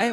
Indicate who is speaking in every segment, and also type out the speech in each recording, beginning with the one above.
Speaker 1: 哎，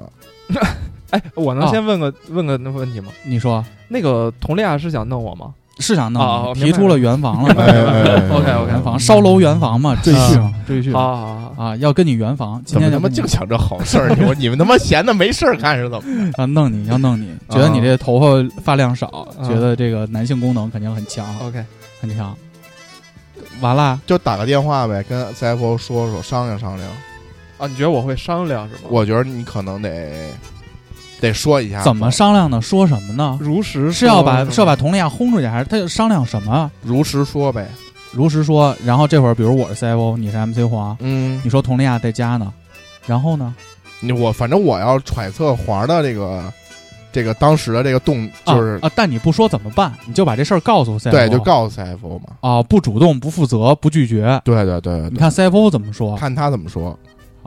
Speaker 2: 哎，我能
Speaker 3: 哦
Speaker 2: 先问个、问个那问题吗？
Speaker 3: 你说
Speaker 2: 那个佟丽娅是想弄我吗？
Speaker 3: 是想弄吗、
Speaker 2: 哦
Speaker 3: 提出了圆房了
Speaker 4: 哎哎
Speaker 3: 嘛，
Speaker 4: 哎哎嗯啊
Speaker 2: OK，OK
Speaker 3: 圆房烧楼圆房嘛，追
Speaker 5: 是
Speaker 3: 剧追剧
Speaker 2: 好好好好，
Speaker 3: 啊，要跟你圆房，今
Speaker 4: 怎么
Speaker 3: 天
Speaker 4: 他
Speaker 3: 要
Speaker 4: 妈
Speaker 3: 跟你
Speaker 4: 净想这好事儿？你说你们他妈闲的没事儿干是怎么？
Speaker 3: 啊弄你要弄你，觉得你这头发发量少，
Speaker 2: 啊
Speaker 3: 觉得这个男性功能肯定很强，
Speaker 2: OK，
Speaker 3: 很强。完了，
Speaker 4: 就打个电话呗，跟 CFO 说说商量商量。
Speaker 2: 啊，你觉得我会商量是吗？
Speaker 4: 我觉得你可能得得说一下
Speaker 3: 怎么商量呢？说什么呢？
Speaker 2: 如实
Speaker 3: 是要把
Speaker 2: 说
Speaker 3: 是要把佟丽娅轰出去，还是他商量什么啊？
Speaker 4: 如实说呗。
Speaker 3: 如实说。然后这会儿，比如我是 CFO，你是 MC 黄，
Speaker 4: 嗯，
Speaker 3: 你说佟丽娅在家呢，然后呢？
Speaker 4: 你我反正我要揣测黄儿的这个这个当时的这个动，就是、
Speaker 3: 啊啊，但你不说怎么办？你就把这事儿告诉 E CFO，
Speaker 4: 对，就告诉 CFO 嘛。
Speaker 3: 啊，不主动、不负责、不拒绝。
Speaker 4: 对对对对
Speaker 3: 你
Speaker 4: 对，
Speaker 3: 看 CFO 怎么说？
Speaker 4: 嗯看他怎么说。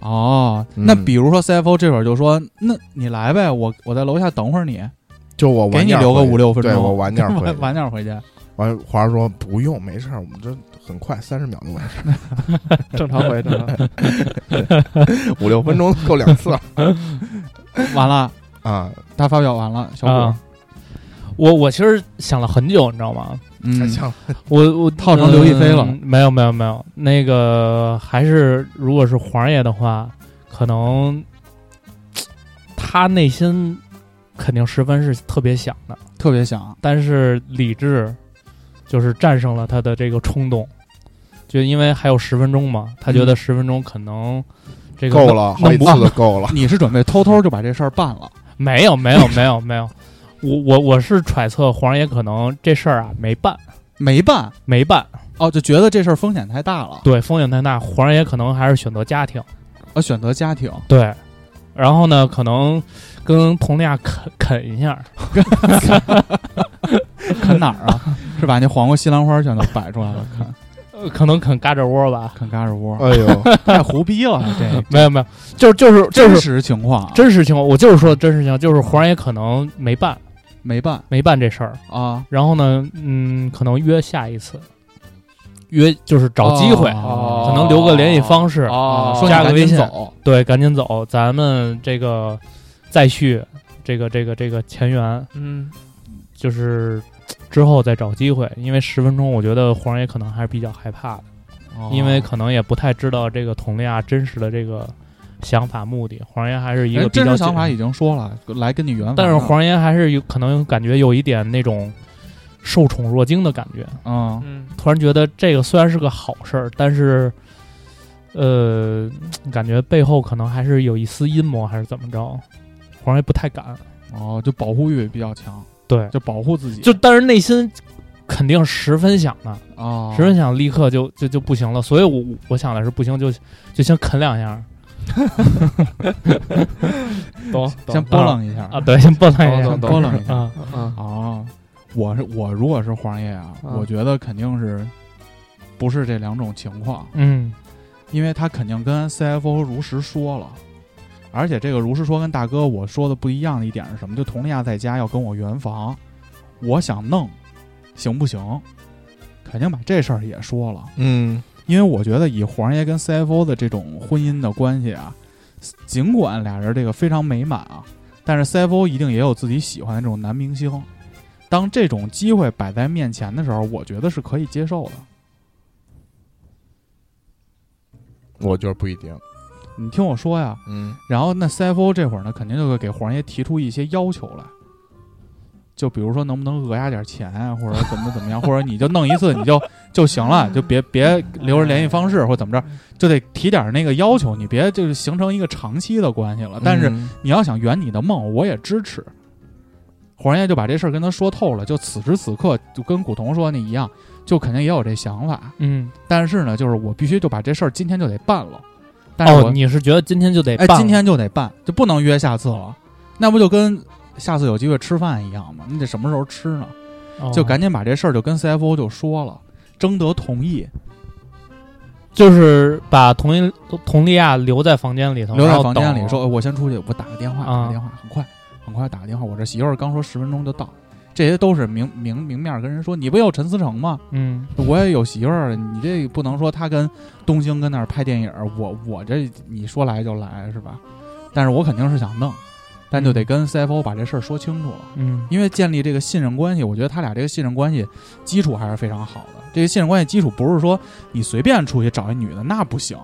Speaker 3: 哦，那
Speaker 4: 嗯
Speaker 3: 比如说 CFO 这会儿就说：“那你来呗，我我在楼下等会儿你，
Speaker 4: 就我
Speaker 3: 给
Speaker 4: 晚
Speaker 3: 你
Speaker 4: 点
Speaker 3: 留个
Speaker 4: 回去
Speaker 3: 五六分钟，
Speaker 4: 对我晚点回去。
Speaker 3: 晚晚点回去。
Speaker 4: 完，华儿说不用，没事儿，我们这很快，三十秒就完事
Speaker 2: 正常回正常回。
Speaker 4: 儿，五六分钟够两次了
Speaker 3: 完了，
Speaker 4: 啊。
Speaker 3: 他发表完了，小果，
Speaker 5: 啊我我其实想了很久，你知道吗？
Speaker 4: 还
Speaker 3: 嗯，
Speaker 4: 行，
Speaker 5: 我我
Speaker 3: 套成刘亦菲了
Speaker 5: 嗯没有没有没有，那个还是如果是黄爷的话，可能他内心肯定十分是特别想的，
Speaker 3: 特别想，
Speaker 5: 但是理智就是战胜了他的这个冲动，就因为还有十分钟嘛，他觉
Speaker 3: 嗯
Speaker 5: 得十分钟可能这个
Speaker 4: 够了，好
Speaker 5: 弄
Speaker 4: 几
Speaker 5: 不
Speaker 4: 次都 够了。
Speaker 3: 你是准备偷偷就把这事儿办了？
Speaker 5: 没有没有没有没有，我我我是揣测黄爷可能这事儿啊没办
Speaker 3: 没办
Speaker 5: 没办，
Speaker 3: 哦，就觉得这事儿风险太大了，
Speaker 5: 对风险太大，黄爷可能还是选择家庭。
Speaker 3: 要哦选择家庭，
Speaker 5: 对，然后呢，可能跟佟丽娅啃啃一下，
Speaker 3: 啃哪儿啊？是把那黄瓜、西兰花全都摆出来了，啃
Speaker 5: 呃可能啃嘎吱窝吧。
Speaker 3: 啃嘎吱窝，
Speaker 4: 哎呦，
Speaker 3: 太胡逼了，这
Speaker 5: 没有没有，就是就是就
Speaker 3: 真
Speaker 5: 是
Speaker 3: 实情况啊
Speaker 5: 真实情况，我就是说真实情况，就是黄爷可能没办
Speaker 3: 没办
Speaker 5: 没办这事儿，
Speaker 3: 啊，
Speaker 5: 然后呢，嗯，可能约下一次，约就是找机会，
Speaker 3: 哦
Speaker 5: 可能留个联系方式，
Speaker 3: 啊
Speaker 2: 哦，
Speaker 3: 说你
Speaker 5: 加个
Speaker 3: 赶
Speaker 5: 微
Speaker 3: 紧
Speaker 5: 信
Speaker 3: 走，
Speaker 5: 对，赶紧走，咱们这个再续这个这个这个前缘，
Speaker 2: 嗯，
Speaker 5: 就是之后再找机会，因为十分钟，我觉得黄爷可能还是比较害怕的，
Speaker 3: 哦
Speaker 5: 因为可能也不太知道这个佟丽娅真实的这个想法目的。黄爷还是一个
Speaker 3: 人
Speaker 5: 比
Speaker 3: 哎真
Speaker 5: 较
Speaker 3: 实想法
Speaker 5: 谨
Speaker 3: 已经说了，来跟你圆，
Speaker 5: 但是黄爷还是有可能感觉有一点那种受宠若惊的感觉，
Speaker 3: 嗯，
Speaker 2: 嗯
Speaker 5: 突然觉得这个虽然是个好事儿，但是。呃，感觉背后可能还是有一丝阴谋，还是怎么着？黄爷不太敢，
Speaker 3: 哦，就保护欲比较强，
Speaker 5: 对，
Speaker 3: 就保护自己，
Speaker 5: 就但是内心肯定十分想的，
Speaker 3: 啊，
Speaker 5: 十分想立刻就就就不行了，所以我我想的是不行就就先啃两下
Speaker 2: 懂
Speaker 3: 先
Speaker 2: 懂
Speaker 3: 波浪一下
Speaker 5: 啊，对，先蹦两下
Speaker 3: 先
Speaker 2: 懂
Speaker 3: 波浪一下
Speaker 5: 啊，
Speaker 2: 嗯
Speaker 3: 啊。我是我，如果是黄爷啊，
Speaker 2: 嗯
Speaker 3: 我觉得肯定是不是这两种情况，
Speaker 5: 嗯
Speaker 3: 因为他肯定跟 CFO 如实说了，而且这个如实说跟大哥我说的不一样的一点是什么？就佟丽娅在家要跟我圆房，我想弄，行不行？肯定把这事儿也说了。
Speaker 4: 嗯，
Speaker 3: 因为我觉得以黄爷跟 CFO 的这种婚姻的关系啊，尽管俩人这个非常美满啊，但是 CFO 一定也有自己喜欢的这种男明星。当这种机会摆在面前的时候，我觉得是可以接受的。
Speaker 4: 我觉得不一定。
Speaker 3: 你听我说呀，
Speaker 4: 嗯，
Speaker 3: 然后那 CFO 这会儿呢，肯定就会给黄爷提出一些要求来，就比如说能不能讹压点钱啊，或者怎么怎么样，或者你就弄一次你就就行了，就别别留着联系方式或怎么着，就得提点那个要求，你别就是形成一个长期的关系了。但是
Speaker 4: 嗯
Speaker 3: 你要想圆你的梦，我也支持。黄爷就把这事儿跟他说透了，就此时此刻就跟古潼说那一样，就肯定也有这想法，
Speaker 5: 嗯，
Speaker 3: 但是呢，就是我必须就把这事儿今天就得办了。但是我、
Speaker 5: 哦，你是觉得今天就得
Speaker 3: 哎，
Speaker 5: 办
Speaker 3: 今天就得办，就不能约下次了。那不就跟下次有机会吃饭一样吗？你得什么时候吃呢？
Speaker 5: 哦
Speaker 3: 就赶紧把这事儿就跟 CFO 就说了，征得同意，
Speaker 5: 就是把佟丽佟丽娅留在房间里头，
Speaker 3: 留
Speaker 5: 然
Speaker 3: 在
Speaker 5: 后
Speaker 3: 房间里呃
Speaker 5: 等
Speaker 3: 说，哎我先出去，我打个电话，打
Speaker 5: 哦啊
Speaker 3: 个电话，很快，很快打个电话。我这媳妇儿刚说十分钟就到，这些都是明明明面儿跟人说，你不也有陈思诚吗？
Speaker 5: 嗯，
Speaker 3: 我也有媳妇儿，你这不能说他跟东兴跟那儿拍电影儿，我我这你说来就来是吧？但是我肯定是想弄，但就得跟 CFO 把这事儿说清楚了，
Speaker 5: 嗯，
Speaker 3: 因为建立这个信任关系，我觉得他俩这个信任关系基础还是非常好的。这个信任关系基础不是说你随便出去找一女的那不行，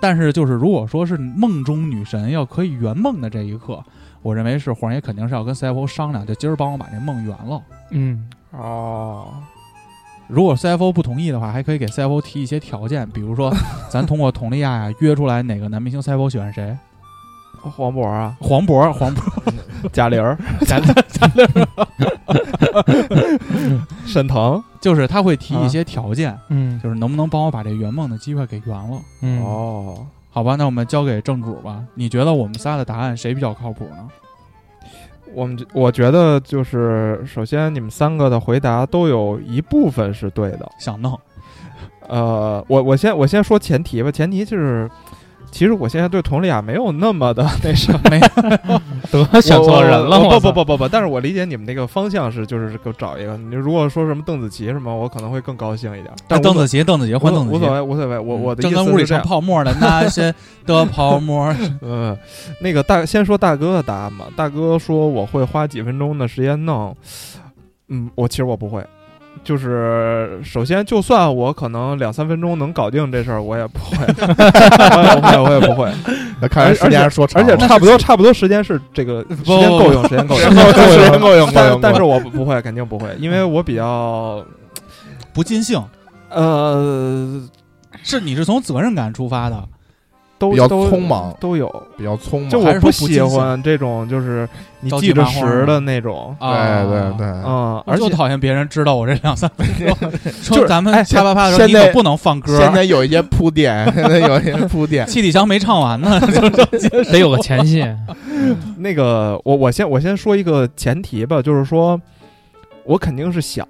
Speaker 3: 但是就是如果说是梦中女神要可以圆梦的这一刻，我认为是黄爷肯定是要跟 CFO 商量，就今儿帮我把这梦圆了。
Speaker 5: 嗯，
Speaker 1: 哦，
Speaker 3: 如果 CFO 不同意的话，还可以给 CFO 提一些条件，比如说咱通过佟丽娅呀约出来哪个男明星 CFO 喜欢谁，
Speaker 2: 黄渤啊，
Speaker 3: 黄渤，黄渤，
Speaker 2: 贾玲儿、
Speaker 3: 咱
Speaker 2: 沈腾，
Speaker 3: 就是他会提一些条件，
Speaker 5: 嗯，
Speaker 3: 就是能不能帮我把这圆梦的机会给圆了？
Speaker 5: 嗯，
Speaker 2: 哦，
Speaker 3: 好吧，那我们交给正主吧。你觉得我们仨的答案谁比较靠谱呢？
Speaker 2: 我们我觉得就是，首先你们三个的回答都有一部分是对的。
Speaker 3: 想弄，
Speaker 2: 呃，我我先我先说前提吧，前提就是，其实我现在对佟丽娅没有那么的那什么，
Speaker 5: 得 选错人了，
Speaker 2: 我我
Speaker 5: 我
Speaker 2: 不不
Speaker 5: 操
Speaker 2: 不不不，但是我理解你们那个方向是，就是给我找一个。你如果说什么邓紫棋什么，我可能会更高兴一点。但
Speaker 3: 邓
Speaker 2: 无所
Speaker 3: 紫棋，邓紫棋换邓紫
Speaker 2: 无所
Speaker 3: 棋。
Speaker 2: 谓无所谓，我我的
Speaker 3: 正
Speaker 2: 意思
Speaker 3: 跟屋
Speaker 2: 是
Speaker 3: 里
Speaker 2: 这
Speaker 3: 唱
Speaker 2: 样。
Speaker 3: 泡沫的那些的泡 沫，
Speaker 2: 嗯，那个大先说大哥的答案吧。大哥说我会花几分钟的时间弄，嗯，我其实我不会。就是首先，就算我可能两三分钟能搞定这事儿，我也不会， 我也不会，我也 不会。
Speaker 4: 那看来时间还是说长
Speaker 2: 而且
Speaker 4: 了
Speaker 2: 差不多，差不多时间是这个时间够用，时间够用，
Speaker 4: 时间够 用，够
Speaker 2: 但
Speaker 4: 用，
Speaker 2: 但是我不会，肯定不会，因为我比较
Speaker 3: 不尽兴，
Speaker 2: 呃
Speaker 3: 是你是从责任感出发的，
Speaker 2: 都
Speaker 4: 比较
Speaker 2: 都
Speaker 4: 匆忙
Speaker 2: 都有，
Speaker 4: 比较匆忙，
Speaker 2: 就
Speaker 3: 还
Speaker 2: 我
Speaker 3: 是说
Speaker 2: 不
Speaker 3: 不
Speaker 2: 喜
Speaker 3: 尽兴
Speaker 2: 欢这种就是你
Speaker 3: 着急
Speaker 2: 记着
Speaker 3: 忙慌
Speaker 2: 时的那种，
Speaker 3: 啊
Speaker 4: 对对对，
Speaker 2: 嗯，
Speaker 3: 我
Speaker 2: 而
Speaker 3: 就
Speaker 2: 且
Speaker 3: 讨厌别人知道我这两三分 钟，
Speaker 4: 就
Speaker 3: 说
Speaker 4: 是
Speaker 3: 咱们
Speaker 4: 哎
Speaker 3: 啪啪啪的时候，
Speaker 4: 现
Speaker 3: 你可
Speaker 4: 在
Speaker 3: 不能放歌。
Speaker 4: 现在有一些铺 垫，现在有一些铺 垫，
Speaker 3: 气体墙没唱完 呢，
Speaker 5: 得有个前戏，
Speaker 2: 那个我我先我先说一个前提吧，就是说我肯定是想。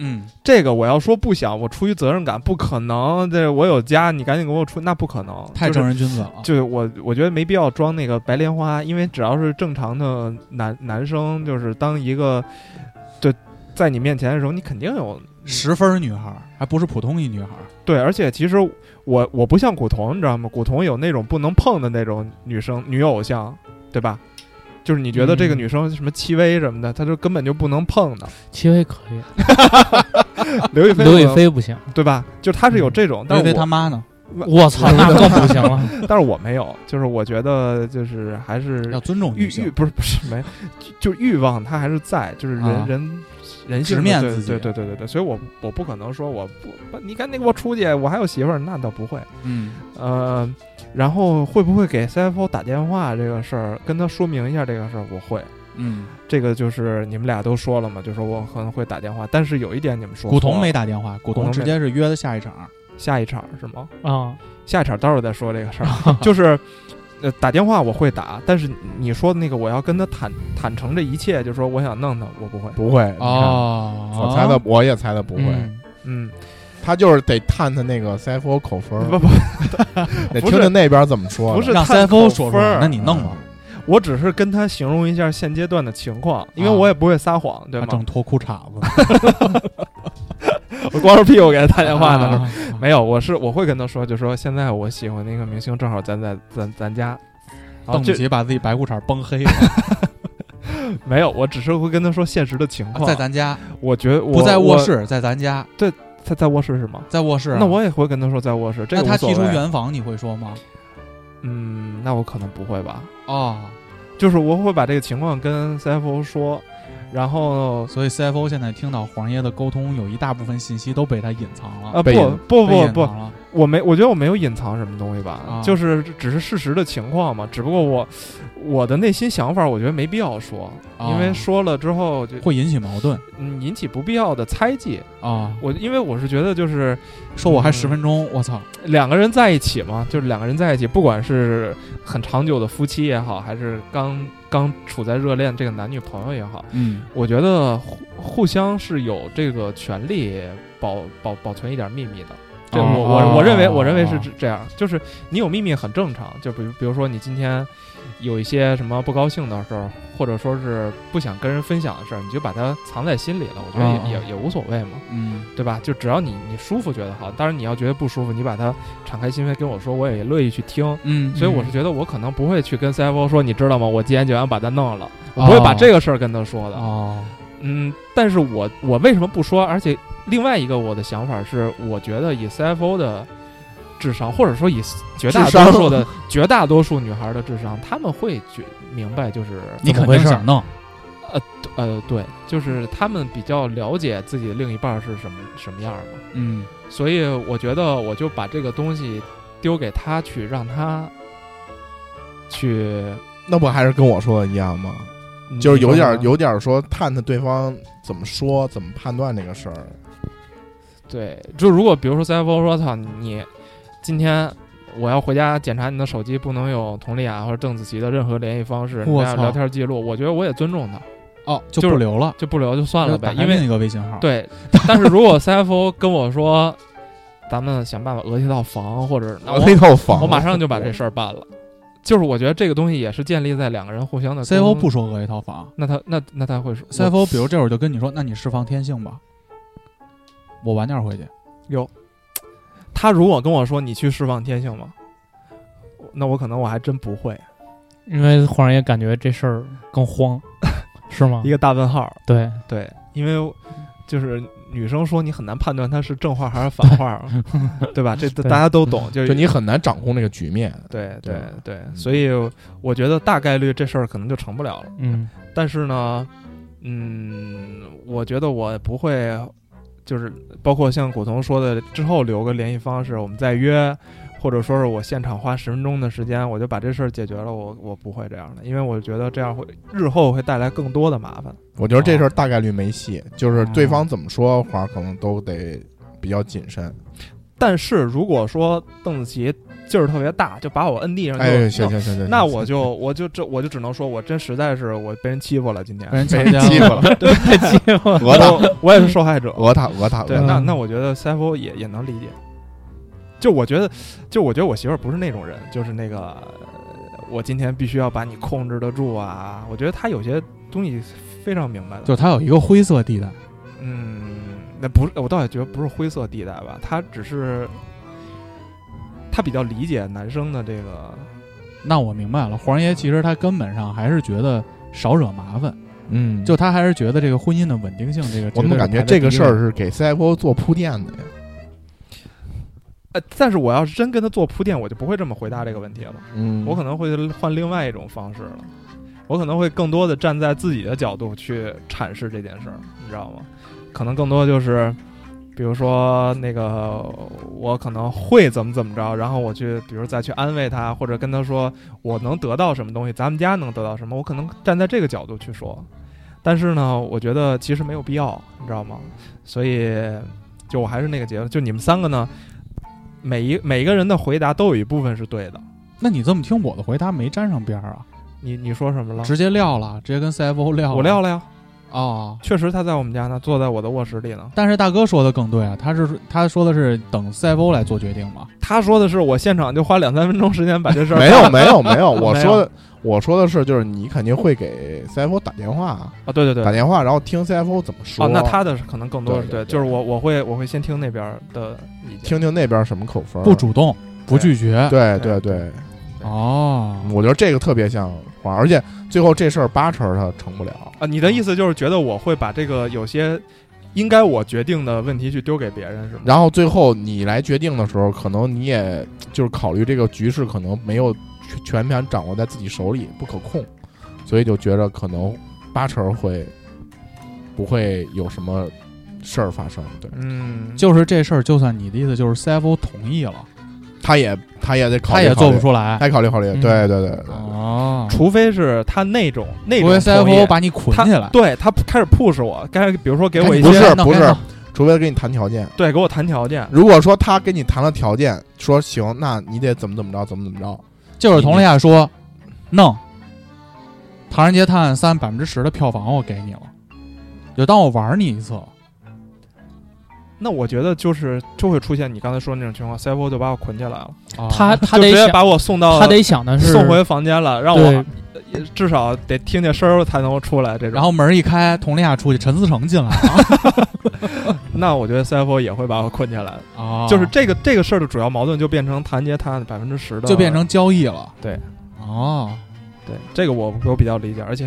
Speaker 3: 嗯，
Speaker 2: 这个我要说不想，我出于责任感，不可能。这我有家，你赶紧给我出，那不可能。
Speaker 3: 太
Speaker 2: 就是
Speaker 3: 正人君子了。
Speaker 2: 就我我觉得没必要装那个白莲花，因为只要是正常的男男生，就是当一个就在你面前的时候，你肯定有
Speaker 3: 十分女孩儿，还不是普通一女孩儿。
Speaker 2: 对，而且其实我我不像古潼，你知道吗？古潼有那种不能碰的那种女生女偶像，对吧？就是你觉得这个
Speaker 5: 嗯
Speaker 2: 女生什么戚薇什么的，她就根本就不能碰 的。
Speaker 5: 戚薇可以，
Speaker 2: 刘亦菲，
Speaker 5: 刘亦，菲嗯不行，
Speaker 2: 对吧？就她是有这种，但
Speaker 3: 因
Speaker 2: 是
Speaker 3: 为
Speaker 2: 我
Speaker 3: 他妈呢，
Speaker 5: 我操，那更不 行了，
Speaker 2: 但是我没有，就是我觉得就是还是
Speaker 3: 要尊重
Speaker 2: 欲
Speaker 3: 女
Speaker 2: 欲
Speaker 3: 性。
Speaker 2: 不是不是 没，就就欲望它还是在，就是人、
Speaker 3: 啊
Speaker 2: 人人性
Speaker 3: 直
Speaker 2: 的
Speaker 3: 面
Speaker 2: 对
Speaker 3: 自己
Speaker 2: 对对对对对，所以我我不可能说我不不你赶紧给我出去，我还有媳妇儿，那倒不会。
Speaker 3: 嗯，
Speaker 2: 呃，然后会不会给 CFO 打电话这个事儿，跟他说明一下这个事儿，我会。
Speaker 3: 嗯，
Speaker 2: 这个就是你们俩都说了嘛，就说我可能会打电话，但是有一点你们说
Speaker 3: 古
Speaker 2: 错
Speaker 3: 潼
Speaker 2: 了
Speaker 3: 没打电话，古
Speaker 2: 古潼
Speaker 3: 潼
Speaker 2: 没
Speaker 3: 直接是约的下一场。
Speaker 2: 下一场是吗？
Speaker 5: 啊，
Speaker 2: 下一场待会儿再说这个事 儿，就是。呃，打电话我会打，但是你说的那个我要跟他坦坦诚这一切，就说我想弄他，我不会。
Speaker 4: 不会，
Speaker 3: 哦
Speaker 4: 你看我猜的，我也猜的不会，
Speaker 5: 嗯
Speaker 2: 嗯，
Speaker 4: 他就是得探探那个 CFO 口风，
Speaker 2: 不不，
Speaker 3: 啊
Speaker 4: 得
Speaker 2: 不
Speaker 4: 听
Speaker 2: 是
Speaker 4: 听那边怎么说的，啊
Speaker 2: 不是
Speaker 3: 让
Speaker 2: 探
Speaker 3: CFO 说
Speaker 2: 口
Speaker 3: 出
Speaker 2: 风
Speaker 3: 来，
Speaker 2: 儿
Speaker 3: 那你弄吧，
Speaker 2: 我只是跟他形容一下现阶段的情况，因为
Speaker 3: 啊
Speaker 2: 我也不会撒谎，对
Speaker 3: 他
Speaker 2: 吗？
Speaker 3: 正脱裤衩 子呢，
Speaker 2: 我光着屁股给他打电话呢。
Speaker 3: 啊，
Speaker 2: 没有，我是我会跟他说，就说现在我喜欢那个明星正好咱在咱咱家，然后
Speaker 3: 邓紫
Speaker 2: 这
Speaker 3: 棋把自己白裤衩崩 黑了，
Speaker 2: 没有，我只是会跟他说现实的情况。
Speaker 3: 啊在咱家，
Speaker 2: 我觉得我
Speaker 3: 不在卧，
Speaker 2: 我
Speaker 3: 室，在咱家，
Speaker 2: 他在卧室是吗？
Speaker 3: 在卧室啊。
Speaker 2: 那我也会跟他说在卧室，这
Speaker 3: 那
Speaker 2: 个
Speaker 3: 他
Speaker 2: 无所
Speaker 3: 提出
Speaker 2: 谓
Speaker 3: 圆房，你会说吗？
Speaker 2: 嗯，那我可能不会吧，
Speaker 3: 哦，
Speaker 2: 就是我会把这个情况跟 CFO 说，然后
Speaker 3: 所以 CFO 现在听到黄爷的沟通，有一大部分信息都被他隐藏了。
Speaker 2: 啊
Speaker 4: 被
Speaker 2: 不
Speaker 4: 隐
Speaker 2: 不
Speaker 3: 被
Speaker 2: 不
Speaker 3: 隐
Speaker 2: 不，
Speaker 3: 藏了
Speaker 2: 我没，我觉得我没有隐藏什么东西吧，
Speaker 3: 啊
Speaker 2: 就是只是事实的情况嘛。只不过我我的内心想法，我觉得没必要说，
Speaker 3: 啊
Speaker 2: 因为说了之后就
Speaker 3: 会引起矛盾
Speaker 2: 嗯引起不必要的猜忌。
Speaker 3: 啊！
Speaker 2: 我因为我是觉得就是
Speaker 3: 说我还
Speaker 2: 嗯
Speaker 3: 十分钟，我操！
Speaker 2: 两个人在一起嘛，就是两个人在一起，不管是很长久的夫妻也好，还是刚刚处在热恋这个男女朋友也好，
Speaker 3: 嗯，
Speaker 2: 我觉得互互相是有这个权利保保保存一点秘密的。这
Speaker 3: 哦
Speaker 2: 我我我认为
Speaker 3: 哦
Speaker 2: 我认为是
Speaker 3: 哦
Speaker 2: 这这样，就是你有秘密很正常。就比如比如说你今天有一些什么不高兴的事儿，或者说是不想跟人分享的事儿，你就把它藏在心里了，我觉得也、
Speaker 3: 啊啊
Speaker 2: 也也无所谓嘛，
Speaker 3: 嗯
Speaker 2: 对吧？就只要你你舒服觉得好，当然你要觉得不舒服，你把它敞开心扉跟我说，我也乐意去听。
Speaker 3: 嗯，
Speaker 2: 所以我是
Speaker 3: 嗯
Speaker 2: 觉得我可能不会去跟 CFO 说，你知道吗？我今天就想把它弄了，我不会把
Speaker 3: 哦
Speaker 2: 这个事儿跟他说的。
Speaker 3: 哦，
Speaker 2: 嗯，但是我我为什么不说？而且另外一个我的想法是，我觉得以 CFO 的智商，或者说以绝大
Speaker 4: 智商
Speaker 2: 多数的 绝大多数女孩的智商，她们会觉明白，就是
Speaker 3: 你
Speaker 5: 怎
Speaker 3: 肯
Speaker 5: 么回
Speaker 3: 定
Speaker 5: 事儿
Speaker 3: 想弄，
Speaker 2: 呃，对，就是她们比较了解自己的另一半是什么什么样儿嘛。
Speaker 3: 嗯
Speaker 2: 所以我觉得我就把这个东西丢给她去，让她去，
Speaker 4: 那不还是跟我说的一样吗？
Speaker 2: 嗯
Speaker 4: 就是有点儿
Speaker 2: 你说
Speaker 4: 有点儿说探探对方怎么说、怎么判断这个事儿。
Speaker 2: 对，就如果比如说 CFO 说：“操，你今天我要回家检查你的手机，不能有佟丽娅或者邓紫棋的任何联系方式，
Speaker 3: 我
Speaker 2: 还有
Speaker 3: 操
Speaker 2: 聊天记录。”我觉得我也尊重他，
Speaker 3: 哦，就
Speaker 2: 就是
Speaker 3: 不留了，
Speaker 2: 就不聊就算了呗，
Speaker 3: 就打
Speaker 2: 因
Speaker 3: 开另
Speaker 2: 为
Speaker 3: 一个微信号，，
Speaker 2: 对。但是如果 CFO 跟我说，咱们想办法讹一套房，或 者那我
Speaker 4: 那套房，
Speaker 2: 啊我马上就把这事儿办了。就是我觉得这个东西也是建立在两个人互相的
Speaker 3: CFO
Speaker 2: 沟通
Speaker 3: 不，说讹一套房
Speaker 2: 那他那那他会说
Speaker 3: ，CFO 比如这会儿就跟你说，那你释放天性吧，我晚点回去，
Speaker 2: 有，他如果跟我说你去释放天性吗？那我可能我还真不会。
Speaker 3: 啊
Speaker 5: 因为黄爷感觉这事儿更慌，是吗
Speaker 2: 一？个大问号。
Speaker 5: 对，
Speaker 2: 对，因为就是女生说你很难判断她是正话还是反 话嘛，对吧？这大
Speaker 5: 对
Speaker 2: 家都懂，就是
Speaker 4: 就你很难掌控这个局面。
Speaker 2: 对
Speaker 4: 对嗯
Speaker 2: 对
Speaker 4: 吧
Speaker 2: 对，所以我觉得大概率这事儿可能就成不了了。
Speaker 5: 嗯
Speaker 2: 但是呢，嗯，我觉得我不会，就是包括像古潼说的，之后留个联系方式，我们再约，或者说是我现场花十分钟的时间，我就把这事儿解决了。我我不会这样的，因为我觉得这样会日后会带来更多的麻烦。
Speaker 4: 我觉得这事儿大概率没戏，就是对方怎么说话，可能都得比较谨慎。
Speaker 2: 但是如果说邓紫棋劲儿特别大，就把我摁地上就，
Speaker 4: 哎，行行行行，
Speaker 2: 那我 就我就这我就只能说，我真实在是我被人欺负了，今天
Speaker 3: 被人
Speaker 4: 被
Speaker 3: 强
Speaker 4: 人
Speaker 3: 奸
Speaker 4: 欺负
Speaker 3: 了，
Speaker 4: 了，
Speaker 5: 我
Speaker 4: 讹他，
Speaker 2: 我我也是受害者。
Speaker 4: 讹他，讹他，
Speaker 3: 嗯
Speaker 2: 对，
Speaker 4: 讹他
Speaker 2: 那那我觉得 CFO 也也能理解。就我觉得，就我觉得我媳妇儿不是那种人，就是那个呃我今天必须要把你控制得住啊。我觉得她有些东西非常明白的，
Speaker 3: 就他有一个灰色地带，
Speaker 2: 嗯，那不是，我倒也觉得不是灰色地带吧，她只是她比较理解男生的这个
Speaker 3: 那我明白了，黄爷其实他根本上还是觉得少惹麻烦，
Speaker 4: 嗯，
Speaker 3: 就他还是觉得这个婚姻的稳定性，这个
Speaker 4: 我怎么感觉这个事儿是给 CFO 做铺垫的呀？
Speaker 2: 呃，但是我要是真跟他做铺垫，我就不会这么回答这个问题了，
Speaker 4: 嗯
Speaker 2: 我可能会换另外一种方式了，我可能会更多的站在自己的角度去阐释这件事儿，你知道吗？可能更多就是，比如说那个我可能会怎么怎么着，然后我去，比如再去安慰他，或者跟他说我能得到什么东西，咱们家能得到什么，我可能站在这个角度去说，但是呢，我觉得其实没有必要，你知道吗？所以就我还是那个结论，就你们三个呢，每一每个人的回答都有一部分是对的。
Speaker 3: 那你这么听我的回答没沾上边儿啊，
Speaker 2: 你你说什么
Speaker 4: 啊
Speaker 2: 了？
Speaker 3: 直接撂了，直接跟 CFO 撂了，
Speaker 2: 我撂了呀，
Speaker 3: 哦。
Speaker 2: 确实他在我们家呢，坐在我的卧室里呢。
Speaker 3: 但是大哥说的更对啊，他是他说的是等 CFO 来做决定嘛，
Speaker 2: 他说的是我现场就花两三分钟时间把这事儿
Speaker 4: 没有没有没 有，我
Speaker 2: 没有
Speaker 4: 说的我说的是，就是你肯定会给 CFO 打电话，
Speaker 2: 啊，对对对
Speaker 4: 打，电话，然后听 CFO 怎么说。
Speaker 2: 哦，那他的可能更多
Speaker 4: 对
Speaker 2: 是
Speaker 4: 对
Speaker 2: 对，
Speaker 4: 对
Speaker 2: 就是我我会我会先听那边儿的意见，
Speaker 4: 听听那边什么口风，
Speaker 3: 不主动不拒绝，
Speaker 4: 对对
Speaker 2: 对
Speaker 4: 对，
Speaker 3: 哦，
Speaker 4: 我觉得这个特别像黄，而且最后这事儿八成儿他成不了。
Speaker 2: 啊。你的意思就是觉得我会把这个有些应该我决定的问题去丢给别人是吗？
Speaker 4: 然后最后你来决定的时候，可能你也就是考虑这个局势可能没有全全盘掌握在自己手里，不可控，所以就觉着可能八成儿会不会有什么事儿发生。对，
Speaker 2: 嗯，
Speaker 3: 就是这事儿，就算你的意思就是 CFO 同意了，
Speaker 4: 他也他也得考虑，
Speaker 3: 他也做不
Speaker 4: 考虑，
Speaker 3: 出来
Speaker 4: 他，也考虑考虑。
Speaker 5: 嗯
Speaker 4: 对对对对，
Speaker 3: 哦，
Speaker 4: 嗯
Speaker 2: 除非是他那种那
Speaker 3: 除
Speaker 2: 种
Speaker 3: 非
Speaker 2: 同意
Speaker 3: CFO 把你捆
Speaker 2: 他
Speaker 3: 起来，哎
Speaker 2: 对他开始 push 我，该比如说给我一
Speaker 4: 不
Speaker 2: 些
Speaker 4: 是
Speaker 3: 那
Speaker 4: 不
Speaker 3: 该
Speaker 4: 是
Speaker 3: 弄，
Speaker 4: 除非跟你谈条件。
Speaker 2: 对给我谈条件，
Speaker 4: 如果说他跟你谈了条件，说行，那你得怎么怎么着，怎么怎么着，
Speaker 3: 就是佟丽娅说弄《唐人街探案三》啊百分之十的票房我给你了，就当我玩你一次了。
Speaker 2: 那我觉得就是就会出现你刚才说的那种情况，CFO 就把我捆起来了，
Speaker 3: 啊
Speaker 5: 他他
Speaker 2: 就
Speaker 5: 得
Speaker 2: 直接
Speaker 5: 想，
Speaker 2: 把我送到
Speaker 5: 他得想的是
Speaker 2: 送回房间了，让
Speaker 5: 对
Speaker 2: 我至少得听见声儿才能出来这 种。
Speaker 3: 然后门一开，佟丽娅出去，陈思诚进来 了。
Speaker 2: 那我觉得 CFO 也会把我捆起来，
Speaker 3: 啊
Speaker 2: 就是这个这个事儿的主要矛盾就变成谭杰他百分之十的，
Speaker 3: 就变成交易了。
Speaker 2: 对，
Speaker 3: 哦，
Speaker 2: 对这个我我比较理解，而且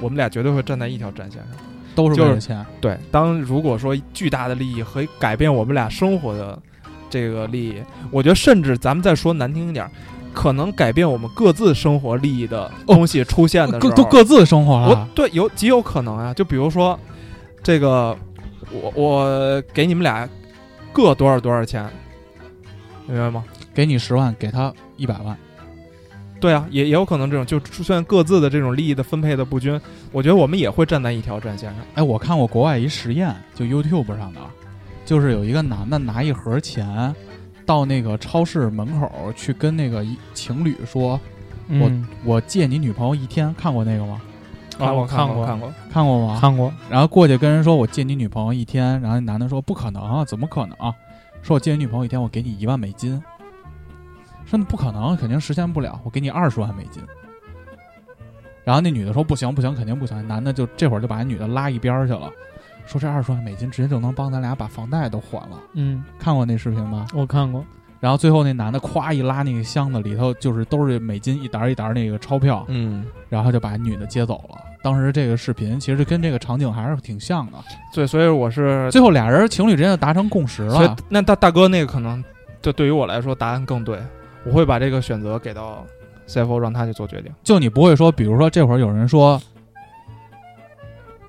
Speaker 2: 我们俩绝对会站在一条战线上。
Speaker 3: 都是为
Speaker 2: 就
Speaker 3: 了
Speaker 2: 是
Speaker 3: 钱。
Speaker 2: 对，当如果说巨大的利益和改变我们俩生活的这个利益，我觉得甚至咱们再说难听一点儿，可能改变我们各自生活利益的东西出现的时
Speaker 3: 各
Speaker 2: 候，
Speaker 3: 哦都各自生活啊
Speaker 2: 我
Speaker 3: 了。
Speaker 2: 对有极有可能啊，就比如说这个，我我给你们俩各多少多少钱，明白吗？
Speaker 3: 给你十万，给他一百万。
Speaker 2: 对啊，也也有可能这种就出现各自的这种利益的分配的不均，我觉得我们也会站在一条战线上。
Speaker 3: 哎，我看过国外一实验，就 YouTube 上的，啊就是有一个男的拿一盒钱到那个超市门口去跟那个一情侣说
Speaker 5: 嗯
Speaker 3: 我借你女朋友一天，看过那个吗？
Speaker 5: 看
Speaker 2: 啊，
Speaker 5: 过
Speaker 2: 我看
Speaker 5: 看过
Speaker 2: 看过，
Speaker 3: 看过吗？
Speaker 5: 看过，
Speaker 3: 然后过去跟人说我借你女朋友一天，然后那男的说不可能啊，怎么可能、啊？说我借你女朋友一天，我给你一万美金。说不可能，肯定实现不了，我给你二十万美金。然后那女的说不行不行，肯定不行。那男的就这会儿就把那女的拉一边儿去了，说这二十万美金直接就能帮咱俩把房贷都还了。
Speaker 5: 嗯，
Speaker 3: 看过那视频吗？
Speaker 5: 我看过，
Speaker 3: 然后最后那男的咵一拉那个箱子里头就是都是美金一沓一沓那个钞票，
Speaker 2: 嗯，
Speaker 3: 然后就把女的接走了。当时这个视频其实跟这个场景还是挺像的。
Speaker 2: 对，所以我是，啊
Speaker 3: 最后俩人情侣之间就达成共识
Speaker 2: 所以
Speaker 3: 了。
Speaker 2: 那大大哥那个可能，这对于我来说答案更对，我会把这个选择给到 CFO 让他去做决定。
Speaker 3: 就你不会说，比如说这会儿有人说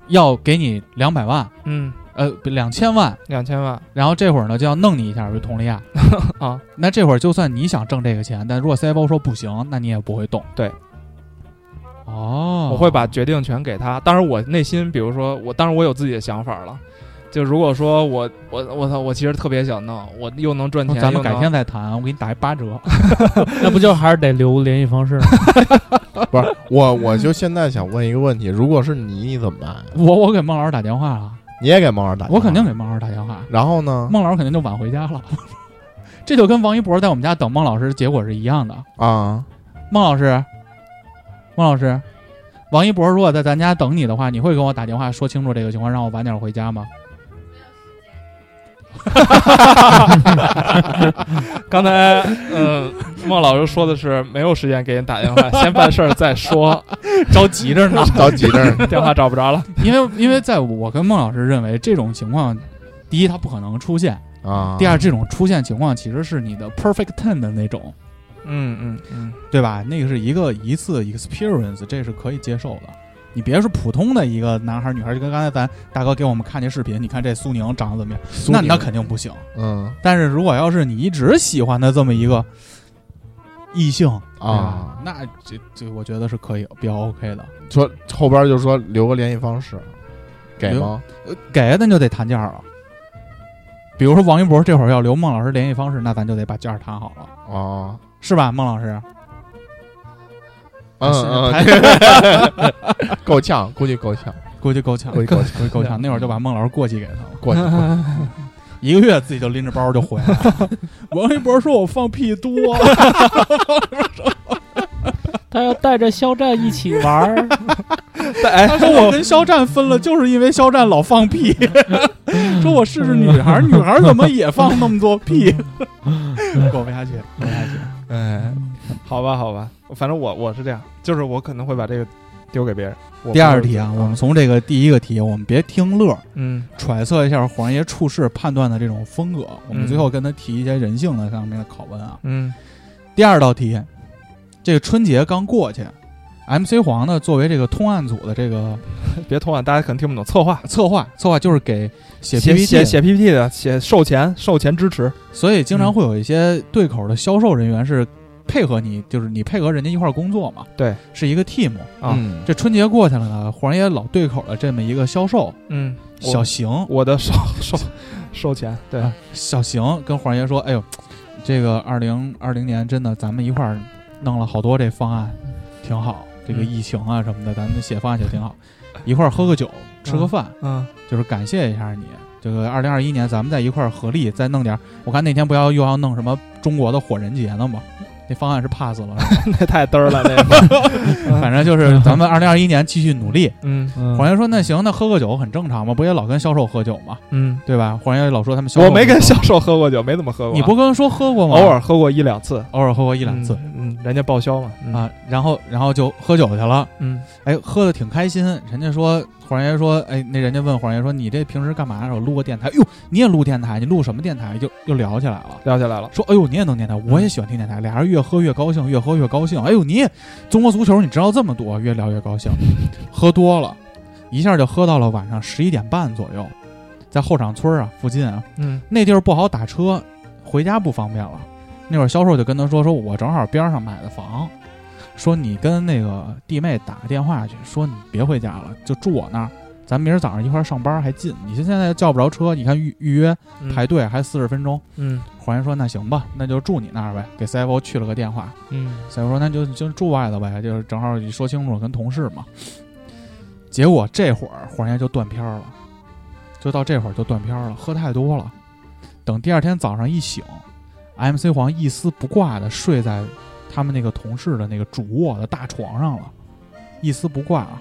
Speaker 3: 要给你两百万，
Speaker 2: 嗯，
Speaker 3: 呃，两千万，
Speaker 2: 两千万
Speaker 3: 然后这会儿呢就要弄你一下，比如佟丽娅。
Speaker 2: 啊，
Speaker 3: 那这会儿就算你想挣这个钱，但如果 CFO 说不行，那你也不会动。
Speaker 2: 对。
Speaker 3: 哦，
Speaker 2: 我会把决定权给他。当然，我内心，比如说我，当然我有自己的想法了。就如果说我我我操，我其实特别想弄，我又能赚钱，
Speaker 3: 咱们
Speaker 2: 又能
Speaker 3: 改 天再谈，我给你打一八折。
Speaker 5: 那不就还是得留联系方式吗？
Speaker 4: 不是我，我就现在想问一个问题：如果是你，你怎么办？
Speaker 3: 我我给孟老师打电话了，
Speaker 4: 你也给猫儿打？
Speaker 3: 我肯定。给孟老师打电话，
Speaker 4: 然后
Speaker 2: 嗯
Speaker 4: 呢？
Speaker 3: 孟老师肯定就晚回家了。 这就跟王一博在我们家等孟老师结果是一样的。
Speaker 4: 啊，
Speaker 3: 孟老师，孟老师，王一博如果在咱家等你的话，你会跟我打电话说清楚这个情况，让我晚点回家吗？
Speaker 2: 刚才呃，孟老师说的是没有时间给你打电话，先办事儿再说，
Speaker 3: 着急着呢，
Speaker 4: 着急着呢
Speaker 2: 电话找不着了。
Speaker 3: 因为因为在我跟孟老师认为这种情况，第一它不可能出现，
Speaker 4: 啊。
Speaker 3: 第二这种出现情况其实是你的 perfect ten 的那种，
Speaker 2: 嗯嗯 嗯，
Speaker 3: 对吧？那个是一个一次 experience，这是可以接受的。你别是普通的一个男孩儿女孩儿，就跟刚才咱大哥给我们看那视频，你看这苏宁长得怎么样？
Speaker 4: 苏
Speaker 3: 那
Speaker 4: 宁
Speaker 3: 那肯定不行。
Speaker 4: 嗯
Speaker 3: 但是如果要是你一直喜欢的这么一个异性对吧
Speaker 4: 啊，
Speaker 3: 那这这我觉得是可以比较 OK 的。
Speaker 4: 说后边就说留个联系方式，给吗？
Speaker 3: 呃给那就得谈价了。比如说王一博这会儿要留孟老师联系方式，那咱就得把价谈好了，
Speaker 4: 啊，
Speaker 3: 是吧，孟老师？
Speaker 4: 嗯
Speaker 3: 还
Speaker 4: 嗯，
Speaker 3: 是还
Speaker 4: 够呛，估计够呛，
Speaker 3: 估计 够呛，
Speaker 4: 估计够呛，
Speaker 3: 估计够呛。那会儿就把孟老师过继给他了，
Speaker 4: 过去。过去
Speaker 3: 一个月自己就拎着包就回来了。 王一博说：“我放屁多。”
Speaker 5: 他要带着肖战一起玩儿，
Speaker 2: 哎
Speaker 3: 他说我跟肖战分了，就是因为肖战老放屁。说我试试女孩儿，女孩儿怎么也放那么多 屁？过不下去，过不下去。
Speaker 2: 哎，好吧好吧，反正我我是这样，就是我可能会把这个丢给别人。我
Speaker 3: 第二题啊，
Speaker 2: 不会
Speaker 3: 我们从这个第一个题，我们别听乐，
Speaker 2: 嗯
Speaker 3: 揣测一下黄爷处事判断的这种风格。我们
Speaker 2: 嗯
Speaker 3: 最后跟他提一些人性的上面的拷问啊。
Speaker 2: 嗯
Speaker 3: 第二道题，这个春节刚过去，MC 黄呢作为这个通案组的这个
Speaker 2: 别偷懒，大家可能听不懂。策划
Speaker 3: 策划，策划就是给写
Speaker 2: 写
Speaker 3: PPT
Speaker 2: 写写 PPT 的，写售前售前支持。
Speaker 3: 所以经常会有一些对口的销售人员是配合你，就是你配合人家一块儿工作嘛，
Speaker 2: 对，
Speaker 3: 是一个 team。
Speaker 2: 啊
Speaker 4: 嗯，
Speaker 3: 这春节过去了呢，黄爷老对口的这么一个销售
Speaker 2: 嗯，我
Speaker 3: 小邢，
Speaker 2: 我的售售售前对
Speaker 3: 啊小邢跟黄爷说：“哎呦，这个二零二零年真的，咱们一块儿弄了好多这方案，挺好。这个
Speaker 2: 嗯
Speaker 3: 疫情啊什么的，咱们写方案写挺好，一块儿喝个酒，吃个饭，
Speaker 2: 嗯
Speaker 3: 就是感谢一下你。”这个二零二一年咱们再一块儿合力再弄点儿。我看那天不要又要弄什么中国的火人节呢吗？那方案是 pass 了，是吧
Speaker 2: 那太嘚儿了，那个，
Speaker 3: 反正 就是咱们二零二一年继续努力。
Speaker 2: 嗯
Speaker 3: 黄爷说：“那行，那喝个酒很正常嘛，不也老跟销售喝酒嘛，
Speaker 2: 嗯，
Speaker 3: 对吧？”黄爷老说他们销售，
Speaker 2: 我没跟销，售喝过酒，没怎么喝过，
Speaker 3: 你不跟说喝过吗？
Speaker 2: 偶尔喝过一哦两次，
Speaker 3: 偶尔喝过一两次
Speaker 2: 嗯，嗯，人家报销嘛，嗯，
Speaker 3: 啊，然后然后就喝酒去了，
Speaker 2: 嗯，
Speaker 3: 哎，喝的挺开心。人家说黄爷说，哎，那人家问黄爷说，你这平时干嘛？我录个电台，哟，你也录电台？你录什么电台？就又聊起来了。
Speaker 2: 聊起来了，
Speaker 3: 说，哎呦，你也弄电台，我也喜欢听电台。俩人越喝越高兴，越喝越高兴。哎呦，你也中国足球，你知道这么多，越聊越高兴。喝多了，一下就喝到了晚上十一点半左右，在后场村啊附近啊，
Speaker 2: 嗯
Speaker 3: 那地儿不好打车，回家不方便了。那会儿销售就跟他说：“说我正好边上买的房，说你跟那个弟妹打个电话去，说你别回家了，就住我那儿，咱明儿早上一块儿上班还近。你现在叫不着车，你看预预约
Speaker 2: 嗯
Speaker 3: 排队还四十分钟。
Speaker 2: 嗯
Speaker 3: 黄爷说：“那行吧，那就住你那儿呗。”给 CFO 去了个电话
Speaker 5: 嗯，
Speaker 3: ，CFO 说：“那就就住外头呗，就是正好说清楚跟同事嘛。”结果这会儿黄爷就断片儿了，就到这会儿就断片儿了，喝太多了。等第二天早上一醒，MC 黄一丝不挂的睡在他们那个同事的那个主卧的大床上了，一丝不挂啊。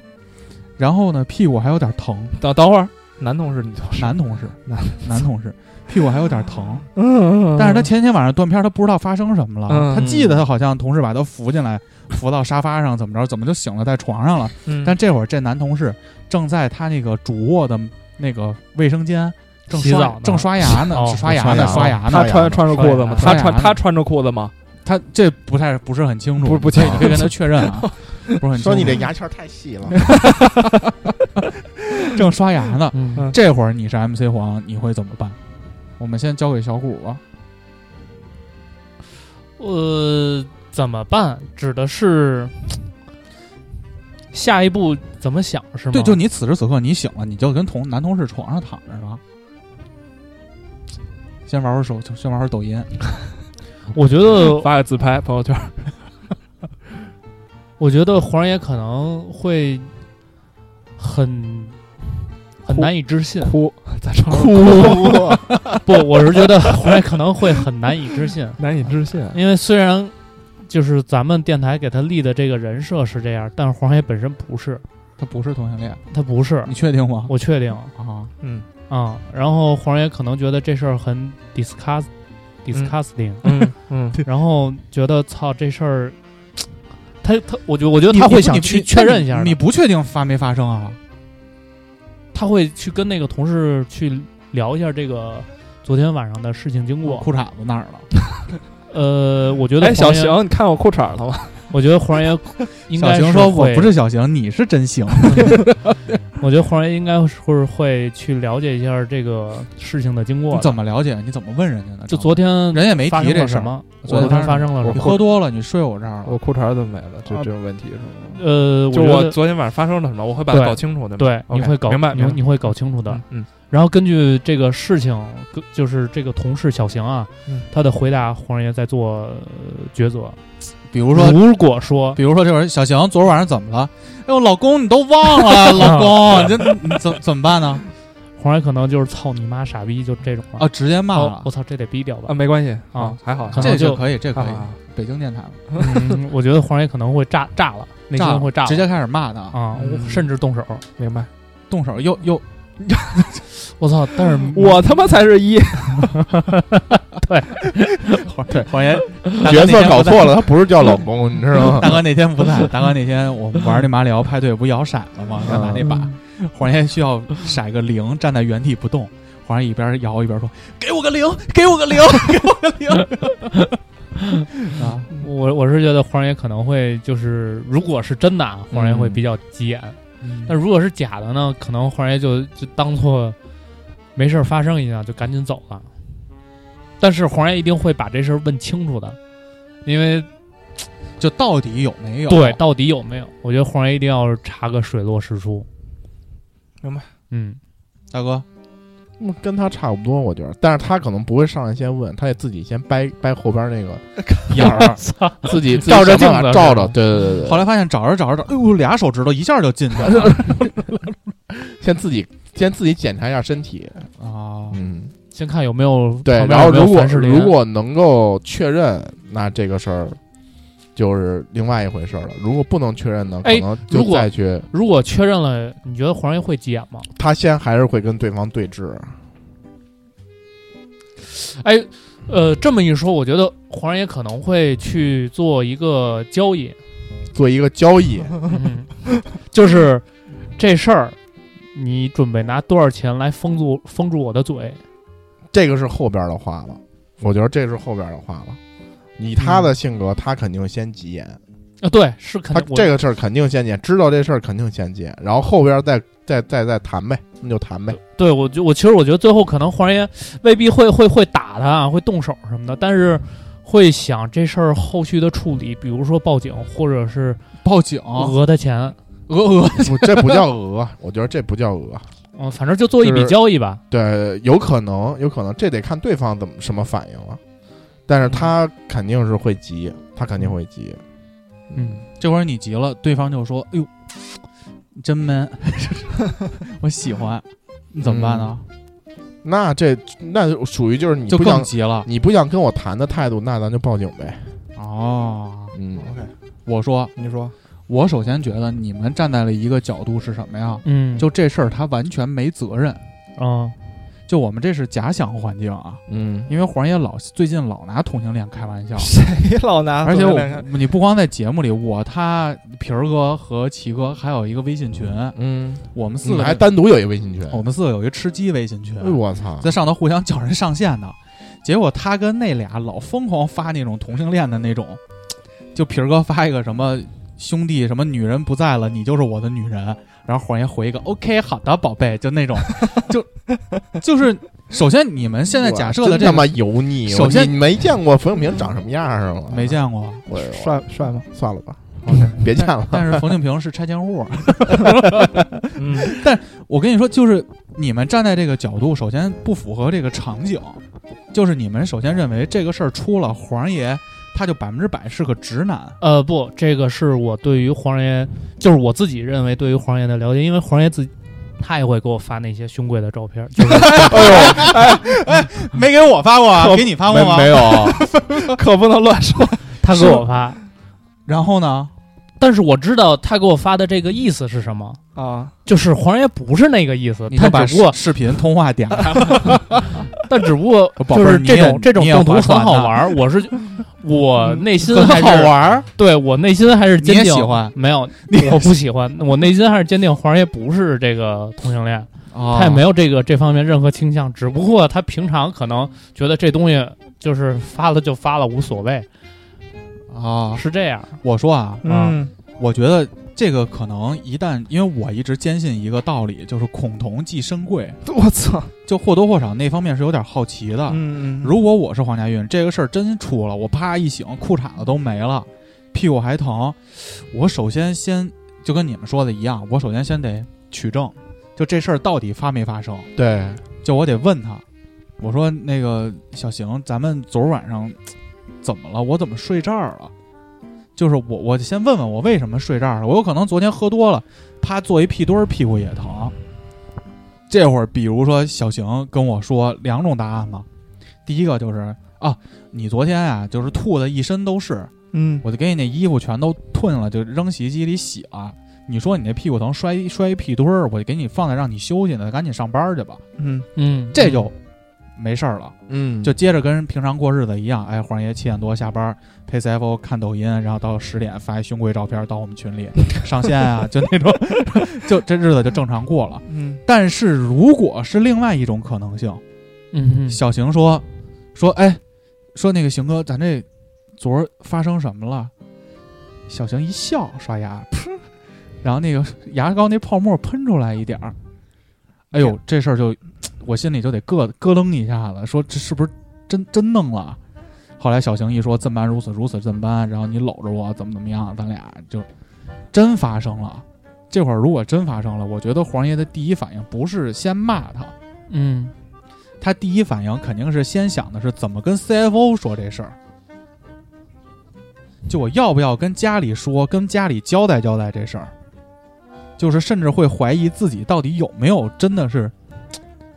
Speaker 3: 然后呢，屁股还有点疼，
Speaker 2: 等等会儿，男同事女同事，
Speaker 3: 男同事，
Speaker 2: 男
Speaker 3: 男同事屁股还有点疼。
Speaker 2: 嗯，嗯
Speaker 3: 但是他前天晚上断片儿，他不知道发生什么了。
Speaker 2: 嗯
Speaker 3: 他记得他好像同事把他扶进来，扶到沙发上，怎么着，怎么就醒了，在床上了。
Speaker 2: 嗯
Speaker 3: 但这会儿这男同事正在他那个主卧的那个卫生间正
Speaker 5: 洗澡
Speaker 3: 刷
Speaker 5: 呢
Speaker 3: 正刷牙呢，
Speaker 5: 哦
Speaker 3: 刷牙呢，刷
Speaker 4: 刷
Speaker 3: 牙呢。
Speaker 4: 牙
Speaker 2: 他穿穿着裤子吗？
Speaker 3: 刷牙
Speaker 2: 他
Speaker 3: 呢
Speaker 2: 穿他穿着裤子吗？
Speaker 3: 他这不太不是很清楚，
Speaker 2: 不不
Speaker 3: 这
Speaker 2: 清
Speaker 3: 你可以跟他确认啊，不是很清楚。
Speaker 4: 说你这牙签儿太细了，
Speaker 3: 正刷牙呢，
Speaker 5: 嗯
Speaker 3: 这会儿你是 MC 黄，你会怎么办？我们先交给小谷吧。
Speaker 5: 呃，怎么办？指的是下一步怎么想是吗？
Speaker 3: 对，就你此时此刻你醒了，你就跟同男同事床上躺着了。先玩玩手，先玩玩抖音。
Speaker 5: 我觉得
Speaker 2: 发个自拍朋友圈，
Speaker 5: 我觉得黄爷可能会很很
Speaker 2: 哭
Speaker 5: 难以置信。
Speaker 2: 哭， 在 床上
Speaker 4: 哭，
Speaker 5: 不，我是觉得黄爷可能会很难以置信，
Speaker 2: 难以置信，
Speaker 5: 因为虽然就是咱们电台给他立的这个人设是这样，但是黄爷本身不是，
Speaker 3: 他不是同性恋，
Speaker 5: 他不是
Speaker 3: 你，确定吗？
Speaker 5: 啊我确定啊、
Speaker 3: 啊，
Speaker 2: 嗯
Speaker 5: 然后黄爷可能觉得这事儿很 discuss disgusting，、
Speaker 2: 嗯嗯，
Speaker 5: 然后觉得操这事儿，他他，我觉得我觉得
Speaker 3: 你
Speaker 5: 他
Speaker 3: 你
Speaker 5: 会
Speaker 3: 不
Speaker 5: 想
Speaker 3: 你
Speaker 5: 去
Speaker 3: 你
Speaker 5: 确认一下的
Speaker 3: 你不确定发没发生啊？
Speaker 5: 他会去跟那个同事去聊一下这个昨天晚上的事情经过。
Speaker 3: 裤衩子那儿了，
Speaker 5: 呃，我觉得
Speaker 2: 哎，小
Speaker 5: 黄爷，
Speaker 2: 邢，你看我裤衩了吗？
Speaker 5: 我觉得黄爷应
Speaker 3: 小
Speaker 5: 该
Speaker 3: 邢说：“我
Speaker 5: 会
Speaker 3: 不是，小邢，你是真行。
Speaker 5: 我觉得黄爷应该是会会去了解一下这个事情的经”过
Speaker 3: 你
Speaker 5: 的。
Speaker 3: 怎么了解？你怎么问人家呢？
Speaker 5: 就昨天
Speaker 3: 人也没
Speaker 5: 发
Speaker 3: 提
Speaker 5: 生
Speaker 3: 这
Speaker 5: 了
Speaker 3: 事
Speaker 5: 什
Speaker 3: 儿，
Speaker 5: 么？
Speaker 3: 昨
Speaker 5: 昨
Speaker 3: 天
Speaker 5: 天发生了
Speaker 3: 你
Speaker 5: 什么？
Speaker 3: 喝多了，你睡我这儿了
Speaker 2: 我。裤衩怎么没了？这
Speaker 3: 啊
Speaker 2: 这种问题是吗？
Speaker 5: 呃，
Speaker 2: 就
Speaker 5: 我
Speaker 2: 我
Speaker 5: 觉得
Speaker 2: 昨天晚上发生了什么，我会把它
Speaker 5: 对
Speaker 2: 搞清楚的。
Speaker 5: 对，你
Speaker 2: OK，
Speaker 5: 会搞
Speaker 2: 明白
Speaker 5: 你
Speaker 2: 明白
Speaker 5: 你会搞清楚的。
Speaker 2: 嗯嗯
Speaker 5: 然后根据这个事情，跟就是这个同事小邢啊，
Speaker 2: 嗯
Speaker 5: 他的回答，黄爷在做呃抉择。
Speaker 3: 比如说，
Speaker 5: 如果说
Speaker 3: 比如说这会儿小邢昨儿晚上怎么了？哎呦，老公，你都忘 了，老公，你这你怎怎么办呢？
Speaker 5: 黄爷可能就是操你妈傻逼，就这种话
Speaker 3: 啊，直接骂
Speaker 5: 哦
Speaker 3: 了嗯
Speaker 5: 我。操，这得逼掉吧
Speaker 2: 啊，？没关系
Speaker 5: 啊，
Speaker 2: 还好，啊
Speaker 5: 可能
Speaker 3: 这
Speaker 5: 就
Speaker 3: 就可以，这可以
Speaker 2: 还好。还好
Speaker 3: 北京电台嘛
Speaker 5: 嗯，我觉得黄爷可能会炸炸了，内
Speaker 3: 炸
Speaker 5: 心会炸了
Speaker 3: 直接开始骂他啊，
Speaker 5: 啊，
Speaker 2: 嗯
Speaker 5: 我甚至动手。
Speaker 2: 明白。
Speaker 3: 动手又又
Speaker 5: 我操！但是
Speaker 2: 我他妈才是一，
Speaker 3: 对黄爷
Speaker 4: 角色搞错了，他不是叫老公，你知道吗？
Speaker 3: 大哥那天不在，大哥那天我们玩那马里奥派对不摇骰子吗？要拿那把，黄爷需要骰个零，站在原地不动。黄爷一边摇一边说：“给我个零，给我个零，给我个 零。
Speaker 2: 啊，
Speaker 5: 我我是觉得黄爷可能会就是，如果是真的，啊，黄爷
Speaker 3: 嗯
Speaker 5: 会比较急眼；但如果是假的呢，可能黄爷就就当做没事儿发生一样，就赶紧走了。但是黄爷一定会把这事儿问清楚的，因为”
Speaker 3: 就到底有没有？
Speaker 4: 哦
Speaker 5: 对到底有没有，我觉得黄爷一定要查个水落石出。
Speaker 2: 明白？
Speaker 5: 嗯，
Speaker 3: 大哥，
Speaker 4: 嗯跟他差不多，我觉得，但是他可能不会上来先问，他得自己先掰掰后边那个眼 儿，
Speaker 5: 操！
Speaker 4: 自己
Speaker 5: 照着
Speaker 4: 自
Speaker 5: 镜子
Speaker 4: 己想办法照着，对对对 对。
Speaker 3: 后来发现找着找着找，哎呦，俩手指头一下就进去了。
Speaker 4: 先自己先自己检查一下身体，
Speaker 3: 啊，
Speaker 4: 嗯，
Speaker 5: 先看有没有
Speaker 4: 对。
Speaker 5: 旁边
Speaker 4: 然后
Speaker 5: 有没有
Speaker 4: 如果
Speaker 5: 凡士林
Speaker 4: 如果能够确认，那这个事儿就是另外一回事儿了。如果不能确认呢，可
Speaker 5: 哎
Speaker 4: 能
Speaker 5: 如
Speaker 4: 就
Speaker 5: 果
Speaker 4: 再去
Speaker 5: 如果确认了，你觉得黄爷会急眼吗？
Speaker 4: 他先还是会跟对方对峙。
Speaker 5: 哎，呃，这么一说，我觉得黄爷可能会去做一个 交易，
Speaker 4: 做一个交 易，
Speaker 5: 嗯、就是这事儿，你准备拿多少钱来封住封住我的嘴？
Speaker 4: 这个是后边的话了。我觉得这是后边的话了。以他的性格，他肯定先急眼，
Speaker 5: 啊，对，是肯
Speaker 4: 他
Speaker 5: 定我
Speaker 4: 这个事儿肯定先急眼，知道这事儿肯定先急眼，然后后边再再再再谈呗，那就谈 呗。
Speaker 5: 对我觉我其实我觉得最后可能黄爷未必会会会打他啊，会动手什么的，但是会想这事儿后续的处理，比如说报警或者是
Speaker 3: 报警，呃
Speaker 5: 讹他钱，
Speaker 3: 鹅鹅，
Speaker 4: 不这不叫讹，我觉得这不叫讹。
Speaker 5: 嗯，反正就做一
Speaker 4: 就
Speaker 5: 笔
Speaker 4: 是
Speaker 5: 交易吧。
Speaker 4: 对，有可能，有可能，这得看对方怎么什么反应了。但是
Speaker 3: 嗯
Speaker 4: 他肯定是会急，他肯定会急。
Speaker 5: 嗯，
Speaker 3: 这会儿你急了，对方就说：“哎呦，你真 man，我喜欢。”你怎么办呢？
Speaker 2: 嗯
Speaker 4: 那这那就属于就是你
Speaker 3: 就
Speaker 4: 不
Speaker 3: 更
Speaker 4: 想
Speaker 3: 急了。
Speaker 4: 你不想跟我谈的态度，那咱就报警呗。
Speaker 3: 哦，
Speaker 4: 嗯，
Speaker 2: OK，
Speaker 3: 我说，
Speaker 2: 你说，
Speaker 3: 我首先觉得你们站在了一个角度是什么呀？
Speaker 5: 嗯，
Speaker 3: 就这事儿他完全没责任，
Speaker 5: 嗯
Speaker 3: 就我们这是假想环境啊。
Speaker 4: 嗯，
Speaker 3: 因为黄爷老最近老拿同性恋开玩笑
Speaker 2: 谁老拿
Speaker 3: 而
Speaker 2: 同
Speaker 3: 且
Speaker 2: 性
Speaker 3: 我
Speaker 2: 恋开？
Speaker 3: 你不光在节目里，我他皮儿哥和奇哥还有一个微信群，
Speaker 4: 嗯，
Speaker 3: 我们四
Speaker 4: 你
Speaker 3: 个哦
Speaker 4: 还单独有一微信群，
Speaker 3: 我们四个有一吃鸡微信群，
Speaker 4: 哎我操！
Speaker 3: 在上头互相叫人上线呢。结果他跟那俩老疯狂发那种同性恋的那种，就皮儿哥发一个什么兄弟什么女人不在了，你就是我的女人，然后黄爷回一个 OK 好的宝贝，就那种， 就就是首先你们现在假设的
Speaker 4: 真
Speaker 3: 这
Speaker 4: 他
Speaker 3: 个
Speaker 4: 妈油腻，
Speaker 3: 首
Speaker 4: 我
Speaker 3: 先
Speaker 4: 你你没见过冯永平长什么样是吗？
Speaker 3: 没，见过，
Speaker 4: 我
Speaker 2: 帅帅吗？
Speaker 4: 算了吧，OK，别 见了。
Speaker 3: 但是冯敬平是拆迁户。啊
Speaker 2: 嗯，
Speaker 3: 我跟你说，就是你们站在这个角度，首先不符合这个场景，就是你们首先认为这个事儿出了黄爷，他就百分之百是个直男。
Speaker 5: 呃不，这个是我对于黄爷，就是我自己认为对于黄爷的了解，因为黄爷自己他也会给我发那些胸贵的照片， 就是
Speaker 3: 没给我发过啊，
Speaker 2: 可
Speaker 3: 给你发过
Speaker 4: 没
Speaker 3: 吗？
Speaker 4: 没有，
Speaker 2: 可不能乱说。
Speaker 5: 他给我发，
Speaker 3: 然后呢？
Speaker 5: 但是我知道他给我发的这个意思是什么，
Speaker 2: 啊，
Speaker 5: 就是黄爷不是那个意思，
Speaker 3: 你
Speaker 5: 他
Speaker 3: 就把
Speaker 5: 只不过，
Speaker 3: 视频通话点开了，
Speaker 5: 但只不过
Speaker 3: 宝贝
Speaker 5: 就
Speaker 3: 儿
Speaker 5: 是这
Speaker 3: 你也
Speaker 5: 种这种
Speaker 3: 你也
Speaker 5: 动图
Speaker 3: 划
Speaker 5: 很
Speaker 3: 船
Speaker 5: 好
Speaker 3: 呢
Speaker 5: 玩儿， 我是我内心
Speaker 3: 很
Speaker 5: 还是
Speaker 3: 好玩儿。
Speaker 5: 对我内心还是坚
Speaker 3: 你
Speaker 5: 定
Speaker 3: 也喜欢
Speaker 5: 没有
Speaker 3: 你也
Speaker 5: 我不喜欢，我内心还是坚定黄爷不是这个同性恋，
Speaker 3: 哦
Speaker 5: 他也没有这个这方面任何倾向，只不过他平常可能觉得这东西就是发了就发了无所谓，
Speaker 3: 啊！
Speaker 5: 是这样。
Speaker 3: 我说啊，
Speaker 2: 嗯，
Speaker 3: 我觉得这个可能一旦，因为我一直坚信一个道理，就是恐同即生贵，
Speaker 2: 我操，
Speaker 3: 就或多或少那方面是有点好奇的。
Speaker 2: 嗯，
Speaker 3: 啊如果我是黄家韵，这个事儿真出了，我啪一醒，裤衩子都没了，屁股还疼，我首先先就跟你们说的一样，我首先先得取证，就这事儿到底发没发生，
Speaker 4: 对，
Speaker 3: 就我得问他，我说那个小邢，咱们昨儿晚上怎么了？我怎么睡这儿了？就是我，我先问问我为什么睡这儿了。我有可能昨天喝多了，啪坐一屁墩儿，屁股也疼。这会儿，比如说小邢跟我说两种答案嘛，第一个就是啊，你昨天啊就是吐的一身都是，
Speaker 2: 嗯
Speaker 3: 我就给你那衣服全都褪了，就扔洗衣机里洗了。你说你那屁股疼，摔一摔一屁墩儿，我就给你放那让你休息呢，赶紧上班去吧。
Speaker 2: 嗯
Speaker 5: 嗯，
Speaker 3: 这就没事儿了，
Speaker 4: 嗯，
Speaker 3: 就接着跟平常过日子一样。哎，黄爷七点多下班，陪 CFO 看抖音，然后到十点发一胸贵照片到我们群里上线啊，就那种， 就这日子就正常过了。
Speaker 2: 嗯，
Speaker 3: 但是如果是另外一种可能性，
Speaker 5: 嗯，
Speaker 3: 小邢说说哎，说那个邢哥，咱这昨儿发生什么了？小邢一笑，刷牙，噗，然后那个牙膏那泡沫喷出来一点儿，哎呦，这事儿就我心里就得咯咯噔一下子，说这是不是真真弄了？后来小邢一说，这般如此如此这般，然后你搂着我怎么怎么样，咱俩就真发生了。这会儿如果真发生了，我觉得黄爷的第一反应不是先骂他，
Speaker 5: 嗯
Speaker 3: 他第一反应肯定是先想的是怎么跟 CFO 说这事儿，就我要不要跟家里说，跟家里交代交代这事儿。就是甚至会怀疑自己到底有没有真的是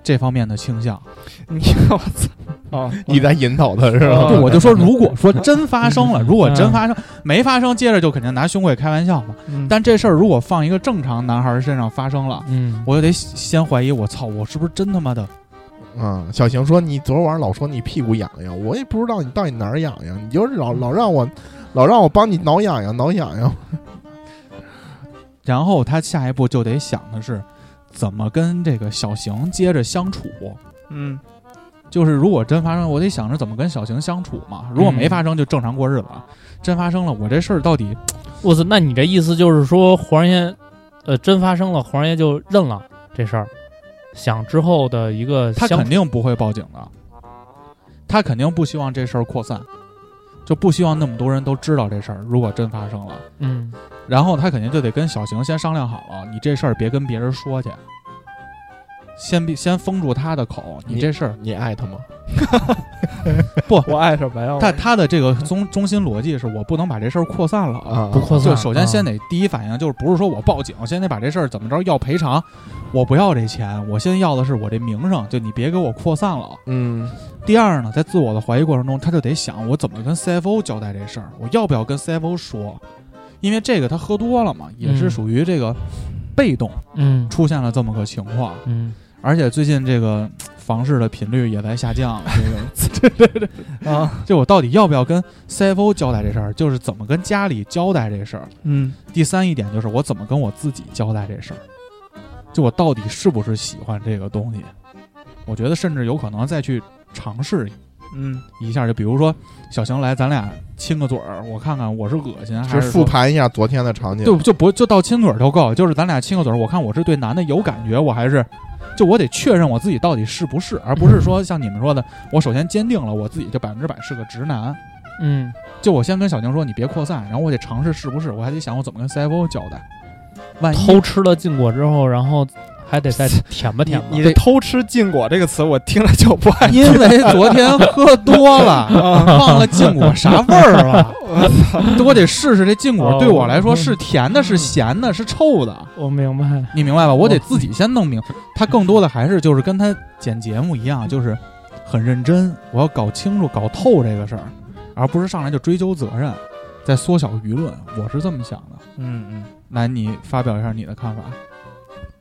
Speaker 3: 这方面的倾向。
Speaker 2: 你我操！
Speaker 3: 啊
Speaker 5: 哦，
Speaker 4: 你在引导他是吧？
Speaker 3: 哦对，我就说，如果说真发生了，如果真
Speaker 5: 嗯
Speaker 3: 发生没发生，接着就肯定拿兄贵开玩笑嘛。但这事儿如果放一个正常男孩身上发生了，
Speaker 5: 嗯，
Speaker 3: 我就得先怀疑，我操，我是不是真他妈的？
Speaker 4: 嗯，小晴说你昨儿晚上老说你屁股痒痒，我也不知道你到底哪儿痒痒，你就是老老让我老让我帮你挠痒痒挠痒痒。
Speaker 3: 然后他下一步就得想的是，怎么跟这个小邢接着相处。
Speaker 2: 嗯，
Speaker 3: 就是如果真发生，我得想着怎么跟小邢相处嘛。如果没发生，就正常过日子了。真发生了，我这事儿到底
Speaker 5: 我操，那你这意思就是说黄爷，呃，真发生了，黄爷就认了这事儿，想之后的一个
Speaker 3: 他
Speaker 5: 相
Speaker 3: 肯定不会报警的，他肯定不希望这事儿扩散，就不希望那么多人都知道这事儿。如果真发生了，
Speaker 5: 嗯
Speaker 3: 然后他肯定就得跟小邢先商量好了，你这事儿别跟别人说去，先别先封住他的口，你
Speaker 4: 你
Speaker 3: 这事儿
Speaker 4: 你爱他吗？
Speaker 2: 我爱什么呀？
Speaker 3: 但他的这个中中心逻辑是我不能把这事儿扩散了。
Speaker 4: 啊，
Speaker 5: 不扩散
Speaker 3: 就首先先得第一反应就是不是说我报警，先得把这事儿怎么着要赔偿，我不要这钱，我先要的是我这名声，就你别给我扩散了。
Speaker 4: 嗯
Speaker 3: 第二呢，在自我的怀疑过程中，他就得想我怎么跟 CFO 交代这事儿，我要不要跟 CFO 说？因为这个他喝多了嘛，也是
Speaker 5: 嗯
Speaker 3: 属于这个被动
Speaker 5: 嗯
Speaker 3: 出现了这么个情况，
Speaker 5: 嗯，
Speaker 3: 而且最近这个嘖房市的频率也在下降，这 个啊，就我到底要不要跟 CFO 交代这事儿？就是怎么跟家里交代这事儿？
Speaker 2: 嗯，
Speaker 3: 第三一点就是我怎么跟我自己交代这事儿，就我到底是不是喜欢这个东西？我觉得甚至有可能再去尝试
Speaker 2: 嗯，
Speaker 3: 一下，就比如说小邢来，咱俩亲个嘴儿，我看看我是恶心还
Speaker 4: 就是复
Speaker 3: 说
Speaker 4: 盘一下昨天的场景。
Speaker 3: 就就不就到亲嘴儿就够，就是咱俩亲个嘴儿，我看我是对男的有感觉，我还是就我得确认我自己到底是不是，而不
Speaker 5: 嗯
Speaker 3: 是说像你们说的，我首先坚定了我自己就百分之百是个直男，
Speaker 5: 嗯
Speaker 3: 就我先跟小宁说你别扩散，然后我得尝试是不是，我还得想我怎么跟 CFO 交代，万一
Speaker 5: 偷吃了禁果之后，然后还得再舔吧
Speaker 2: 你
Speaker 5: 舔吧。
Speaker 2: 你这偷吃禁果这个词，我听了就不爱。
Speaker 3: 因为昨天喝多 了，
Speaker 5: 啊
Speaker 3: 忘了禁果啥味儿了，我得试试这禁果
Speaker 5: 哦
Speaker 3: 对我来说是甜的，是咸的，是臭的。
Speaker 5: 我明白，
Speaker 2: 啊
Speaker 3: 你明白吧？我得
Speaker 5: 哦
Speaker 3: 自己先弄明。他更多的还是就是跟他剪节目一样，就是很认真，我要搞清楚、搞透这个事儿，而不是上来就追究责任，在缩小舆论。我是这么想的。
Speaker 2: 嗯嗯，
Speaker 3: 来，你发表一下你的看法。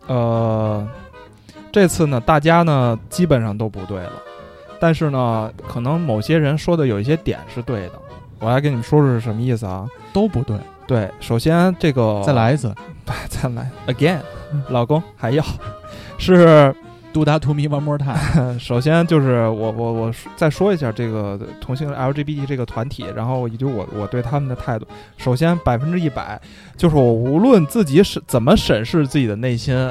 Speaker 2: 呃，这次呢，大家呢基本上都不对了，但是呢，可能某些人说的有一些点是对的。我来跟你们说说是什么意思啊？
Speaker 3: 都不对，
Speaker 2: 对，首先这个
Speaker 3: 再，来一次。
Speaker 2: 再来 again，老公还要是
Speaker 3: Do that to me one more time。
Speaker 2: 呃首先就是我我我再说一下这个同性 LGBT 这个团体，然后以及我我对他们的态度。首先百分之一百，就是我无论自己是怎么审视自己的内心，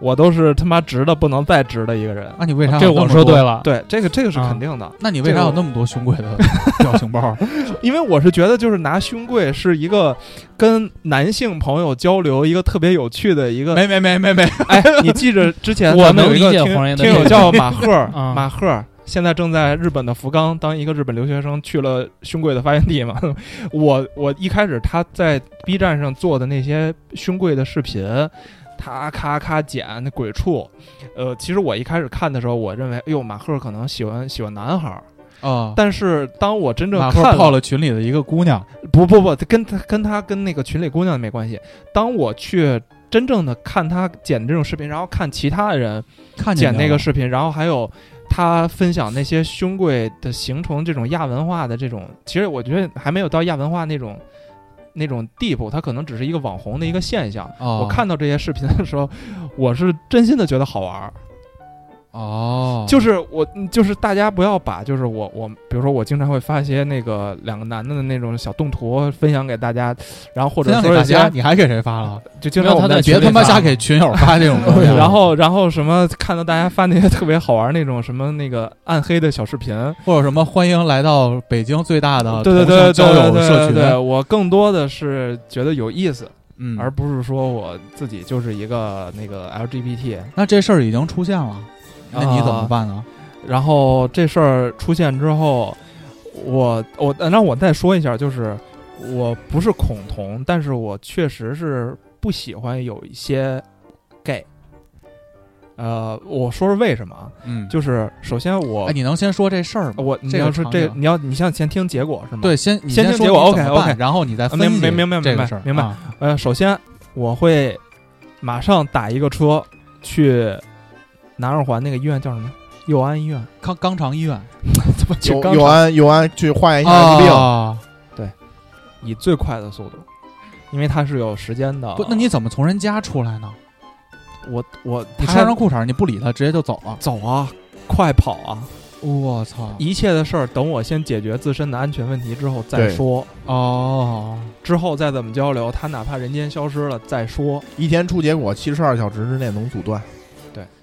Speaker 2: 我都是他妈直的不能再直的一个人。
Speaker 3: 啊那你为啥
Speaker 5: 这
Speaker 3: 有那
Speaker 5: 我
Speaker 3: 么
Speaker 5: 说
Speaker 3: 多
Speaker 5: 对？了。
Speaker 2: 对，这个这个是
Speaker 5: 啊
Speaker 2: 肯定的，
Speaker 3: 那你为啥有那么多胸贵的表情 包？
Speaker 2: 因为我是觉得就是拿胸柜是一个跟男性朋友交流一个特别有趣的一个
Speaker 3: 没没没没没，
Speaker 2: 哎，你记着之前
Speaker 5: 我
Speaker 2: 啊咱们有
Speaker 5: 能
Speaker 2: 一个
Speaker 5: 理解
Speaker 2: 听
Speaker 5: 黄爷的
Speaker 2: 听
Speaker 5: 那
Speaker 2: 友
Speaker 5: 个
Speaker 2: 叫马赫儿，
Speaker 5: 哎啊
Speaker 2: 马赫儿现在正在日本的福冈当一个日本留学生，去了胸柜的发源地嘛。 我我一开始他在 B 站上做的那些胸柜的视频。他咔咔剪那鬼畜，呃，其实我一开始看的时候，我认为，哎呦，马赫儿可能喜欢喜欢男孩儿，
Speaker 3: 啊，
Speaker 2: 哦但是当我真正
Speaker 3: 马
Speaker 2: 看
Speaker 3: 克
Speaker 2: 了
Speaker 3: 泡了群里的一个姑娘，
Speaker 2: 不不不，跟他跟他跟那个群里姑娘没关系。当我去真正的看他剪这种视频，然后看其他的人
Speaker 3: 看见
Speaker 2: 剪那
Speaker 3: 没有
Speaker 2: 个视频，然后还有他分享那些胸柜的形成这种亚文化的这种，其实我觉得还没有到亚文化那种那种地步，它可能只是一个网红的一个现象。
Speaker 3: 哦
Speaker 2: 我看到这些视频的时候，我是真心的觉得好玩儿。
Speaker 3: 哦，
Speaker 2: 就是我，嗯就是大家不要把，就是我我，比如说我经常会发一些那个两个男的的那种小动图分享给大家，然后或
Speaker 3: 分
Speaker 2: 者
Speaker 3: 享给
Speaker 2: 说
Speaker 3: 大
Speaker 2: 一
Speaker 3: 家，
Speaker 2: 些
Speaker 3: 你还给谁发了？
Speaker 2: 就经常我
Speaker 5: 没
Speaker 2: 们。
Speaker 5: 有他在
Speaker 3: 别
Speaker 5: 群里
Speaker 3: 他妈
Speaker 5: 发
Speaker 3: 瞎给群友发这种东西
Speaker 2: 然后然后什么看到大家发那些特别好玩那种什么那个暗黑的小视频，
Speaker 3: 或者什么欢迎来到北京最大的
Speaker 2: 对对对对
Speaker 3: 同性交
Speaker 2: 对
Speaker 3: 友
Speaker 2: 对
Speaker 3: 社
Speaker 2: 对对，
Speaker 3: 群，
Speaker 2: 我更多的是觉得有意思，
Speaker 3: 嗯，
Speaker 2: 而不是说我自己就是一个啊那个 LGBT。
Speaker 3: 那这事儿已经出现了，那你怎么办呢？
Speaker 2: 然后这事儿出现之后，我我呃让我再说一下，就是我不是恐同，但是我确实是不喜欢有一些 gay。呃，我说说为什么啊？
Speaker 3: 嗯，
Speaker 2: 就是哦首先我、
Speaker 3: 哎，你能先说这事儿吗？
Speaker 2: 我你
Speaker 3: 这个
Speaker 2: 要是
Speaker 3: 场
Speaker 2: 这
Speaker 3: 景
Speaker 2: 你要你想先听结果是吗？
Speaker 3: 对，，先你
Speaker 2: 先听
Speaker 3: 说
Speaker 2: 结果
Speaker 3: 你怎么
Speaker 2: OK，OK
Speaker 3: 办然后你再分
Speaker 2: 明
Speaker 3: 析
Speaker 2: 明明白
Speaker 3: 这
Speaker 2: 明白
Speaker 3: 个事儿
Speaker 2: 明白
Speaker 3: 啊
Speaker 2: 呃，首先我会马上打一个车去南二环那个医院叫什么？佑安医院，
Speaker 3: 肛肛肠医院
Speaker 2: 怎么去
Speaker 4: 有
Speaker 2: 肛
Speaker 4: 有
Speaker 2: 肠？
Speaker 4: 安有安去化验
Speaker 2: 哎
Speaker 4: 一下病，
Speaker 3: 啊
Speaker 2: 以最快的速度，因为它是有时间的。
Speaker 3: 不，那你怎么从人家出来呢？
Speaker 2: 我我
Speaker 3: 你
Speaker 2: 他
Speaker 3: 穿上裤衩儿，你不理他，直接就走了。
Speaker 2: 走啊，快跑啊！
Speaker 3: 我操！
Speaker 2: 一切的事儿等我先解决自身的安全问题之后再
Speaker 4: 对
Speaker 2: 说，
Speaker 3: 哦，
Speaker 2: 之后再怎么交流，他哪怕人间消失了再说。
Speaker 4: 一天出结果，七十二小时之内能阻断。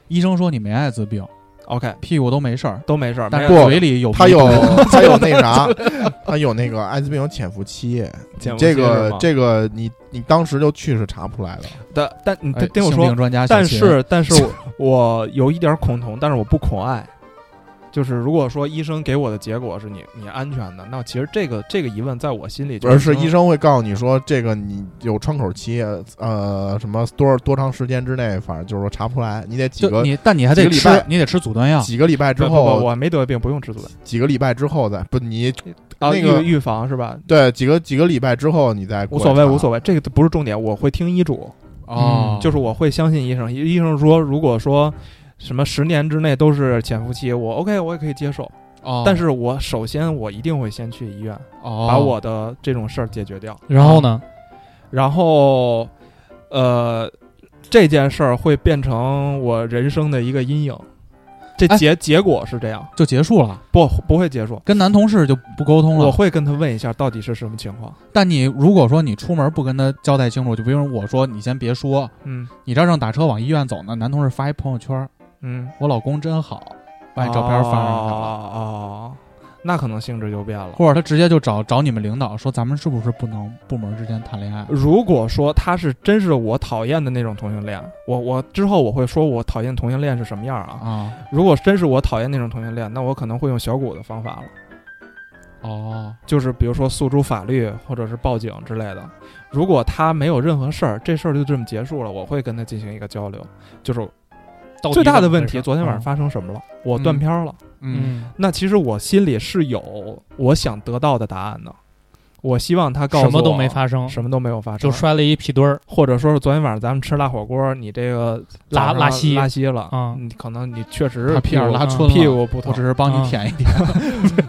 Speaker 3: 医生说你没艾滋病，
Speaker 2: OK，
Speaker 3: 屁股都没事儿，
Speaker 2: 都没事儿，
Speaker 3: 但
Speaker 2: 没
Speaker 3: 是
Speaker 2: 有
Speaker 4: 不
Speaker 3: 嘴里有
Speaker 4: 他
Speaker 3: 病
Speaker 4: 有 他有那啥，他有那个艾滋病有潜伏期，
Speaker 2: 见不
Speaker 4: 这
Speaker 2: 见是
Speaker 4: 个
Speaker 2: 吗
Speaker 4: 这个你你当时就去是查不出来的。
Speaker 2: 但但你
Speaker 3: 哎
Speaker 2: 听我
Speaker 3: 性
Speaker 2: 说
Speaker 3: 病，专家小
Speaker 2: 但
Speaker 3: 秦，
Speaker 2: 是但是我我有一点恐同，但是我不恐爱。就是如果说医生给我的结果是你你安全的，那其实这个这个疑问在我心里就
Speaker 4: 而是医
Speaker 2: 生
Speaker 4: 生会告诉你说，这个你有窗口期，呃，什么多少多长时间之内，反正就是说查不出来，你得几
Speaker 3: 就
Speaker 4: 个
Speaker 3: 你，但你还得
Speaker 4: 几个礼
Speaker 3: 吃
Speaker 4: 拜，
Speaker 3: 你得吃阻断药。
Speaker 4: 几个礼拜之
Speaker 2: 之
Speaker 4: 后，
Speaker 2: 后我没得病，啊不用吃阻断
Speaker 4: 几个礼拜之后再不你
Speaker 2: 啊，
Speaker 4: 那个
Speaker 2: 预预防是吧？
Speaker 4: 对几个几个礼拜之后你再
Speaker 2: 无所谓无所
Speaker 4: 谓。
Speaker 2: 谓，这个不是重点，我会听医嘱，
Speaker 3: 哦，
Speaker 2: 就是我会相信医生。医医生说，如果说什么十年之内都是潜伏期，我 OK，我也可以接受。
Speaker 3: 哦，
Speaker 2: 但是我首先我一定会先去医院，
Speaker 3: 哦，
Speaker 2: 把我的这种事儿解决掉。
Speaker 5: 然后呢？
Speaker 2: 然后，呃，这件事儿会变成我人生的一个阴影。这
Speaker 3: 哎
Speaker 2: 结、结果是这样，
Speaker 3: 就结束了，
Speaker 2: 不不会结束。
Speaker 3: 跟男同事就不沟通
Speaker 2: 我
Speaker 3: 了。
Speaker 2: 会跟他问一下到底是什么情况。
Speaker 3: 但你如果说你出门不跟他交代清楚，就比如我说你先别说，
Speaker 2: 嗯
Speaker 3: 你这正打车往医院走呢，男同事发一朋友圈，
Speaker 2: 嗯，
Speaker 3: 我老公真好，把你照片发上去了，
Speaker 2: 哦哦，那可能性质就变了。
Speaker 3: 或者他直接就找找你们领导说咱们是不是不能部门之间谈恋爱？
Speaker 2: 如果说他是真是我讨厌的那种同性恋，我我之后我会说我讨厌同性恋是什么样啊？
Speaker 3: 啊，
Speaker 2: 如果真是我讨厌那种同性恋，那我可能会用小谷的方法了。
Speaker 3: 哦，
Speaker 2: 就是比如说诉诸法律或者是报警之类的。如果他没有任何事儿，这事儿就这么结束了，我会跟他进行一个交流。就是
Speaker 5: 到底
Speaker 2: 最大的
Speaker 5: 怎么
Speaker 2: 问
Speaker 5: 回
Speaker 2: 题，
Speaker 5: 事
Speaker 2: 昨天晚上，发生什么了？我断片儿了。
Speaker 3: 嗯，
Speaker 5: 嗯，
Speaker 2: 那其实我心里是有我想得到的答案的。我希望他告诉我
Speaker 5: 什么都没发生，
Speaker 2: 什么都没有发生，
Speaker 5: 就摔了一屁墩儿。
Speaker 2: 或者说是昨天晚上咱们吃辣火锅，你这个
Speaker 5: 拉
Speaker 2: 早上
Speaker 5: 拉稀
Speaker 2: 拉稀了
Speaker 5: 啊
Speaker 2: 你可能你确实
Speaker 3: 他屁眼
Speaker 2: 股嗯
Speaker 3: 拉
Speaker 5: 春
Speaker 3: 春
Speaker 5: 了
Speaker 3: 了，
Speaker 2: 屁股不嗯
Speaker 3: 我
Speaker 2: 疼
Speaker 3: 只，是帮
Speaker 5: 啊
Speaker 3: 你舔一舔。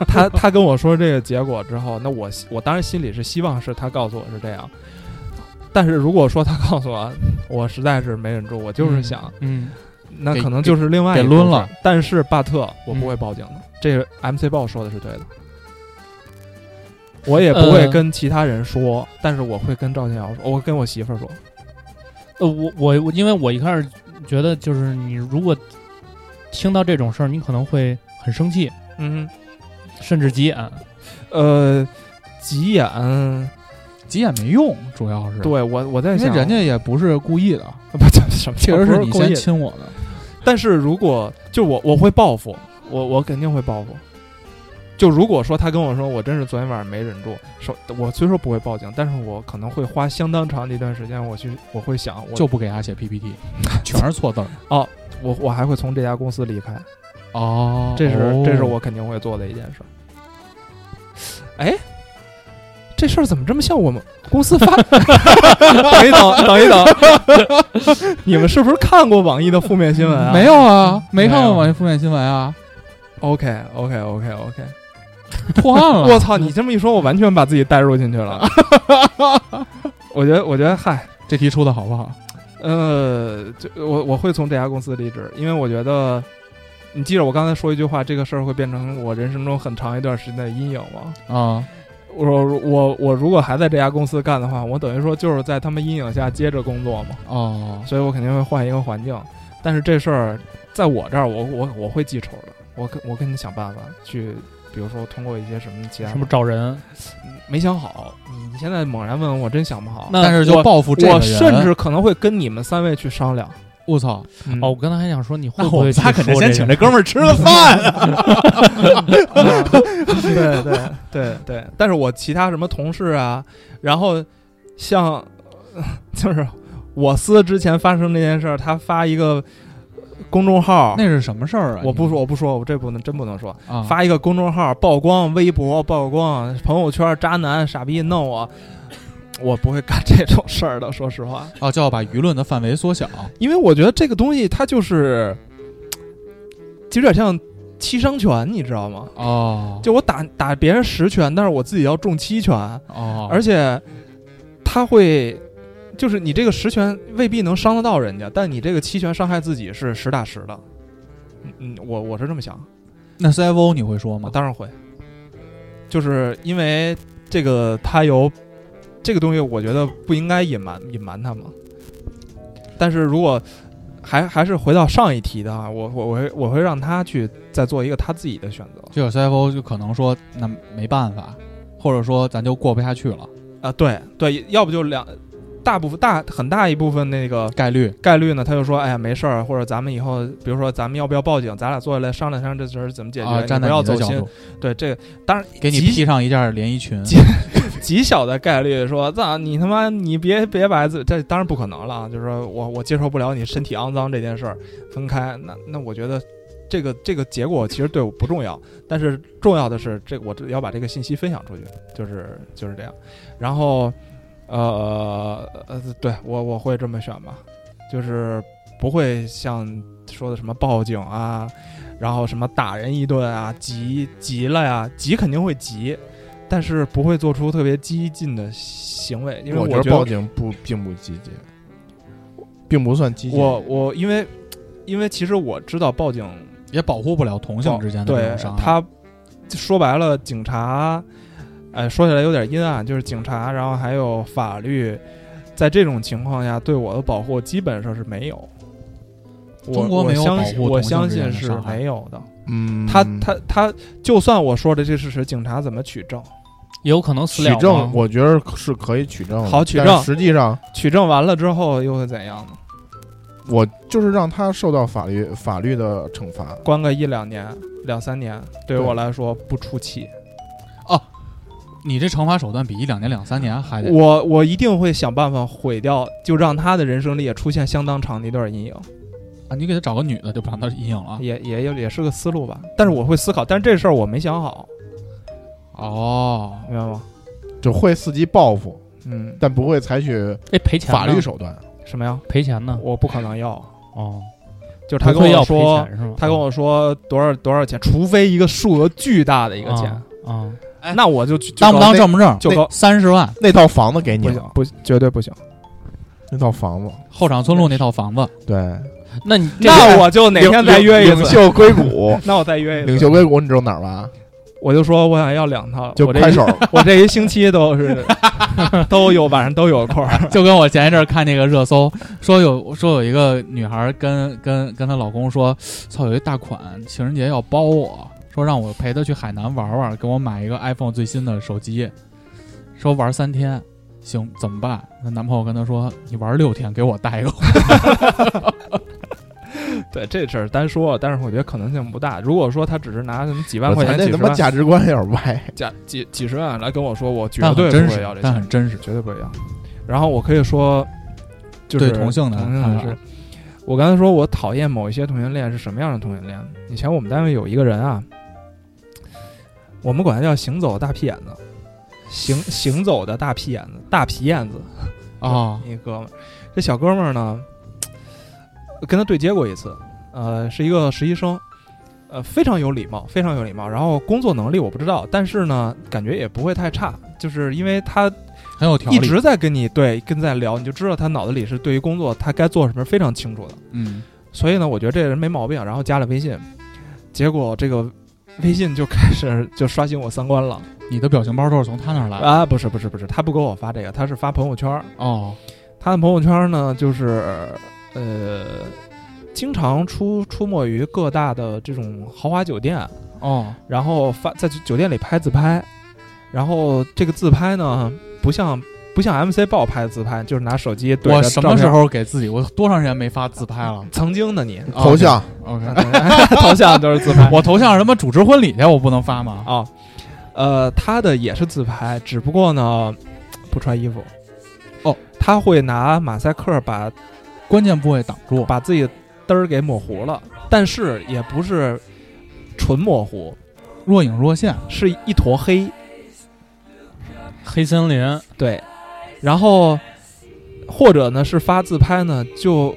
Speaker 2: 他 他跟我说这个结果之后，那我希我当然心里是希望是他告诉我是这样，但是如果说他告诉我，我实在是没忍住，我就是想，
Speaker 5: 嗯，
Speaker 2: 那
Speaker 3: 给
Speaker 2: 可能就是另外一
Speaker 3: 给
Speaker 2: 回事
Speaker 3: 抡了。嗯
Speaker 2: 但是巴特，我不会报警的，这个 MC 报说的是对的，我也不会
Speaker 5: 呃
Speaker 2: 跟其他人说，
Speaker 3: 呃
Speaker 2: 但是我会跟赵天瑶说，我跟我媳妇儿说，
Speaker 5: 呃，我我我，因为我一开始觉得就是你如果听到这种事儿，你可能会很生气，
Speaker 2: 嗯，
Speaker 5: 甚至急眼。
Speaker 2: 呃，急眼，
Speaker 3: 急也没用，主要是，
Speaker 2: 对我我在
Speaker 3: 因为
Speaker 2: 想
Speaker 3: 人家也不是故意的，
Speaker 2: 不这什么，
Speaker 3: 确实
Speaker 2: 不
Speaker 3: 是
Speaker 2: 是
Speaker 3: 你
Speaker 2: 故意
Speaker 3: 先
Speaker 2: 的
Speaker 3: 亲我的。
Speaker 2: 但是如果就我我会报复，我我肯定会报复。就如果说他跟我说我真是昨天晚上没忍住，首我虽说不会报警，但是我可能会花相当长的一段时间，我去我会想，我
Speaker 3: 就不给他写 PPT，全是错字儿。
Speaker 2: 我我还会从这家公司离开，
Speaker 3: 哦，
Speaker 2: 这是、
Speaker 3: 哦
Speaker 2: 这是我肯定会做的一件事。哎，这事儿怎么这么像我们公司发？ 等一等，等一等， 你们是不是看过网易的负面新闻啊？
Speaker 3: 没有啊，没看
Speaker 5: 没
Speaker 3: 过
Speaker 5: 有
Speaker 3: 网易负面新闻啊，
Speaker 2: OK OK OK OK。
Speaker 3: 破案 了。
Speaker 2: 我操！你这么一说，我完全把自己带入进去了。 我觉得，我觉得，嗨，
Speaker 3: 这题出的好不好？
Speaker 2: 呃，就我我会从这家公司离职，因为我觉得，你记着我刚才说一句话，这个事儿会变成我人生中很长一段时间的阴影吗？
Speaker 3: 啊，
Speaker 2: 我我我如果还在这家公司干的话，我等于说就是在他们阴影下接着工作嘛，
Speaker 3: 哦，
Speaker 2: 所以我肯定会换一个环境。但是这事儿在我这儿，我我我会记仇的，我跟我跟你想办法去，比如说通过一些什么其他
Speaker 5: 什么找人？
Speaker 2: 没想好，你你现在猛然问我，真想不好。
Speaker 5: 那
Speaker 3: 但是就
Speaker 2: 我
Speaker 3: 报复这个
Speaker 2: 我
Speaker 3: 人，哦
Speaker 2: 甚至可能会跟你们三位去商量。
Speaker 3: 我操，
Speaker 2: 嗯
Speaker 5: 哦，我刚才还想说你会
Speaker 3: 那
Speaker 5: 不
Speaker 3: 我
Speaker 5: 会
Speaker 3: 们
Speaker 5: 去
Speaker 3: 仨肯定
Speaker 5: 说
Speaker 3: 先
Speaker 5: 这
Speaker 3: 请
Speaker 5: 个
Speaker 3: 这哥们儿吃 个饭。
Speaker 2: 啊 对对对对，但是我其他什么同事啊，然后像 就是我司之前发生这件事儿，他发一个公众号，
Speaker 3: 那是什么事儿啊？
Speaker 2: 我不
Speaker 3: 你
Speaker 2: 说，我不说，我这不能真不能说，
Speaker 3: 啊，
Speaker 2: 发一个公众号曝光，微博曝光，朋友圈渣男傻逼弄我，我不会干这种事儿的，说实话，
Speaker 3: 哦，就要把舆论的范围 缩小。
Speaker 2: 因为我觉得这个东西它就是，其实有点像七伤拳，你知道吗？
Speaker 3: 哦，
Speaker 2: 就我打打别人十拳，但是我自己要中七拳，
Speaker 3: 哦，
Speaker 2: 而且他会，就是你这个十拳未必能伤得到人家，但你这个七拳伤害自己是实打实的。嗯嗯，我我是这么想，
Speaker 3: 那 CFO 你会说
Speaker 2: 我
Speaker 3: 吗？
Speaker 2: 当然会，就是因为这个他有这个东西，我觉得不应该隐瞒隐瞒他嘛。但是如果还还是回到上一题的啊，我我我会我会让他去再做一个他自己的选择
Speaker 3: 就有 CFO 就可能说，那没办法，或者说咱就过不下去了，
Speaker 2: 啊、对对，要不就两大部分大很大一部分那个
Speaker 3: 概率。
Speaker 2: 概率呢，他就说，哎呀，没事儿，或者咱们以后，比如说咱们要不要报警，咱俩坐下来商量商量这事儿怎么解决，
Speaker 3: 啊，
Speaker 2: 你
Speaker 3: 站在
Speaker 2: 不要
Speaker 3: 你的
Speaker 2: 走
Speaker 3: 角
Speaker 2: 心
Speaker 3: 度。，
Speaker 2: 对，这个当然
Speaker 3: 给你披
Speaker 2: 极
Speaker 3: 上一件连衣裙，
Speaker 2: 极 极小的概率说，操你他妈你别别把自这当然不可能了，啊，就是说我我接受不了你身体肮脏这件事儿，分开。那那我觉得这个这个结果其实对我不重要，但是重要的是这我这要把这个信息分享出去，就是就是这样。然后呃呃，对我我会这么选吧，就是不会像说的什么报警啊，然后什么打人一顿啊，急急了呀，急肯定会急。但是不会做出特别激进的行为，因为
Speaker 4: 我
Speaker 2: 觉
Speaker 4: 得报警不并不积极，并不算积极。
Speaker 2: 我我因为因为其实我知道报警
Speaker 3: 也保护不了同性之间的这
Speaker 2: 哦对
Speaker 3: 种伤害。
Speaker 2: 他说白了，警察，呃，说起来有点阴暗，就是警察，然后还有法律，在这种情况下对我的保护基本上是没有。我
Speaker 3: 中国没有
Speaker 2: 我相
Speaker 3: 保
Speaker 2: 信
Speaker 3: 护
Speaker 2: 我
Speaker 3: 同性
Speaker 2: 相
Speaker 3: 之间
Speaker 2: 信
Speaker 3: 的
Speaker 2: 是
Speaker 3: 伤害
Speaker 2: 没有的。
Speaker 4: 嗯，
Speaker 2: 他他他，就算我说的这事实，警察怎么取证？
Speaker 5: 也有可能死
Speaker 4: 取
Speaker 5: 了吗
Speaker 4: 证，我觉得是可以取证的，
Speaker 2: 啊好取
Speaker 4: 但是
Speaker 2: 证
Speaker 4: 实际上，
Speaker 2: 取证完了之后又会怎样呢？
Speaker 4: 我就是让他受到法律法律的惩罚。
Speaker 2: 关个一两年、两三年，对
Speaker 4: 对
Speaker 2: 于我来说不出奇。
Speaker 3: 你这惩罚手段比一两年、两三年还得
Speaker 2: 我我一定会想办法毁掉，就让他的人生里也出现相当长的一段阴影，
Speaker 3: 啊！你给他找个女的，就不让他阴影了。
Speaker 2: 也也有也是个思路吧。但是我会思考，但是这事儿我没想好，
Speaker 3: 哦，
Speaker 2: 明白吗？
Speaker 4: 就会伺机报复，
Speaker 2: 嗯，
Speaker 4: 但不会采取
Speaker 5: 哎赔钱呢
Speaker 4: 法律手段。
Speaker 2: 什么呀？
Speaker 5: 赔钱呢？
Speaker 2: 我不可能要，
Speaker 5: 哦，
Speaker 2: 就是他
Speaker 5: 不
Speaker 2: 跟
Speaker 5: 会要
Speaker 2: 我
Speaker 5: 赔
Speaker 2: 说，
Speaker 5: 钱是吗？
Speaker 2: 他跟我说多少多少钱，除非一个数额巨大的一个钱，
Speaker 5: 啊，
Speaker 3: 哎
Speaker 2: 那我就去
Speaker 3: 当不当正不正？
Speaker 2: 就高
Speaker 3: 三十万，
Speaker 4: 那套房子给你
Speaker 2: 不
Speaker 4: 了
Speaker 2: 行，，不绝对不行。
Speaker 4: 那套房子，
Speaker 3: 后场村路那套房 子，
Speaker 4: 对，
Speaker 5: 啊那你这
Speaker 2: 那
Speaker 5: 个
Speaker 2: 我就哪天再约一
Speaker 4: 领
Speaker 2: 次，
Speaker 4: 袖硅
Speaker 2: ，
Speaker 4: 谷
Speaker 2: 那我再约一
Speaker 4: 领
Speaker 2: 次，
Speaker 4: 袖硅谷，你知道哪儿吧？
Speaker 2: 我就说我想要两套，
Speaker 4: 就
Speaker 2: 我这
Speaker 4: 快手，
Speaker 2: 我这一星期都是 都有晚上都有空儿，
Speaker 3: 就跟我前一阵儿看那个热搜，说有说有一个女孩儿跟跟跟她老公说，操，有一大款情人节要包我，说让我陪她去海南玩玩，给我买一个 iPhone 最新的手机，说玩三天，行怎么办？她男朋友跟她说，你玩六天，给我带一个。
Speaker 2: 对这事儿单说，但是我觉得可能性不大。如果说他只是拿什么几万
Speaker 4: 我
Speaker 2: 块
Speaker 4: 操
Speaker 2: 钱、
Speaker 4: 那
Speaker 2: 几
Speaker 4: 他
Speaker 2: 十
Speaker 4: 妈
Speaker 2: 万、
Speaker 4: 价值观有点歪。
Speaker 2: 假几几十万来跟我说，我绝
Speaker 3: 但
Speaker 2: 对
Speaker 3: 很真
Speaker 2: 不会
Speaker 3: 实
Speaker 2: 要这，
Speaker 3: 但
Speaker 2: 钱，
Speaker 3: 很真实。
Speaker 2: 绝对不会要。然后我可以说，就是
Speaker 3: 对同性的
Speaker 2: 同性
Speaker 3: 看
Speaker 2: 的
Speaker 3: 法
Speaker 2: 是，我刚才说我讨厌某一些同性恋是什么样的同性恋？以前我们单位有一个人啊，我们管他叫行走大屁眼子，行行走的大屁眼子，大皮眼子。
Speaker 3: 哦，
Speaker 2: 一哥们儿，这小哥们儿呢，跟他对接过一次，呃，是一个实习生，呃，非常有礼貌，非常有礼貌。然后工作能力我不知道，但是呢，感觉也不会太差，就是因为他
Speaker 3: 很有条理。
Speaker 2: 一直在跟你对跟在聊，你就知道他脑子里是对于工作他该做什么非常清楚的。
Speaker 3: 嗯，
Speaker 2: 所以呢，我觉得这人没毛病。然后加了微信，结果这个微信就开始就刷新我三观了
Speaker 3: 你的表情包都是从他那儿来的。
Speaker 2: 啊！不是不是不是，他不给我发这个，他是发朋友圈儿。
Speaker 3: 哦，
Speaker 2: 他的朋友圈呢，就是呃，经常出出没于各大的这种豪华酒店，
Speaker 3: 哦，
Speaker 2: 然后发在酒店里拍自拍，然后这个自拍呢，不像不像 MC 豹拍的自拍，就是拿手机对
Speaker 3: 我
Speaker 2: 着
Speaker 3: 什
Speaker 2: 照
Speaker 3: 么时
Speaker 2: 片
Speaker 3: 候给自己？我多长时间没发自拍了？哦
Speaker 2: 曾经的你
Speaker 4: 啊头像，
Speaker 3: OK，
Speaker 2: 头像都是自拍，
Speaker 3: 嗯 我头像什么主持婚礼去，我不能发吗？
Speaker 2: 啊，呃，他的也是自拍，只不过呢不穿衣服。
Speaker 3: 哦，
Speaker 2: 他会拿马赛克把
Speaker 3: 关键部位挡住，
Speaker 2: 把自己嘚儿给抹糊了，但是也不是纯模糊，
Speaker 3: 若隐若现。
Speaker 2: 是一坨黑。
Speaker 5: 黑森林，
Speaker 2: 对，然后或者呢是发自拍呢，就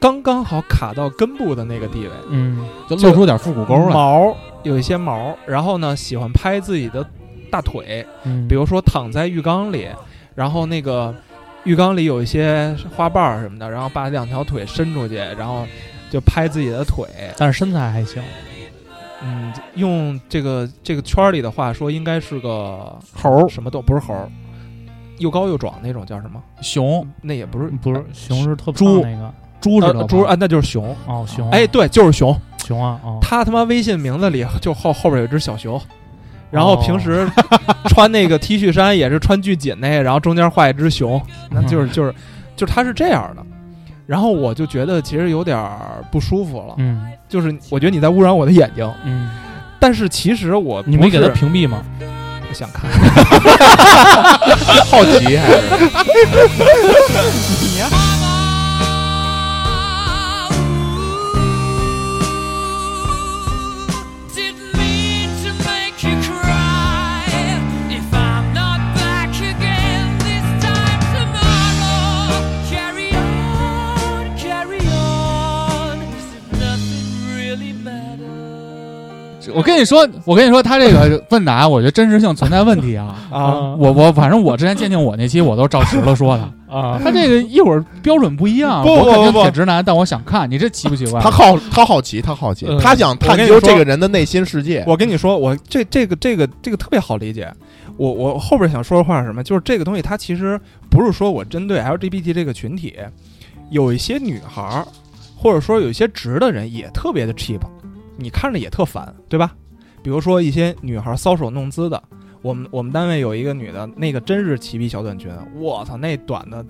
Speaker 2: 刚刚好卡到根部的那个地位，
Speaker 5: 嗯，
Speaker 3: 就露出点复古沟来。
Speaker 2: 毛有一些毛，然后呢喜欢拍自己的大腿，
Speaker 5: 嗯
Speaker 2: 比如说躺在浴缸里，然后那个浴缸里有一些花瓣儿什么的，然后把两条腿伸出去，然后就拍自己的腿。
Speaker 5: 但是身材还行，
Speaker 2: 嗯，用这个这个圈儿里的话说，应该是个
Speaker 3: 猴儿
Speaker 2: 什么都不是猴儿，又高又壮那种叫什么？
Speaker 3: 熊、
Speaker 2: 那也不是
Speaker 5: 不是熊是特
Speaker 3: 猪
Speaker 5: 胖那个
Speaker 3: 猪知
Speaker 2: 呃
Speaker 3: 道吧
Speaker 2: 猪啊，那就是熊。
Speaker 5: 哦，熊
Speaker 2: 哎，对，就是熊。
Speaker 5: 熊啊，哦，
Speaker 2: 他他妈微信名字里就后后边有一只小熊，然后
Speaker 5: 哦
Speaker 2: 平时穿那个 T 恤衫也是穿巨紧那个，然后中间画一只熊，那 就是就是就是他是这样的。然后我就觉得其实有点儿不舒服了，
Speaker 5: 嗯
Speaker 2: 就是我觉得你在污染我的眼睛。
Speaker 5: 嗯，
Speaker 2: 但是其实我
Speaker 5: 你
Speaker 2: 不
Speaker 5: 没给他
Speaker 2: 是
Speaker 5: 屏蔽吗？
Speaker 2: 不想看，嗯
Speaker 4: 好奇还是？
Speaker 6: Didn't mean to make you cry. If I'm not back again this time tomorrow, carry on, carry on. Nothing really matters.
Speaker 3: 我跟你说，我跟你说，他这个问答，我觉得真实性存在问题啊。
Speaker 2: 啊
Speaker 3: 我我反正我之前鉴定我那期，我都照实了说的。
Speaker 5: 啊，
Speaker 3: 他这个一会儿标准不一样，
Speaker 2: 不不
Speaker 3: 我肯定
Speaker 2: 不不
Speaker 3: 铁直男，但我想看你这奇不奇怪
Speaker 4: 他？好，他好奇，他好奇，
Speaker 2: 嗯
Speaker 4: 他想探究这个人的内心世界。
Speaker 2: 我跟你说，我这这个这个这个特别好理解。我我后边想说的话是什么？就是这个东西，它其实不是说我针对 LGBT 这个群体，有一些女孩儿，或者说有一些直的人也特别的 cheap，你看着也特烦，对吧？比如说一些女孩搔首弄姿的，我们我们单位有一个女的，那个真是齐逼小短裙，我操，那短的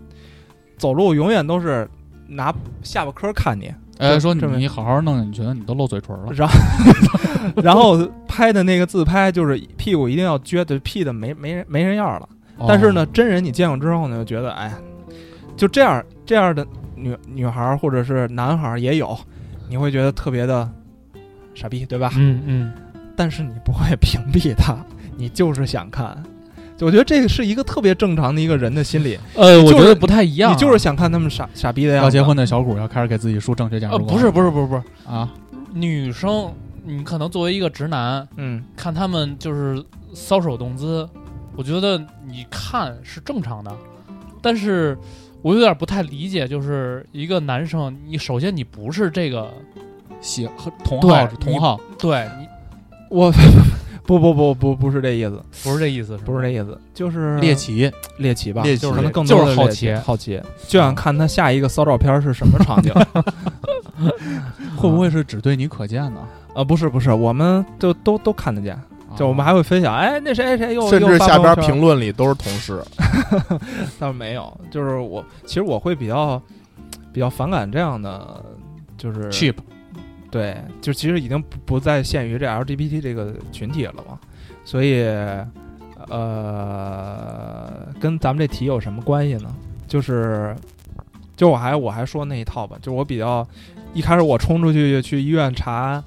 Speaker 2: 走路永远都是拿下巴颏儿看你，
Speaker 3: 呃，说你
Speaker 2: 这么
Speaker 3: 你好好弄，你觉得你都露嘴唇了？
Speaker 2: 然后然后拍的那个自拍就是屁股一定要撅的，屁的没没人没人样儿了。但
Speaker 3: 哦
Speaker 2: 是呢，真人你见过之后呢，就觉得哎，就这样这样的女女孩儿或者是男孩儿也有，你会觉得特别的傻逼，对吧？
Speaker 5: 嗯嗯，
Speaker 2: 但是你不会屏蔽他，你就是想看。就我觉得这个是一个特别正常的一个人的心理，
Speaker 5: 呃，我
Speaker 2: 就是
Speaker 5: 觉得不太一样啊，
Speaker 2: 你就是想看他们傻傻逼的
Speaker 3: 哦
Speaker 2: 样子。
Speaker 3: 要结婚的小谷要开始给自己输正确价值
Speaker 5: 呃，
Speaker 3: 观了，
Speaker 5: 不是不是不是不是，
Speaker 3: 啊？
Speaker 5: 女生，你可能作为一个直男，
Speaker 2: 嗯，
Speaker 5: 看他们就是搔首动姿，我觉得你看是正常的，但是我有点不太理解，就是一个男生，你首先你不是这个，
Speaker 3: 喜和同号
Speaker 5: 对
Speaker 3: 同号，
Speaker 5: 对你
Speaker 2: 我不不不不不是这意思，
Speaker 5: 不是这意思，是吧
Speaker 2: 不是这意思，就是
Speaker 3: 猎奇，
Speaker 2: 猎奇吧，
Speaker 4: 猎奇
Speaker 2: 就是可能更多的
Speaker 5: 就是好
Speaker 2: 猎
Speaker 5: 奇
Speaker 2: 好奇，就想看他下一个骚照片是什么场景。
Speaker 3: 会不会是只对你可见呢？
Speaker 4: 嗯
Speaker 2: 呃，不是不是，我们就都都看得见，
Speaker 3: 啊
Speaker 2: 就我们还会分享，哎，那谁谁又
Speaker 4: 哦甚至
Speaker 2: 又发
Speaker 4: 下边
Speaker 2: 朋友圈
Speaker 4: 评论里都是同事，
Speaker 2: 倒没有，就是我其实我会比较比较反感这样的，就是
Speaker 3: 啊 cheap
Speaker 2: 对，就其实已经不不再限于这 LGBT 这个群体了嘛，所以呃，跟咱们这题有什么关系呢？就是，就我还我还说那一套吧，就我比较一开始我冲出去去医院查。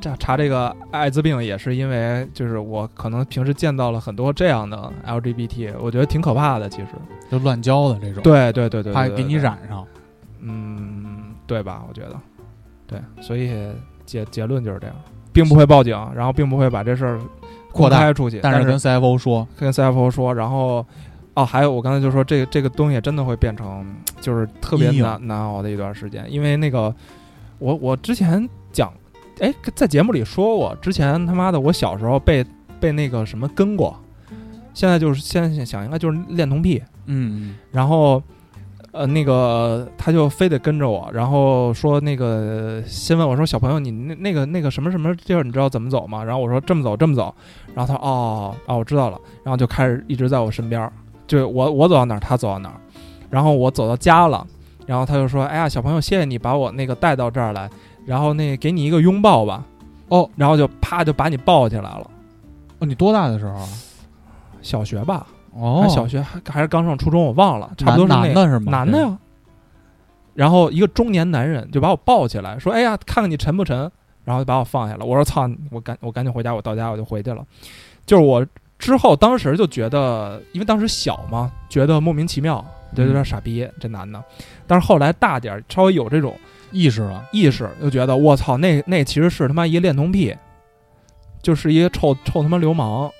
Speaker 2: 查查这个艾滋病也是因为，就是我可能平时见到了很多这样的 LGBT，我觉得挺可怕的。其实，
Speaker 3: 就乱交的这种，，
Speaker 2: 对对对对，
Speaker 3: 怕
Speaker 2: 对
Speaker 3: 给你，
Speaker 2: 对对
Speaker 3: 染上。
Speaker 2: 嗯，对吧？我觉得，对，所以结结论就是这样，并不会报警，然后并不会把这事儿
Speaker 3: 扩大
Speaker 2: 公开出去，但
Speaker 3: 但是跟 CFO 说，
Speaker 2: 跟 CFO 说，然后哦，还有我刚才就说这个这个东西真的会变成就是特别
Speaker 3: 阴影
Speaker 2: 难难熬的一段时间，因为那个我我之前讲，哎，在节目里说过，之前他妈的我小时候被被那个什么跟过，现在就是现在想应该就是恋童癖，
Speaker 3: 嗯，
Speaker 2: 然后。呃，那个他就非得跟着我，然后说那个先问我说小朋友你那那个那个什么什么地儿你知道怎么走吗？然后我说这么走这么走，然后他说哦哦我知道了，然后就开始一直在我身边儿，就是我我走到哪儿他走到哪儿，然后我走到家了，然后他就说哎呀小朋友谢谢你把我那个带到这儿来，然后那给你一个拥抱吧，哦，然后就啪就把你抱起来了，
Speaker 3: 哦，你多大的时候啊？
Speaker 2: 小学吧，
Speaker 3: 哦
Speaker 2: 还，小学还还是刚上初中，我忘了，差不多是那
Speaker 3: 男男
Speaker 2: 个
Speaker 3: 的是吗？
Speaker 2: 男的呀。然后一个中年男人就把我抱起来，说：“哎呀，看看你沉不沉。”然后就把我放下了。我说：“操！我赶我赶紧回家，我到家我就回去了。”就是我之后当时就觉得，因为当时小嘛，觉得莫名其妙，觉得有点傻逼、这男的。但是后来大点儿，稍微有这种
Speaker 3: 意识了。
Speaker 2: 意识，就觉得我操，那那其实是他妈一个恋童癖，就是一个臭臭他妈流氓。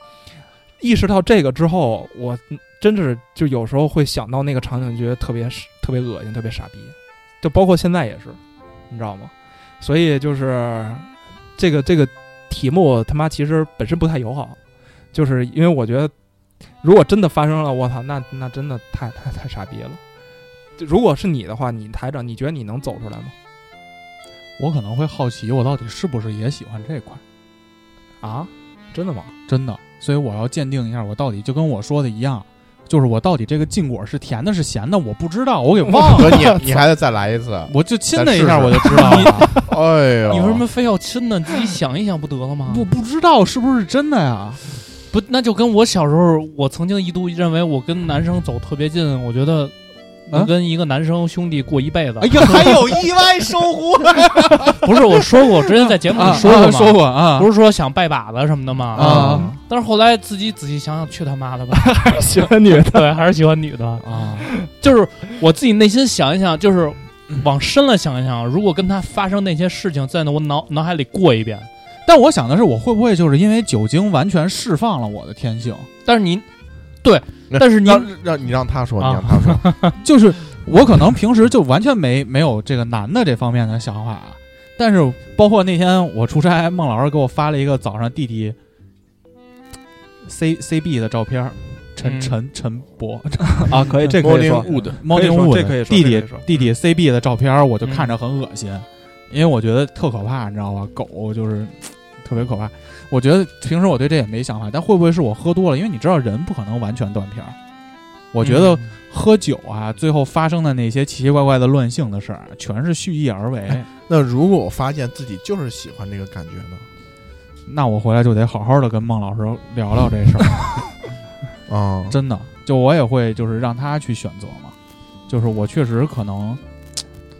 Speaker 2: 意识到这个之后，我真是就有时候会想到那个场景，觉得特别是特别恶心，特别傻逼，就包括现在也是，你知道吗？所以就是这个这个题目他妈其实本身不太友好，就是因为我觉得如果真的发生了，我操，那那真的太太太傻逼了。就如果是你的话，你台长，你觉得你能走出来吗？
Speaker 3: 我可能会好奇，我到底是不是也喜欢这块？
Speaker 2: 啊，真的吗？
Speaker 3: 真的，所以我要鉴定一下，我到底就跟我说的一样，就是我到底这个禁果是甜的，是咸的，我不知道，我给 忘
Speaker 4: 哥，
Speaker 3: 了。
Speaker 4: 你你还得再来 一次。
Speaker 3: 我就亲了
Speaker 4: 再试
Speaker 3: 一
Speaker 4: 试
Speaker 3: 下，我就知道了。
Speaker 4: 哎
Speaker 3: 啊
Speaker 4: 呦，
Speaker 5: 你为什么非要亲呢？自己想一想不得了吗？
Speaker 3: 我 不知道是不是真的呀？
Speaker 5: 不，那就跟我小时候，我曾经一度认为我跟男生走特别近，我觉得
Speaker 3: 啊哎
Speaker 5: 能跟一个男生兄弟过一辈子。
Speaker 3: 呀，还有意外收获
Speaker 5: 不是我说过，我之前在节目
Speaker 3: 啊！
Speaker 5: 里哎说过
Speaker 3: 啊
Speaker 5: 吗？
Speaker 3: 说过啊
Speaker 5: 不是说想拜把子什么的吗？
Speaker 3: 啊
Speaker 5: 但是后来自己仔细想想，去他妈的吧！
Speaker 2: 喜欢女的，
Speaker 5: 对，还是喜欢女的。
Speaker 3: 啊！
Speaker 5: 就是我自己内心想一想，就是往深了想一想，如果跟他发生那些事情，在我脑脑海里过一遍。
Speaker 3: 但我想的是，我会不会就是因为酒精完全释放了我的天性？
Speaker 5: 但是您，对，但是您
Speaker 4: 让让你让他说，
Speaker 5: 啊
Speaker 4: 你让他 说，
Speaker 3: 就是我可能平时就完全没没有这个男的这方面的想法，啊但是包括那天我出差，孟老师给我发了一个早上弟弟 C C B 的照片儿，陈
Speaker 5: 嗯
Speaker 3: 陈陈博
Speaker 2: 啊，可以，这可以说
Speaker 4: Morning Wood
Speaker 3: 猫
Speaker 2: 可以
Speaker 3: 丁
Speaker 2: 说
Speaker 3: 物
Speaker 2: 这可以说
Speaker 3: 弟
Speaker 2: 这
Speaker 3: 弟
Speaker 2: 可以说嗯
Speaker 3: 弟弟 C B 的照片儿，我就
Speaker 5: 嗯
Speaker 3: 看着很恶心，因为我觉得特可怕，你知道吧？狗就是特别可怕。我觉得平时我对这也没想法，但会不会是我喝多了？因为你知道人不可能完全断片儿。我觉得喝酒啊，最后发生的那些奇奇怪怪的乱性的事儿，全是蓄意而
Speaker 2: 哎
Speaker 3: 为。
Speaker 4: 那如果我发现自己就是喜欢这个感觉呢？
Speaker 3: 那我回来就得好好的跟孟老师聊聊这事 儿，
Speaker 4: 啊，
Speaker 3: 真的。就我也会就是让他去选择嘛，就是我确实可能，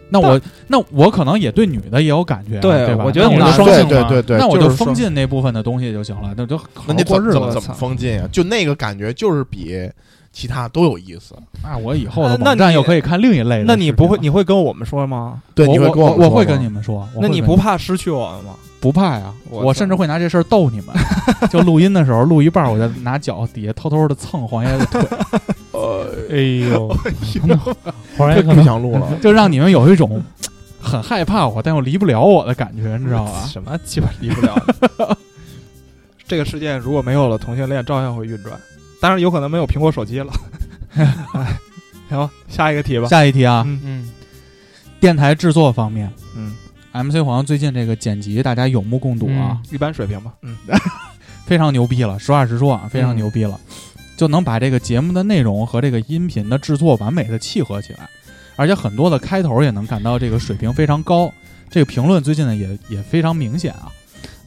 Speaker 3: 那我那我可能也对女的也有感觉啊，
Speaker 2: 对
Speaker 3: 对吧？
Speaker 2: 我觉得
Speaker 3: 那
Speaker 2: 你
Speaker 3: 我
Speaker 5: 是
Speaker 3: 就
Speaker 5: 双
Speaker 4: 对
Speaker 5: 性
Speaker 4: 对
Speaker 5: 嘛
Speaker 4: 对对，
Speaker 3: 那我
Speaker 4: 就
Speaker 3: 就是封
Speaker 4: 双。
Speaker 3: 禁那部分的东西就行了，那就好
Speaker 4: 那
Speaker 3: 好
Speaker 4: 你
Speaker 3: 过
Speaker 4: 怎
Speaker 3: 日
Speaker 4: 么
Speaker 3: 子吧
Speaker 4: 怎么
Speaker 2: 我
Speaker 4: 怎么
Speaker 2: 操
Speaker 4: 封禁啊？就那个感觉就是比其他都有意思。
Speaker 3: 那我以后的
Speaker 2: 那
Speaker 3: 网
Speaker 2: 那
Speaker 3: 站
Speaker 2: 你
Speaker 3: 又可以看另一类的视频了。
Speaker 2: 那你不会你会跟我们说吗？
Speaker 4: 对，
Speaker 3: 我
Speaker 4: 你会
Speaker 3: 我
Speaker 4: 跟
Speaker 3: 我
Speaker 4: 们说
Speaker 3: 会
Speaker 4: 吗
Speaker 3: 跟你们说，我
Speaker 2: 那
Speaker 3: 会
Speaker 2: 你
Speaker 3: 跟
Speaker 2: 不怕失去我们吗？
Speaker 3: 不怕呀，
Speaker 2: 我
Speaker 3: 我
Speaker 2: 操
Speaker 3: 甚至会拿这事儿逗你们。就录音的时候，录一半儿，我就拿脚底下偷偷的蹭黄爷的腿，
Speaker 5: 哎呦，黄爷可
Speaker 4: 不
Speaker 5: 能
Speaker 4: 想录了。
Speaker 3: 就让你们有一种很害怕我，但又离不了我的感觉，你知道啊 吧？
Speaker 2: 什么鸡巴离不了的？ 这个世界如果没有了同性恋，照样会运转。当然，有可能没有苹果手机了。 哎，行，下一个题吧。
Speaker 3: 下一题啊，
Speaker 2: 嗯
Speaker 5: 嗯，
Speaker 3: 电台制作方面
Speaker 2: 嗯，
Speaker 3: ，MC 黄最近这个剪辑大家有目
Speaker 5: 嗯
Speaker 3: 共睹啊，
Speaker 2: 一般水平吧。嗯，
Speaker 3: 非常牛逼了。实话实说啊，非常牛逼了，就能把这个节目的内容和这个音频的制作完美的契合起来，而且很多的开头也能感到这个水平非常高。这个评论最近呢也也非常明显啊，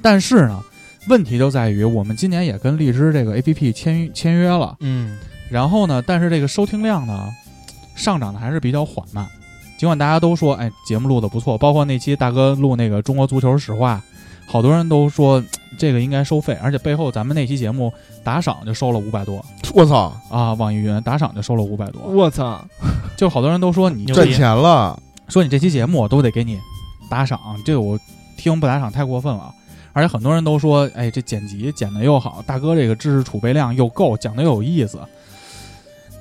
Speaker 3: 但是呢，问题就在于我们今年也跟荔枝这个 APP 签约签约了，
Speaker 5: 嗯
Speaker 3: 然后呢，但是这个收听量呢上涨的还是比较缓慢。尽管大家都说，哎，节目录的不错，包括那期大哥录那个中国足球史话，好多人都说嘖这个应该收费，而且背后咱们那期节目打赏就收了五百多
Speaker 4: 我操，
Speaker 3: 啊，网易云打赏就收了五百多，
Speaker 2: 我操，
Speaker 3: 就好多人都说你
Speaker 5: 牛
Speaker 4: 赚
Speaker 5: 逼
Speaker 4: 钱了，
Speaker 3: 说你这期节目我都得给你打赏，这个我听不打赏太过分了。而且很多人都说，哎，这剪辑剪的又好，大哥这个知识储备量又够，讲的又有意思。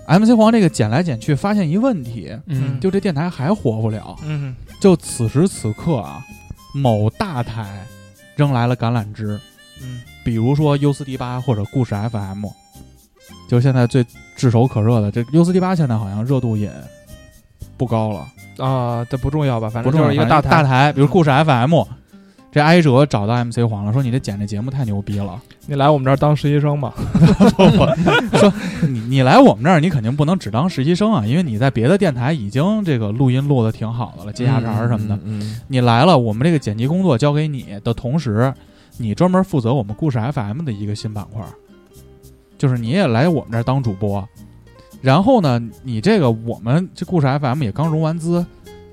Speaker 3: MC 黄这个剪来剪去，发现一问题，
Speaker 5: 嗯，
Speaker 3: 就这电台还火不了。
Speaker 2: 嗯，
Speaker 3: 就此时此刻啊，某大台扔来了橄榄枝，
Speaker 2: 嗯，
Speaker 3: 比如说 U 四 D 八或者故事 FM，就是现在最炙手可热的。这 U 四 D 八现在好像热度也不高了。
Speaker 2: 啊，这不重要吧？反
Speaker 3: 不
Speaker 2: 正
Speaker 3: 重
Speaker 2: 就
Speaker 3: 要
Speaker 2: 是一个
Speaker 3: 反
Speaker 2: 大
Speaker 3: 正大
Speaker 2: 台。
Speaker 3: 台，比如故事 FM，这埃哲找到 MC 黄了，说你这剪这节目太牛逼了，
Speaker 2: 你来我们这儿当实习生吧。
Speaker 3: 说你你来我们这儿，你肯定不能只当实习生啊，因为你在别的电台已经这个录音录的挺好的了，接下茬儿什么的。
Speaker 4: 嗯，
Speaker 3: 你来了，我们这个剪辑工作交给你的同时，你专门负责我们故事 FM 的一个新板块儿，就是你也来我们这儿当主播，然后呢，你这个我们这故事 FM 也刚融完资，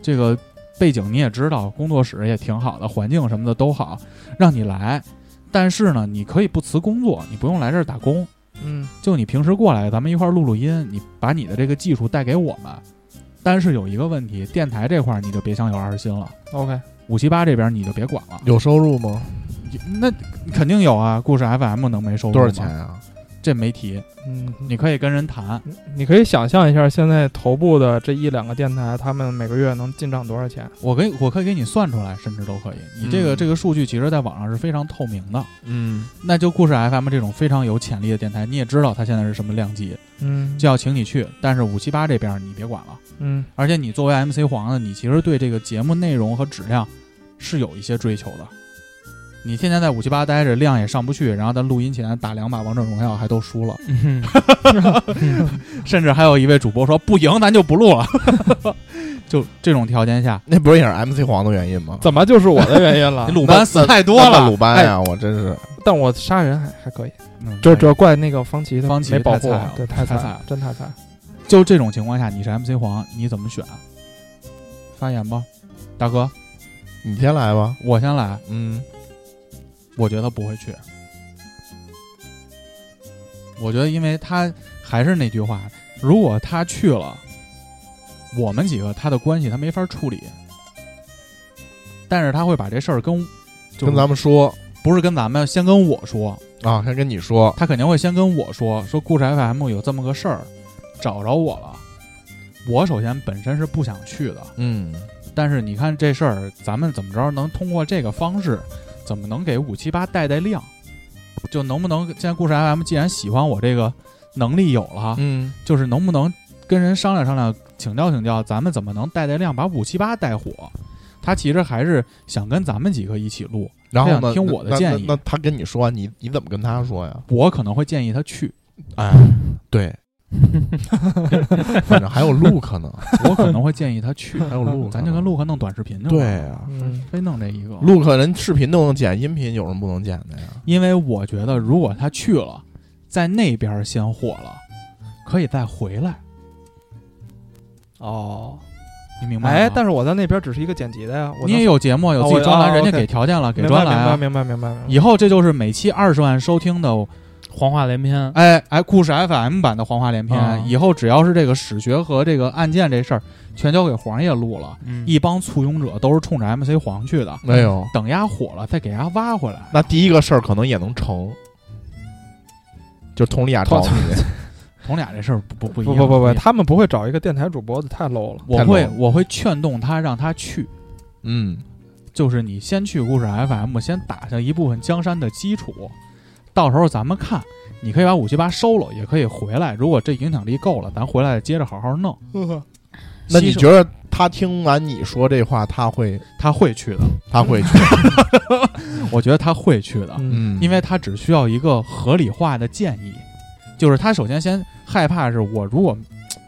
Speaker 3: 这个背景你也知道，工作室也挺好的，环境什么的都好，让你来，但是呢，你可以不辞工作，你不用来这儿打工，
Speaker 2: 嗯，
Speaker 3: 就你平时过来，咱们一块儿录录音，你把你的这个技术带给我们。但是有一个问题，电台这块儿你就别想有二心了。
Speaker 2: OK，
Speaker 3: 五七八这边你就别管了，
Speaker 4: 有收入吗？
Speaker 3: 那肯定有啊。故事 FM 能没收入吗
Speaker 4: 多少钱？啊？
Speaker 3: 这没提，
Speaker 2: 嗯，
Speaker 3: 你可以跟人谈。
Speaker 2: 你可以想象一下，现在头部的这一两个电台，他们每个月能进账多少钱？
Speaker 3: 我给我可以给你算出来，甚至都可以。你这个、
Speaker 4: 嗯
Speaker 3: 这个数据其实在网上是非常透明的。
Speaker 4: 嗯，
Speaker 3: 那就故事 FM 这种非常有潜力的电台，你也知道它现在是什么量级，
Speaker 2: 嗯
Speaker 3: 就要请你去。但是五七八这边你别管了，
Speaker 2: 嗯
Speaker 3: 而且你作为 MC 黄的，你其实对这个节目内容和质量是有一些追求的。你天天在五七八待着，量也上不去，然后在录音前打两把王者荣耀还都输了，
Speaker 5: 嗯
Speaker 3: 甚至还有一位主播说不赢咱就不录了， 就这种条件下，
Speaker 4: 那不是也是 MC 黄的原因吗？
Speaker 2: 怎么就是我的原因了
Speaker 3: 你？鲁班死太多
Speaker 4: 啊那
Speaker 3: 了，哎
Speaker 4: 鲁班呀，我真是
Speaker 2: 但我杀人还还可以，
Speaker 3: 嗯，
Speaker 2: 这这怪那个方琦，他
Speaker 3: 方琦
Speaker 2: 没保护
Speaker 3: 太菜
Speaker 2: 我
Speaker 3: 了，
Speaker 2: 对，太
Speaker 3: 太菜
Speaker 2: 了
Speaker 3: 了，
Speaker 2: 真太菜。
Speaker 3: 就这种情况下，你是 MC 黄，你怎么选？发言吧，大哥，
Speaker 4: 你先来吧。
Speaker 3: 我先来，
Speaker 4: 嗯，
Speaker 3: 我觉得不会去。我觉得，因为他还是那句话，如果他去了，我们几个他的关系他没法处理，但是他会把这事儿跟就是
Speaker 4: 跟咱们说
Speaker 3: 不是跟咱们先跟我说，
Speaker 4: 啊，先跟你说，
Speaker 3: 他肯定会先跟我说，说故事 FM 有这么个事儿，找着我了。我首先本身是不想去的，
Speaker 4: 嗯，
Speaker 3: 但是你看这事儿，咱们怎么着能通过这个方式，怎么能给五七八带带量？就能不能现在故事 FM 既然喜欢我这个能力有了，
Speaker 4: 嗯，
Speaker 3: 就是能不能跟人商量商量，请教请教，咱们怎么能带带量，把五七八带火？他其实还是想跟咱们几个一起录，
Speaker 4: 然后
Speaker 3: 这
Speaker 4: 呢？
Speaker 3: 样听我的
Speaker 4: 那
Speaker 3: 建议
Speaker 4: 那那那他跟你说，你你怎么跟他说呀？
Speaker 3: 我可能会建议他 去，
Speaker 4: 哎，对， 反正还有路 可能。
Speaker 3: 我可能会建议他去。
Speaker 4: 还有陆克
Speaker 3: 咱就跟陆克弄短视频就完
Speaker 4: 对
Speaker 3: 了
Speaker 4: 啊，
Speaker 2: 嗯，
Speaker 3: 非弄这一个。
Speaker 4: 陆克人视频都能剪，音频有什么不能剪的呀？
Speaker 3: 因为我觉得如果他去了，在那边先火了，可以再回来，
Speaker 2: 哦，
Speaker 3: 你明白吗？
Speaker 2: 哎，但是我在那边只是一个剪辑的呀，我
Speaker 3: 啊你也
Speaker 2: 有
Speaker 3: 有节目，有自己专栏，人家给条件了，给专栏啊。
Speaker 2: 明白明白明白明白。
Speaker 3: 以后这就是每期二十万收听的，
Speaker 5: 黄话连篇，
Speaker 3: 哎哎，故事 FM 版的黄花连篇。
Speaker 5: 啊
Speaker 3: 以后只要是这个史学和这个案件这事儿，全交给黄爷录了。
Speaker 5: 嗯
Speaker 3: 一帮簇拥者都是冲着 MC 黄去的，
Speaker 4: 没有。
Speaker 3: 等丫火了再给丫挖回来。
Speaker 4: 那第一个事儿可能也能成，就佟丽娅找你，
Speaker 3: 我们俩这事儿不不不一
Speaker 2: 不
Speaker 3: 样，
Speaker 2: 不不
Speaker 3: 一
Speaker 2: 不，
Speaker 3: 样
Speaker 2: 他们不会找一个电台主播的，太 low 了。
Speaker 3: 我
Speaker 4: 太
Speaker 3: 会
Speaker 4: 冷
Speaker 3: 我会劝动他让他去，
Speaker 4: 嗯，
Speaker 3: 就是你先去故事 FM，先打下一部分江山的基础，到时候咱们看，你可以把五七八收了，也可以回来。如果这影响力够了，咱回来接着好好弄。
Speaker 4: 那你
Speaker 3: 牺牲
Speaker 4: 觉得他听完你说这话，他会
Speaker 3: 他会去的，
Speaker 4: 他 会去？
Speaker 3: 我觉得他会去的，
Speaker 2: 嗯
Speaker 4: 嗯，
Speaker 3: 因为他只需要一个合理化的建议，就是他首先先害怕是我如果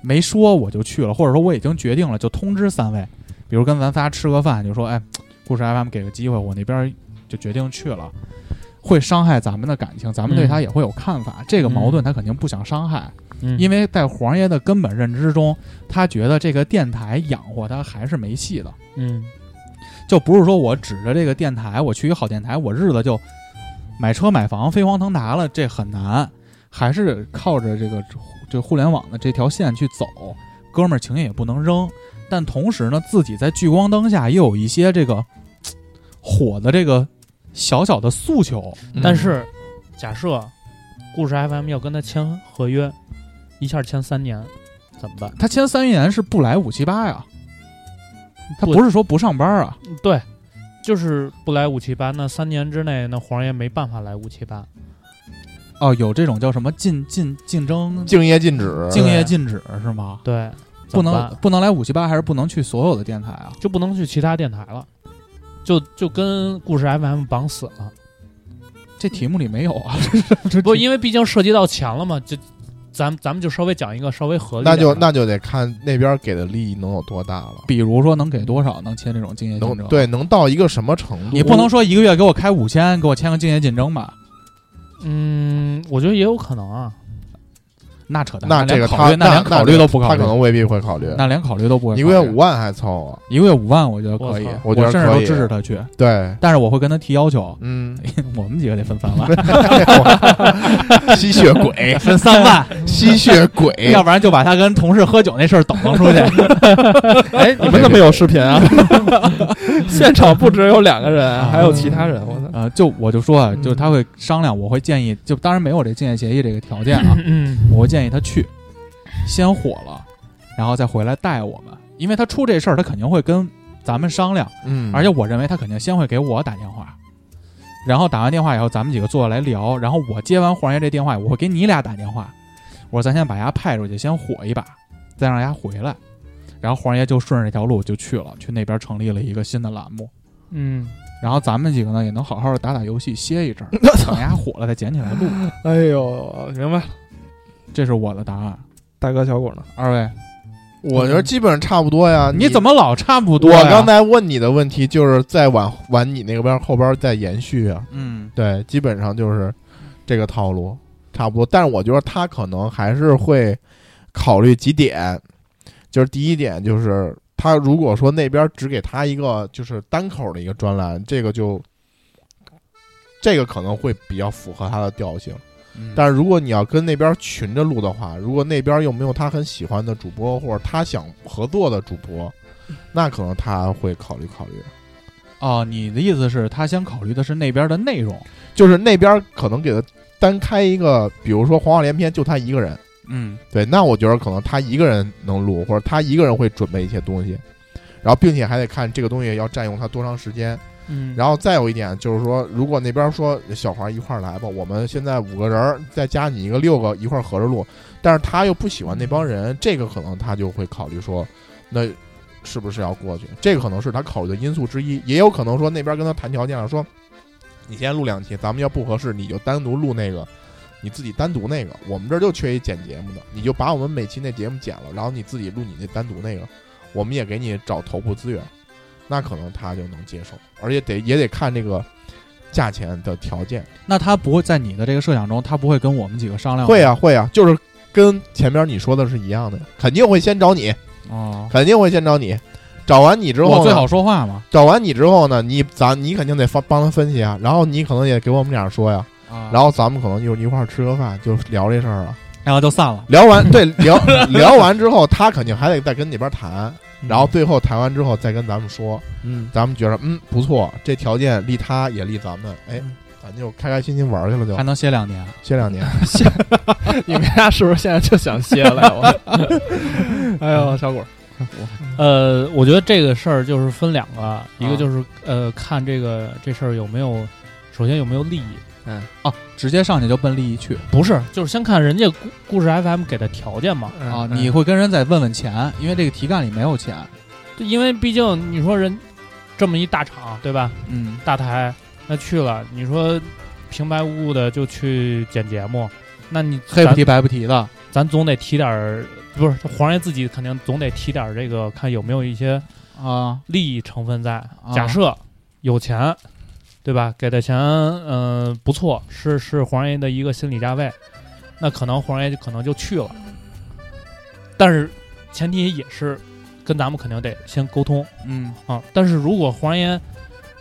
Speaker 3: 没说我就去了，或者说我已经决定了就通知三位，比如跟咱仨吃个饭就说，哎，故事 FM 给个机会，我那边就决定去了，会伤害咱们的感情，咱们对他也会有看法，这个矛盾他肯定不想伤害，因为在黄爷的根本认知中，他觉得这个电台养活他还是没戏的。
Speaker 5: 嗯
Speaker 3: 就不是说我指着这个电台，我去一个好电台，我日子就买车买房飞黄腾达了，这很难，还是靠着这个这互联网的这条线去走。哥们儿情也不能扔，但同时呢，自己在聚光灯下也有一些这个嘖火的这个小小的诉求。
Speaker 4: 嗯
Speaker 5: 但是假设故事 FM 要跟他签合约，一下签三年，怎么办？
Speaker 3: 他签三年是不来五七八呀，他
Speaker 5: 不
Speaker 3: 不是说不上班啊，
Speaker 5: 对，就是不来五七八，那三年之内，那黄爷没办法来五七八。
Speaker 3: 哦，有这种叫什么竞竞竞争
Speaker 4: 敬业禁止，
Speaker 3: 竞业禁止是吗？
Speaker 5: 对，怎
Speaker 3: 不
Speaker 5: 么
Speaker 3: 能
Speaker 5: 办
Speaker 3: 不能来五七八，还是不能去所有的电台啊？
Speaker 5: 就不能去其他电台了，就就跟故事 FM 绑死了。
Speaker 3: 这题目里没有啊。
Speaker 5: 不，因为毕竟涉及到钱了嘛，就咱咱们就稍微讲一个稍微合理
Speaker 4: 那
Speaker 5: 点的。
Speaker 4: 就那就得看那边给的利益能有多大了，
Speaker 3: 比如说能给多少能签这种竞业竞
Speaker 4: 能
Speaker 3: 争？，
Speaker 4: 对能到一个什么程度？
Speaker 3: 你不能说一个月给我开五千，给我签个竞业竞争吧？
Speaker 5: 嗯，我觉得也有可能啊，
Speaker 3: 那扯淡，
Speaker 4: 那这
Speaker 3: 连
Speaker 4: 个
Speaker 3: 考
Speaker 4: 他
Speaker 3: 虑，那连考虑都不考
Speaker 4: 他
Speaker 3: 虑
Speaker 4: 可，能未必会考虑。
Speaker 3: 那连考虑都不会考虑。
Speaker 4: 一个月五万还凑啊合，
Speaker 3: 一个月五万，我觉得可以
Speaker 5: 我操，
Speaker 4: 我
Speaker 3: 我
Speaker 4: 觉得
Speaker 3: 甚至
Speaker 4: 可
Speaker 3: 都
Speaker 4: 以
Speaker 3: 支持他去，
Speaker 4: 对，
Speaker 3: 但是我会跟他提要求，
Speaker 4: 嗯，
Speaker 3: 我们几个得分三万，
Speaker 4: 吸血鬼，
Speaker 3: 分三万，
Speaker 4: 吸血鬼，
Speaker 3: 要不然就把他跟同事喝酒那事儿抖腾出去。
Speaker 2: 哎，你们怎么有视频 啊？现场不只有两个
Speaker 3: 啊
Speaker 2: 人，还有其他人。我操！
Speaker 3: 呃，就我就说啊，就
Speaker 5: 嗯
Speaker 3: 他会商量，我会建议，就当然没有这竞业协议这个条件啊，
Speaker 5: 嗯，
Speaker 3: 我会建议他去，先火了，然后再回来带我们，因为他出这事儿，他肯定会跟咱们商量，
Speaker 4: 嗯，
Speaker 3: 而且我认为他肯定先会给我打电话。然后打完电话以后，咱们几个坐下来聊。然后我接完黄爷这电话，我会给你俩打电话。我说咱先把丫派出去，先火一把，再让丫回来。然后黄爷就顺着这条路就去了，去那边成立了一个新的栏目。
Speaker 5: 嗯，
Speaker 3: 然后咱们几个呢也能好好的打打游戏，歇一阵儿，等丫火了再捡起来录。
Speaker 2: 哎呦，明白了，
Speaker 3: 这是我的答案。
Speaker 2: 大哥小果呢？
Speaker 3: 二位，
Speaker 4: 我觉得基本上差不多呀。
Speaker 3: 你怎么老差不多
Speaker 4: 我
Speaker 3: 呀、
Speaker 4: 刚才问你的问题就是再往往你那个边后边再延续啊。
Speaker 3: 嗯，
Speaker 4: 对，基本上就是这个套路，差不多。但是我觉得他可能还是会考虑几点，就是第一点就是他如果说那边只给他一个就是单口的一个专栏，这个就这个可能会比较符合他的调性。
Speaker 3: 嗯
Speaker 4: 但是如果你要跟那边群着录的话，如果那边又没有他很喜欢的主播或者他想合作的主播，那可能他会考虑考虑。
Speaker 3: 哦，你的意思是，他先考虑的是那边的内容。
Speaker 4: 就是那边可能给他单开一个，比如说黄话连篇，就他一个人。
Speaker 3: 嗯
Speaker 4: 对，那我觉得可能他一个人能录，或者他一个人会准备一些东西，然后并且还得看这个东西要占用他多长时间。
Speaker 5: 嗯，
Speaker 4: 然后再有一点就是说，如果那边说小黄一块儿来吧，我们现在五个人儿再加你一个六个一块儿合着录，但是他又不喜欢那帮人，这个可能他就会考虑说，那是不是要过去？这个可能是他考虑的因素之一，也有可能说那边跟他谈条件了，说你先录两期，咱们要不合适你就单独录那个。你自己单独那个，我们这儿就缺一剪节目的，你就把我们每期那节目剪了，然后你自己录你那单独那个，我们也给你找头部资源。那可能他就能接受，而且得也得看这个价钱的条件。
Speaker 3: 那他不会在你的这个设想中，他不会跟我们几个商量。
Speaker 4: 会啊，会啊，就是跟前面你说的是一样的，肯定会先找你，
Speaker 3: 哦，
Speaker 4: 肯定会先找你。找完你之后呢，
Speaker 3: 我最好说话嘛。
Speaker 4: 找完你之后呢，你咱你肯定得帮帮他分析啊，然后你可能也给我们俩说呀，
Speaker 3: 啊
Speaker 4: 然后咱们可能就一块儿吃个饭，就聊这事儿了。
Speaker 3: 然后就散了。
Speaker 4: 聊完 对聊聊完之后，他肯定还得再跟那边谈，然后最后谈完之后再跟咱们说。
Speaker 3: 嗯，
Speaker 4: 咱们觉得嗯不错，这条件利他也利咱们，哎，咱就开开心心玩去了就，
Speaker 3: 嗯还能歇两年。
Speaker 4: 歇 两年。
Speaker 2: 你们俩是不是现在就想歇了呀？我
Speaker 3: 嗯
Speaker 2: 哎呦，小果，
Speaker 5: 呃，我觉得这个事儿就是分两个，一个就是呃，看这个这事儿有没有，首先有没有利益，
Speaker 3: 哦，直接上去就奔利益去
Speaker 5: 不是，就是先看人家故故事 FM 给的条件嘛，
Speaker 2: 嗯
Speaker 3: 啊！你会跟人再问问钱，因为这个题干里没有钱。
Speaker 5: 就因为毕竟你说人这么一大厂，对吧？
Speaker 3: 嗯
Speaker 5: 大台那去了，你说平白无故的就去剪节目，那你
Speaker 3: 黑不
Speaker 5: 咱
Speaker 3: 提白不提的。
Speaker 5: 咱总得提点儿，不是黄爷自己肯定总得提点儿这个，看有没有一些
Speaker 3: 啊
Speaker 5: 利益成分在。假设有钱，对吧？给的钱，嗯、不错，是是黄爷的一个心理价位，那可能黄爷就可能就去了。但是前提也是跟咱们肯定得先沟通
Speaker 3: 嗯
Speaker 5: 啊。但是如果黄爷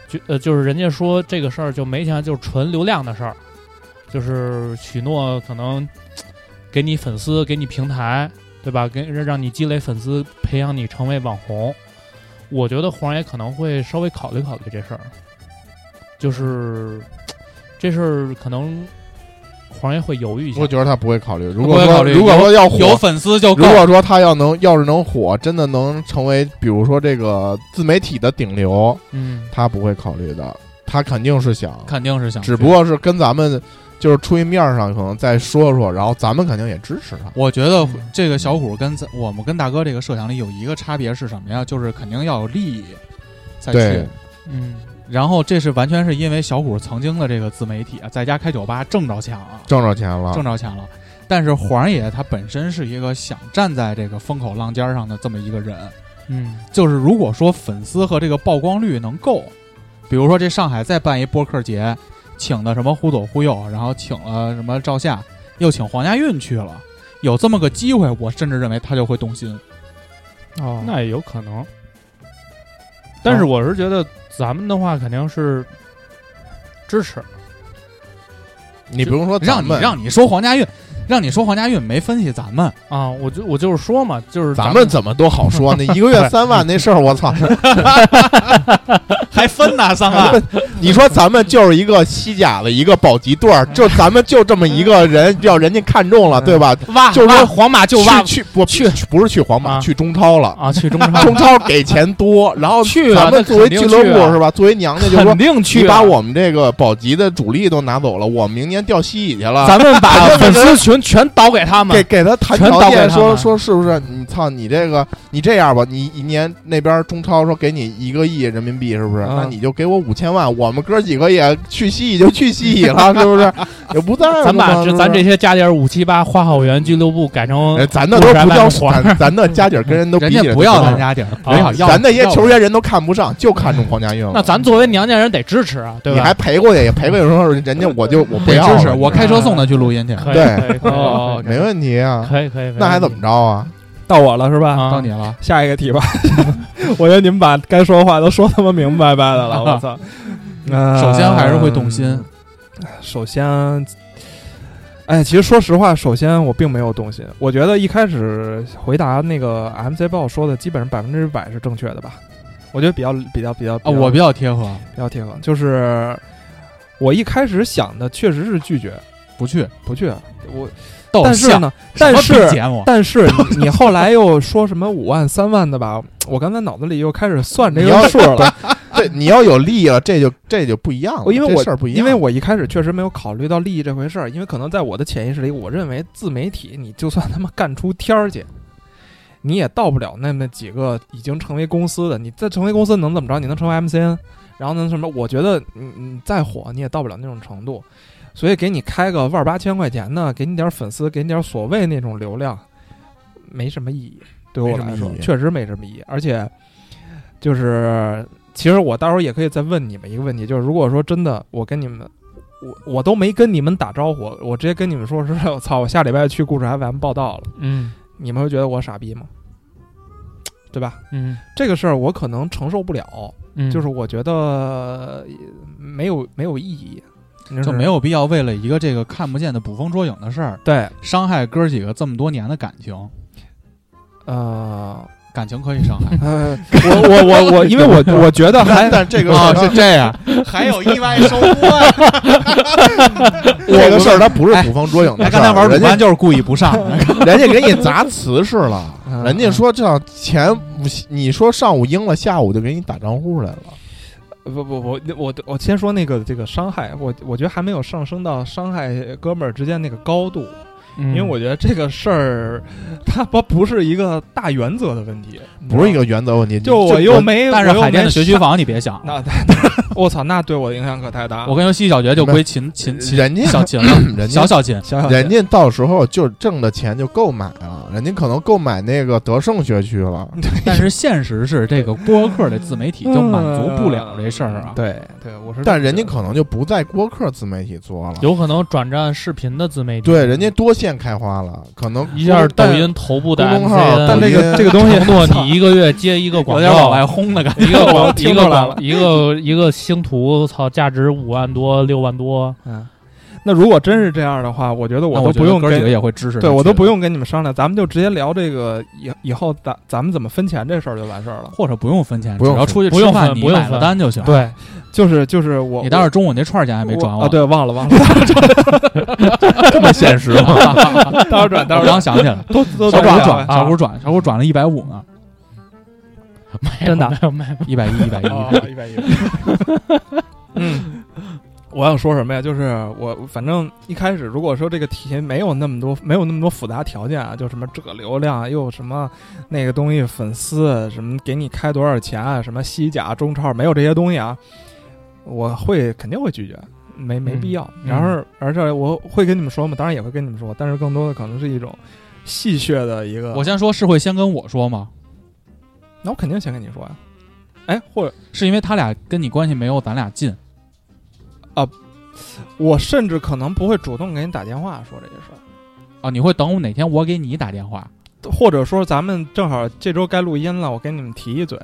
Speaker 5: 就呃就是人家说这个事儿就没钱，就是纯流量的事儿，就是许诺可能给你粉丝，给你平台，对吧？给让你积累粉丝，培养你成为网红。我觉得黄爷可能会稍微考虑考虑这事儿，就是这事儿可能黄爷会犹豫一下
Speaker 4: 我。觉得他不会考虑，如
Speaker 3: 不
Speaker 4: 果
Speaker 3: 会考
Speaker 4: 说
Speaker 3: 虑
Speaker 4: 如果说要
Speaker 3: 有
Speaker 4: 火，
Speaker 3: 粉丝就够
Speaker 4: 如。果说他要能要是能火，真的能成为比如说这个自媒体的顶流，
Speaker 5: 嗯
Speaker 4: 他不会考虑的，他肯定是想，
Speaker 3: 肯定是想去，
Speaker 4: 只不过是跟咱们就是出于面儿上可能再说说，然后咱们肯定也支持他。
Speaker 3: 我觉得这个小虎跟咱我们跟大哥这个设想里有一个差别是什么呀？就是肯定要有利益再去
Speaker 4: 对。
Speaker 5: 嗯
Speaker 3: 然后这是完全是因为小虎曾经的这个自媒体啊，在家开酒吧挣着钱了，
Speaker 4: 挣着钱了，
Speaker 3: 挣着钱了。但是黄爷他本身是一个想站在这个风口浪尖上的这么一个人，
Speaker 5: 嗯
Speaker 3: 就是如果说粉丝和这个曝光率能够，比如说这上海再办一播客节，请的什么忽左忽右，然后请了什么赵夏，又请黄家韵去了，有这么个机会，我甚至认为他就会动心。
Speaker 2: 哦
Speaker 5: 那也有可能。但
Speaker 4: 哦
Speaker 5: 是我是觉得咱们的话肯定是支持，
Speaker 4: 你不用说咱
Speaker 3: 让你
Speaker 4: 们，
Speaker 3: 让你说黄家韵，让你说黄家韵没分析咱们，
Speaker 5: 啊，我就我就是说嘛，就是
Speaker 4: 咱
Speaker 5: 们
Speaker 4: 们怎么都好说 呢？一个月三万那事儿，我操！
Speaker 3: 还分呢三
Speaker 4: 咱
Speaker 3: 万。
Speaker 4: 们 你说咱们就是一个西甲的一个保级队儿，就咱们就这么一个人，要人家看中了，对吧？
Speaker 5: 嗯挖
Speaker 4: 就是说
Speaker 5: 挖皇马就挖
Speaker 4: 去去不
Speaker 5: 去
Speaker 4: 去不是去皇马，
Speaker 5: 啊
Speaker 4: 去中超了。
Speaker 5: 啊， 去中超
Speaker 4: 中超给钱多，然后
Speaker 5: 去啊
Speaker 4: 咱们
Speaker 5: 那
Speaker 4: 作为
Speaker 5: 肯
Speaker 4: 俱
Speaker 5: 定
Speaker 4: 乐
Speaker 5: 去
Speaker 4: 部
Speaker 5: 啊
Speaker 4: 是吧？作为娘家就是说
Speaker 5: 肯，定
Speaker 4: 你
Speaker 5: 去啊，
Speaker 4: 把我们这个保级的主力都拿走了，我明年掉西乙去了。
Speaker 5: 咱们把
Speaker 4: 咱们
Speaker 5: 粉
Speaker 4: 这
Speaker 5: 丝群全倒给他们
Speaker 4: 给，给他谈
Speaker 5: 全
Speaker 4: 条
Speaker 5: 倒给
Speaker 4: 件，
Speaker 5: 他
Speaker 4: 说
Speaker 5: 们
Speaker 4: 说是不是？你操，你这个你这样吧，你一年那边中超说给你一个亿人民币，是不是？
Speaker 2: 啊
Speaker 4: 那你就给我五千万，我们哥几个也去西乙就去西乙了，是不是？也不在乎了
Speaker 5: 咱把
Speaker 4: 嘛
Speaker 5: 这
Speaker 4: 是
Speaker 5: 咱
Speaker 4: 不是
Speaker 5: 这些加点五七八花好园俱乐部改成
Speaker 4: 哎咱那都不叫
Speaker 5: 五十万
Speaker 4: 咱咱那家底儿跟人都
Speaker 3: 人
Speaker 4: 逼
Speaker 3: 家
Speaker 4: 着
Speaker 3: 不要
Speaker 4: 咱
Speaker 3: 咱家底儿，不要要
Speaker 4: 啊咱那些
Speaker 3: 要
Speaker 4: 球员人都看不上，就看中黄家韵了。
Speaker 5: 那咱作为娘家人得支持啊，对
Speaker 4: 你
Speaker 5: 吧？
Speaker 4: 还赔过去，也赔过去说人家我就我不
Speaker 3: 得
Speaker 4: 要
Speaker 3: 支持，
Speaker 4: 了啊
Speaker 3: 我开车送他去录音去。
Speaker 5: 可以
Speaker 4: 对
Speaker 5: 可 以可以
Speaker 3: 哦
Speaker 4: 没问题啊，
Speaker 5: 可以可以，
Speaker 4: 那还怎么着啊？
Speaker 2: 到我了是吧？
Speaker 5: 啊
Speaker 3: 到你了，
Speaker 2: 下一个 题吧，我觉得你们把该说的话都说他妈明明白白的 了，我操！
Speaker 4: 啊
Speaker 2: 呃
Speaker 3: 嗯首先还是会动
Speaker 4: 嗯
Speaker 3: 心。
Speaker 2: 嗯首先，哎，其实说实话，首先我并没有动心。我觉得一开始回答那个 MC 报说的，基本上百分之百是正确的吧。我觉得比较比较比较
Speaker 3: 啊，我比
Speaker 2: 比较
Speaker 3: 较贴合，
Speaker 2: 比较贴合，就是我一开始想的确实是拒绝
Speaker 3: 不去。
Speaker 2: 不去，啊我
Speaker 3: 逗
Speaker 2: 但是
Speaker 3: 笑，
Speaker 2: 呢，但
Speaker 3: 什么
Speaker 2: 是
Speaker 3: 逼节目
Speaker 2: 但是你你后来又说什么五万三万的吧？我刚才脑子里又开始算这
Speaker 4: 你要
Speaker 2: 个数了，
Speaker 4: 对，你要有利了，这就这就不一样了，
Speaker 2: 哦我因为
Speaker 4: 这
Speaker 2: 我
Speaker 4: 事儿不一样，
Speaker 2: 因为我一开始确实没有考虑到利益这回事儿，因为可能在我的潜意识里，我认为自媒体你就算他妈干出天儿去，你也到不了那么几个已经成为公司的，你再成为公司能怎么着？你能成为 MCN，然后能什么？我觉得你你再火你也到不了那种程度，所以给你开个万八千块钱呢，给你点粉丝，给你点所谓那种流量，没什么意义。对
Speaker 4: 没
Speaker 2: 我
Speaker 4: 什么
Speaker 2: 来说
Speaker 4: 意义，
Speaker 2: 确实没什么意义。而且，就是其实我到时候也可以再问你们一个问题，就是如果说真的我跟你们，我我都没跟你们打招呼，我直接跟你们说是，我操，我下礼拜去故事 FM 报道了，
Speaker 5: 嗯
Speaker 2: 你们会觉得我傻逼吗？对吧？
Speaker 5: 嗯
Speaker 2: 这个事儿我可能承受不了，
Speaker 5: 嗯，
Speaker 2: 就是我觉得呃没有没有意义，
Speaker 3: 就没有必要为了一个这个看不见的捕风捉影的事儿，
Speaker 2: 对
Speaker 3: 伤害哥几个这么多年的感情。
Speaker 2: 呃，
Speaker 3: 感情可以伤害
Speaker 2: 呃，我我我我，因 为我我觉得还
Speaker 4: 但但这个
Speaker 3: 哦
Speaker 4: 事儿
Speaker 3: 是这样，
Speaker 4: 还有意外收获。 这个事儿它不是捕风捉影的
Speaker 3: 哎那
Speaker 4: 事
Speaker 3: 刚才
Speaker 4: 儿，
Speaker 3: 玩
Speaker 4: 人
Speaker 3: 主
Speaker 4: 家
Speaker 3: 班就是故意不上，
Speaker 4: 人家给你砸瓷实了
Speaker 2: 嗯，
Speaker 4: 人家说这样前午你说上午赢了，下午就给你打账户来了。
Speaker 2: 不不不，我我先说那个这个伤害，我我觉得还没有上升到伤害哥们儿之间那个高度，
Speaker 5: 因
Speaker 3: 嗯
Speaker 2: 因为我觉得这个事儿它不不是一个大原则的问题，
Speaker 3: 嗯
Speaker 4: 不是一个原则问题，
Speaker 2: 就我又没，
Speaker 3: 但是
Speaker 2: 我又
Speaker 3: 海淀
Speaker 2: 没
Speaker 3: 的学区房你别想，啊
Speaker 2: 那，我操，那对我的影响可太大了。
Speaker 3: 我跟尤西小学就归秦秦秦
Speaker 4: 人家
Speaker 3: 小秦了，
Speaker 4: 人家
Speaker 3: 小小秦，
Speaker 2: 想想
Speaker 4: 人家到时候就挣的钱就够买了，人家可能购买那个德胜学区了。
Speaker 3: 但是现实是这个播客的自媒体就满足不了这事儿啊。
Speaker 2: 对对，我是这么觉得，
Speaker 4: 但人家可能就不在播客自媒体做了，
Speaker 5: 有可能转战视频的自媒体，
Speaker 4: 对，人家多线开花了，可能
Speaker 5: 一下抖音头部的
Speaker 4: 公众号
Speaker 5: MCN，
Speaker 4: 但抖音
Speaker 2: 这个这个东西
Speaker 5: 承诺你一个月接一个
Speaker 3: 有
Speaker 5: 广
Speaker 3: 点往外
Speaker 5: 告，
Speaker 3: 轰的感觉，
Speaker 5: 一个广
Speaker 2: 听
Speaker 5: 一
Speaker 2: 出
Speaker 5: 个
Speaker 2: 来了
Speaker 5: 广一个一个星图，操，价值五万多六万多，
Speaker 2: 嗯，那如果真是这样的话，我觉得
Speaker 3: 那
Speaker 2: 都
Speaker 3: 觉得
Speaker 2: 不用
Speaker 3: 哥几个
Speaker 2: 跟，
Speaker 3: 也会支持他去
Speaker 2: 对
Speaker 3: 的，
Speaker 2: 我都不用跟你们商量，咱们就直接聊这个以以后咱咱们怎么分钱这事儿就完事儿了。
Speaker 3: 或者不用分钱，
Speaker 4: 不用
Speaker 3: 只要出去
Speaker 5: 不用
Speaker 3: 吃饭
Speaker 5: 分
Speaker 3: 你
Speaker 5: 不用
Speaker 3: 买了
Speaker 5: 分
Speaker 3: 单就行。
Speaker 5: 对，
Speaker 2: 就是就是我，
Speaker 3: 你待会儿中午那串儿钱还
Speaker 2: 还
Speaker 3: 没转我
Speaker 2: 啊？对，忘了忘 了，
Speaker 4: 这么现实吗？
Speaker 2: 待会儿转，待
Speaker 3: 我
Speaker 2: 会儿
Speaker 3: 刚想起来了，
Speaker 2: 都都
Speaker 3: 小
Speaker 2: 都
Speaker 3: 谷
Speaker 2: 转啊
Speaker 3: 转，
Speaker 2: 了
Speaker 3: 小谷转，小谷转了一百五呢，
Speaker 5: 真的
Speaker 3: 一百一，一百一，
Speaker 2: 哦一百一。嗯，我要说什么呀？就是我反正一开始如果说这个题没有那么多没有那么多复杂条件啊，就什么这个流量又什么那个东西粉丝什么给你开多少钱啊，什么西甲中超没有这些东西啊，我会肯定会拒绝。没没必要，
Speaker 5: 嗯
Speaker 2: 然后而且我会跟你们说嘛，当然也会跟你们说，但是更多的可能是一种戏谑的一个。
Speaker 3: 我先说是会先跟我说吗？
Speaker 2: 那我肯定先跟你说呀，哎，或者
Speaker 3: 是因为他俩跟你关系没有咱俩近，
Speaker 2: 我甚至可能不会主动给你打电话说这些事儿，
Speaker 3: 啊，你会等我哪天我给你打电话
Speaker 2: 或者说咱们正好这周该录音了，我给你们提一嘴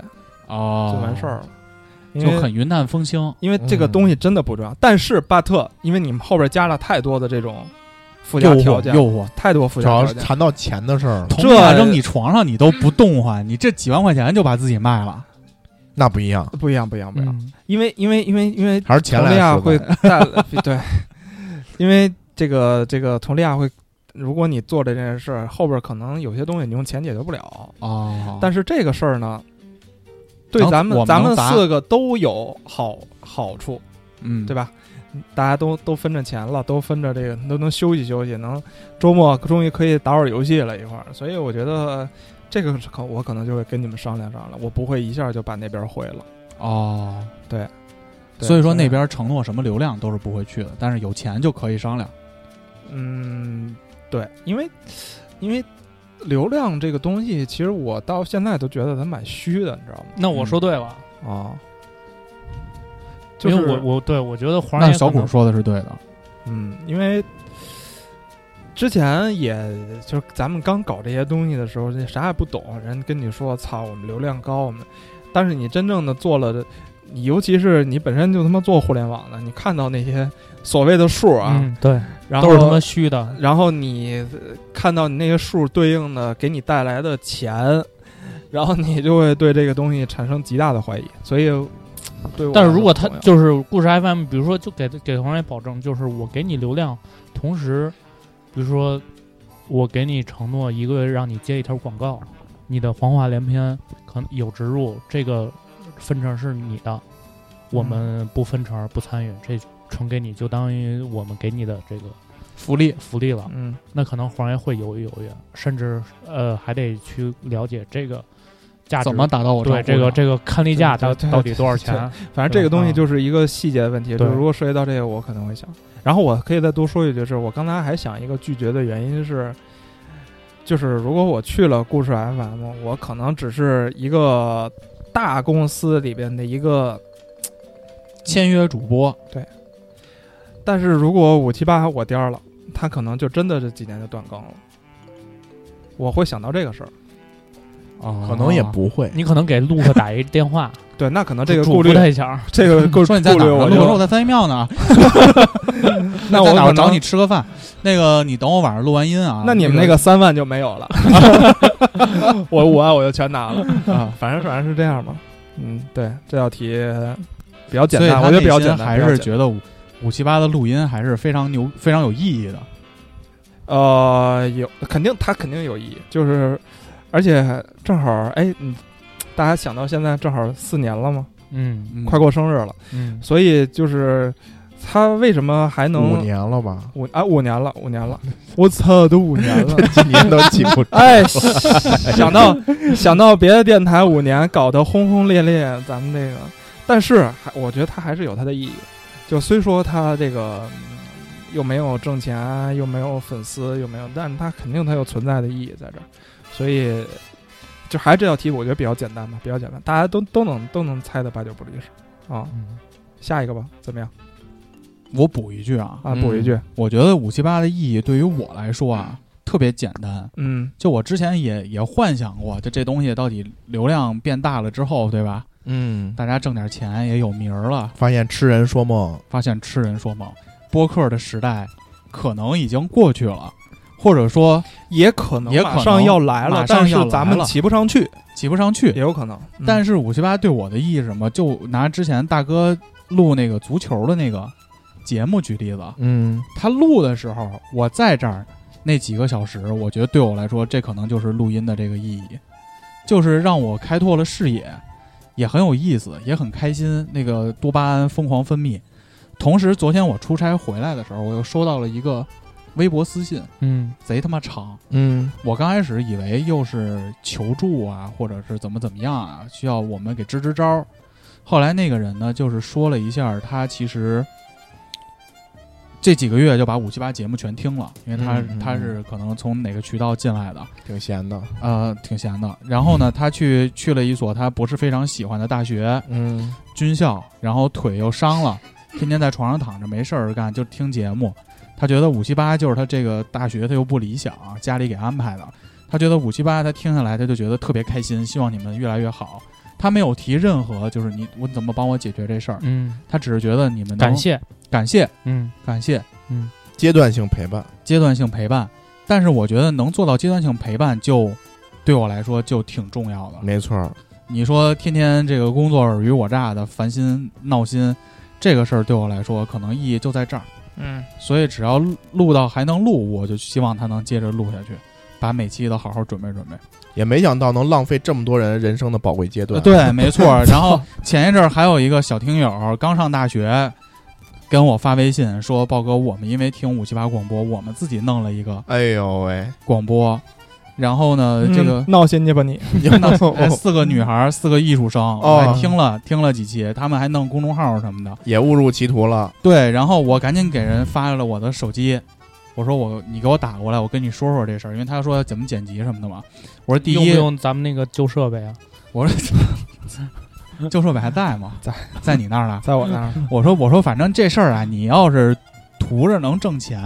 Speaker 3: 哦，
Speaker 2: 就完事儿，了，因
Speaker 3: 就
Speaker 2: 为
Speaker 3: 很云淡风轻。
Speaker 2: 因为这个东西真的不重要。但是巴特，因为你们后边加了太多的这种附加
Speaker 3: 诱
Speaker 2: 条
Speaker 3: 惑，
Speaker 2: 件，
Speaker 3: 诱惑，
Speaker 2: 太多附
Speaker 4: 主
Speaker 2: 加
Speaker 4: 要
Speaker 2: 条
Speaker 4: 是
Speaker 2: 件，
Speaker 4: 谈到钱的事儿了，
Speaker 3: 铜板扔你床上你都不动换，你这几万块钱就把自己卖了。
Speaker 4: 那不一样，
Speaker 2: 不一样，不一样，
Speaker 5: 啊
Speaker 2: 不一样。
Speaker 3: 嗯
Speaker 2: 因为因为因为因为
Speaker 4: 还是钱
Speaker 2: 佟丽
Speaker 4: 来
Speaker 2: 娅
Speaker 4: 说
Speaker 2: 啊会带对，因为这个这个佟丽娅会，如果你做这件事儿，后边可能有些东西你用钱解决不了。
Speaker 3: 哦，
Speaker 2: 但是这个事儿呢，对
Speaker 3: 能
Speaker 2: 咱们
Speaker 3: 我们
Speaker 2: 咱们
Speaker 3: 能砸
Speaker 2: 四个都有好好处，
Speaker 3: 嗯，
Speaker 2: 对吧？大家都都分着钱了，都分着这个，都能休息休息，能周末终于可以打会儿游戏了一会儿。所以我觉得这个是可我可能就会跟你们商量商量，我不会一下就把那边毁了。
Speaker 3: 哦，
Speaker 2: 对，对
Speaker 3: 所以说
Speaker 2: 对
Speaker 3: 那边承诺什么流量都是不会去的，但是有钱就可以商量。
Speaker 2: 嗯，对，因为因为流量这个东西，其实我到现在都觉得它蛮虚的，你知道吗？
Speaker 5: 那我说对了，
Speaker 3: 哦
Speaker 2: 啊，就是
Speaker 5: 因为我我对我觉得黄
Speaker 3: 那
Speaker 5: 爷
Speaker 3: 小
Speaker 5: 可
Speaker 3: 谷
Speaker 5: 能
Speaker 3: 说的是对的，
Speaker 2: 嗯，因为之前也就是咱们刚搞这些东西的时候，这啥也不懂，人跟你说“操，我们流量高”，我们，但是你真正的做了的，你尤其是你本身就他妈做互联网的，你看到那些所谓的数啊，
Speaker 5: 嗯对，
Speaker 2: 然后
Speaker 5: 都是他妈虚的，
Speaker 2: 然后你呃看到你那个数对应的给你带来的钱，然后你就会对这个东西产生极大的怀疑。所以，对我来说很重要，
Speaker 5: 但是如果他就是故事 FM，比如说就给给黄爷保证，就是我给你流量，同时，比如说我给你承诺一个月让你接一条广告，你的黄话连篇可能有植入，这个分成是你的，我
Speaker 3: 嗯
Speaker 5: 们不分成不参与，这纯给你就当于我们给你的这个
Speaker 3: 福利
Speaker 5: 福利了。
Speaker 2: 嗯，
Speaker 5: 那可能黄爷会犹豫犹豫，甚至呃还得去了解这个价值
Speaker 3: 怎么打到我
Speaker 5: 对
Speaker 3: 账
Speaker 5: 这
Speaker 3: 户
Speaker 5: 个
Speaker 3: 上
Speaker 5: 这个看例价
Speaker 2: 对
Speaker 5: 到
Speaker 2: 对对
Speaker 5: 到底多少
Speaker 2: 对
Speaker 5: 钱？
Speaker 2: 反正这个东西
Speaker 5: 嗯
Speaker 2: 就是一个细节的问题。就
Speaker 5: 对
Speaker 2: 是如果涉及到这个，我可能会想。然后我可以再多说一句，是我刚才还想一个拒绝的原因是，就是如果我去了故事 FM，我可能只是一个大公司里边的一个
Speaker 3: 签约主播，
Speaker 2: 但是如果五七八我颠儿了，他可能就真的这几年就断更了。我会想到这个事儿，
Speaker 3: 哦
Speaker 4: 可能也不会。
Speaker 5: 你可能给陆克打一电话，
Speaker 2: 对，那可能这个
Speaker 5: 嘱
Speaker 2: 顾虑
Speaker 5: 咐，他一下。
Speaker 2: 这 个顾
Speaker 3: 说你在
Speaker 2: 顾
Speaker 3: 哪
Speaker 2: 虑
Speaker 3: 儿呢？
Speaker 2: 我
Speaker 3: 路口我
Speaker 2: 就，
Speaker 3: 在三义庙 呢，
Speaker 2: 那
Speaker 3: 在
Speaker 2: 我
Speaker 3: 哪儿
Speaker 2: 可
Speaker 3: 我找
Speaker 2: 能
Speaker 3: 你，吃个饭。那个你等我晚上录完音啊。
Speaker 2: 那你们那个三万就没有了，我五万我就全拿了啊，反正反正是这样吧，嗯，对，这道题比较简
Speaker 3: 所以
Speaker 2: 单，
Speaker 3: 他
Speaker 2: 我觉得比较
Speaker 3: 内心
Speaker 2: 简单，
Speaker 3: 还
Speaker 2: 比较
Speaker 3: 是
Speaker 2: 简
Speaker 3: 觉
Speaker 2: 单
Speaker 3: 得五五七八的录音还是非常牛、非常有意义的。
Speaker 2: 呃有肯定他肯定有意义，就是而且正好哎，你大家想到现在正好四年了吗？
Speaker 5: 嗯
Speaker 3: 嗯
Speaker 2: 快过生日了。
Speaker 5: 嗯，
Speaker 2: 所以就是他为什么还能？
Speaker 4: 五年了吧
Speaker 2: 五啊五年了五年了，我操都五年了，
Speaker 4: 今年都记不住。
Speaker 2: 哎， 想到想到别的电台五年搞得轰轰烈烈，咱们这个，但是还我觉得它还是有它的意义，就虽说它这个。嗯又没有挣钱，啊又没有粉丝，又没有，但是它肯定它有存在的意义在这儿，所以就还是这道题，我觉得比较简单吧，比较简单，大家都都能都能猜的八九不离十啊。
Speaker 5: 嗯
Speaker 2: 下一个吧，怎么样
Speaker 3: 我补一句啊，
Speaker 2: 啊？补一句，
Speaker 3: 我觉得五七八的意义对于我来说啊特别简单。
Speaker 2: 嗯
Speaker 3: 就我之前也也幻想过，就这东西到底流量变大了之后，对吧？
Speaker 4: 嗯，
Speaker 3: 大家挣点钱也有名儿了，
Speaker 4: 发现痴人说梦，
Speaker 3: 发现痴人说梦，播客的时代可能已经过去了，或者说，
Speaker 2: 也可能
Speaker 3: 也可
Speaker 2: 马上
Speaker 3: 能
Speaker 2: 要来了
Speaker 3: 马，上
Speaker 2: 但是
Speaker 3: 要来
Speaker 2: 咱们
Speaker 3: 了
Speaker 2: 骑不上去，
Speaker 3: 骑不上去
Speaker 2: 也。有可能。嗯
Speaker 3: 但是五七八对我的意义是什么？就拿之前大哥录那个足球的那个节目举例子，
Speaker 4: 嗯，
Speaker 3: 他录的时候，我在这儿那几个小时，我觉得对我来说，这可能就是录音的这个意义，就是让我开拓了视野，也很有意思，也很开心。那个多巴胺疯狂分泌。同时，昨天我出差回来的时候，我又收到了一个微博私信，
Speaker 5: 嗯
Speaker 3: 贼他妈长。
Speaker 4: 嗯，
Speaker 3: 我刚开始以为又是求助啊，或者是怎么怎么样啊，需要我们给支支招儿。后来那个人呢，就是说了一下，他其实这几个月就把五七八节目全听了，因为他、
Speaker 4: 嗯嗯嗯
Speaker 3: 他是可能从哪个渠道进来的，
Speaker 4: 挺闲的。
Speaker 3: 呃，挺闲的。然后呢，他去去了一所他不是非常喜欢的大学
Speaker 4: 嗯，
Speaker 3: 军校，然后腿又伤了，天天在床上躺着没事儿干就听节目。他觉得五七八就是他这个大学他又不理想，家里给安排的。他觉得五七八他听下来他就觉得特别开心，希望你们越来越好。他没有提任何就是你我怎么帮我解决这事儿，
Speaker 5: 嗯，
Speaker 3: 他只是觉得你们能
Speaker 5: 感谢，
Speaker 3: 感谢
Speaker 5: 嗯
Speaker 3: 感谢
Speaker 5: 嗯，
Speaker 4: 阶段性陪伴，
Speaker 3: 阶段性陪伴。但是我觉得能做到阶段性陪伴就，对我来说就挺重要的。
Speaker 4: 没错儿，
Speaker 3: 你说天天这个工作尔虞我诈的烦心闹心，这个事儿对我来说可能意义就在这儿。
Speaker 5: 嗯，
Speaker 3: 所以只要录录到还能录，我就希望它能接着录下去，把每期都好好准备准备。
Speaker 4: 也没想到能浪费这么多人人生的宝贵阶段。
Speaker 3: 呃对，没错儿。然后 前一阵儿还有一个小听友刚上大学，跟我发微信说：“豹哥，我们因为听五七八广播，我们自己弄了一个
Speaker 4: 哎呦喂，
Speaker 3: 广播。”然后呢，这个
Speaker 2: 嗯闹心去吧你，
Speaker 3: 那哎四个女孩儿，四个艺术生，我还听了听了几期，他们还弄公众号什么的。
Speaker 4: 也误入歧途了。
Speaker 3: 对，然后我赶紧给人发了我的手机，我说我你给我打过来，我跟你说说这事儿，因为他说怎么剪辑什么的嘛。我说第
Speaker 5: 用
Speaker 3: 一，
Speaker 5: 不用咱们那个旧设备啊？
Speaker 3: 我说旧设备还在吗？
Speaker 2: 在，
Speaker 3: 在你那 儿呢。
Speaker 2: 在我那儿，
Speaker 3: 我说我说反正这事儿啊，你要是图着能挣钱，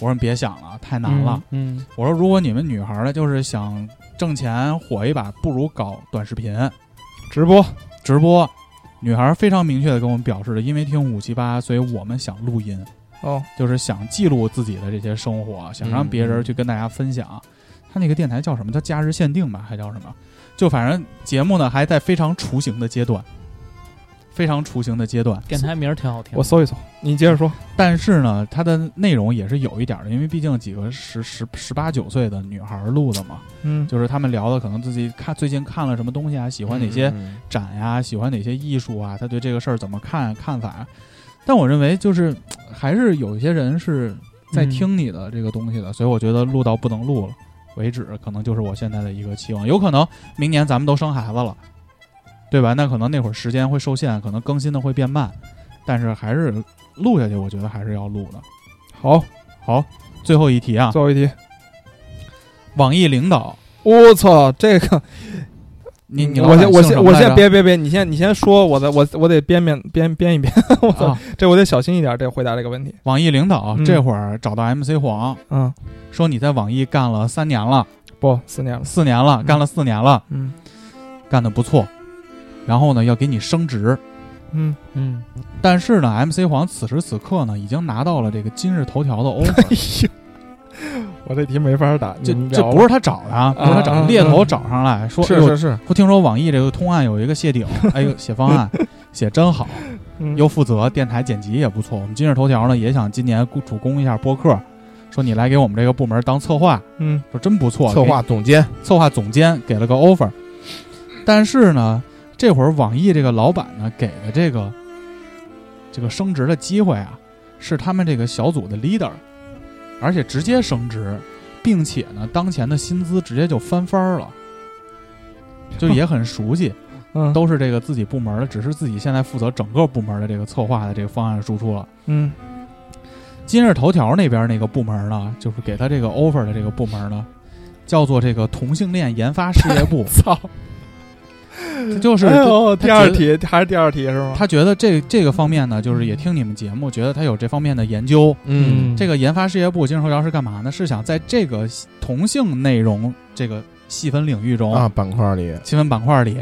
Speaker 3: 我说你别想了，太难了。
Speaker 5: 嗯，
Speaker 3: 我说如果你们女孩儿呢，就是想挣钱火一把，不如搞短视频。
Speaker 2: 直播
Speaker 3: 直播，女孩非常明确的跟我们表示了，因为听五七八，所以我们想录音，
Speaker 2: 哦，
Speaker 3: 就是想记录自己的这些生活，想让别
Speaker 5: 嗯
Speaker 3: 人去跟大家分享。他那个电台叫什么？叫假日限定吧，还叫什么？就反正节目呢还在非常雏形的阶段，非常雏形的阶段。
Speaker 5: 电台名儿挺好听嗯
Speaker 2: 我。搜一搜，你接着说。
Speaker 3: 但是呢，它的内容也是有一点儿的，因为毕竟几个十十十八九岁的女孩录的嘛，
Speaker 2: 嗯，
Speaker 3: 就是她们聊的可能自己看最近看了什么东西啊，喜
Speaker 4: 喜
Speaker 3: 欢哪些
Speaker 2: 嗯
Speaker 3: 展呀、喜欢哪些艺术啊，他对这个事儿怎么看看法啊。但我认为就是嘖还是有一些人是在
Speaker 5: 嗯
Speaker 3: 听你的这个东西的，所以我觉得录到不能录了为止，可能就是我现在的一个期望。有可能明年咱们都生孩子了，对吧？那可能那会儿时间会受限，可能更新的会变慢，但是还是录下去，我觉得还是要录的。
Speaker 2: 好，
Speaker 3: 好，最后一题啊
Speaker 2: 最，后一题。
Speaker 3: 网易领导，
Speaker 2: 我操，这个
Speaker 3: 你你老
Speaker 2: 我
Speaker 3: 板
Speaker 2: 先我
Speaker 3: 姓什
Speaker 2: 先
Speaker 3: 么
Speaker 2: 我
Speaker 3: 来着
Speaker 2: 先别别别，你先你先说，我的我我得编编编编一编， 我操，
Speaker 3: 啊，
Speaker 2: 这我得小心一点，这回答这个问题。
Speaker 3: 网易领导、
Speaker 2: 嗯
Speaker 3: 这会儿找到 MC 黄，
Speaker 2: 嗯，
Speaker 3: 说你在网易干了三年了，
Speaker 2: 不，四年了。
Speaker 3: 四年了，干了四年了，
Speaker 2: 嗯
Speaker 3: 干得不错。然后呢，要给你升职，
Speaker 2: 嗯，
Speaker 5: 嗯，
Speaker 3: 但是呢，MC 黄此时此刻呢，已经拿到了这个今日头条的 offer，
Speaker 2: 嗯哎我这题没法答，
Speaker 3: 这
Speaker 2: 你们
Speaker 3: 这
Speaker 2: 聊
Speaker 3: 不是他找的啊，不是他找
Speaker 2: 啊
Speaker 3: 的，猎头找上来说，哎
Speaker 4: 是
Speaker 3: 呦
Speaker 4: 是是，
Speaker 3: 说听说网易这个通案有一个谢顶，哎呦，写方案 写真好，
Speaker 2: 嗯
Speaker 3: 又负责电台剪辑也不错。我们今日头条呢也想今年主攻一下播客，说你来给我们这个部门当策划，
Speaker 2: 嗯
Speaker 3: 说真不错，
Speaker 4: 策
Speaker 3: 给
Speaker 4: 划总监
Speaker 3: 策划总监给了个 offer，但是呢，这会儿网易这个老板呢给的这个这个升职的机会啊，是他们这个小组的 leader，而且直接升职，并且呢，当前的薪资直接就翻番儿了，就也很熟悉，
Speaker 2: 嗯
Speaker 3: 都是这个自己部门的，只是自己现在负责整个部门的这个策划的这个方案输出了。
Speaker 2: 嗯
Speaker 3: 今日头条那边那个部门呢，就是给他这个 offer 的这个部门呢，叫做这个同性恋研发事业部。
Speaker 2: 操，
Speaker 3: 这就是
Speaker 2: 哎呦，
Speaker 3: 他
Speaker 2: 第二题还是第二题是吗？
Speaker 3: 他觉得这这个方面呢，就是也听你们节目，觉得他有这方面的研究。
Speaker 4: 嗯，
Speaker 3: 这个研发事业部今日头条是干嘛呢？是想在这个同性内容这个细分领域中
Speaker 4: 啊，板块里
Speaker 3: 细分板块里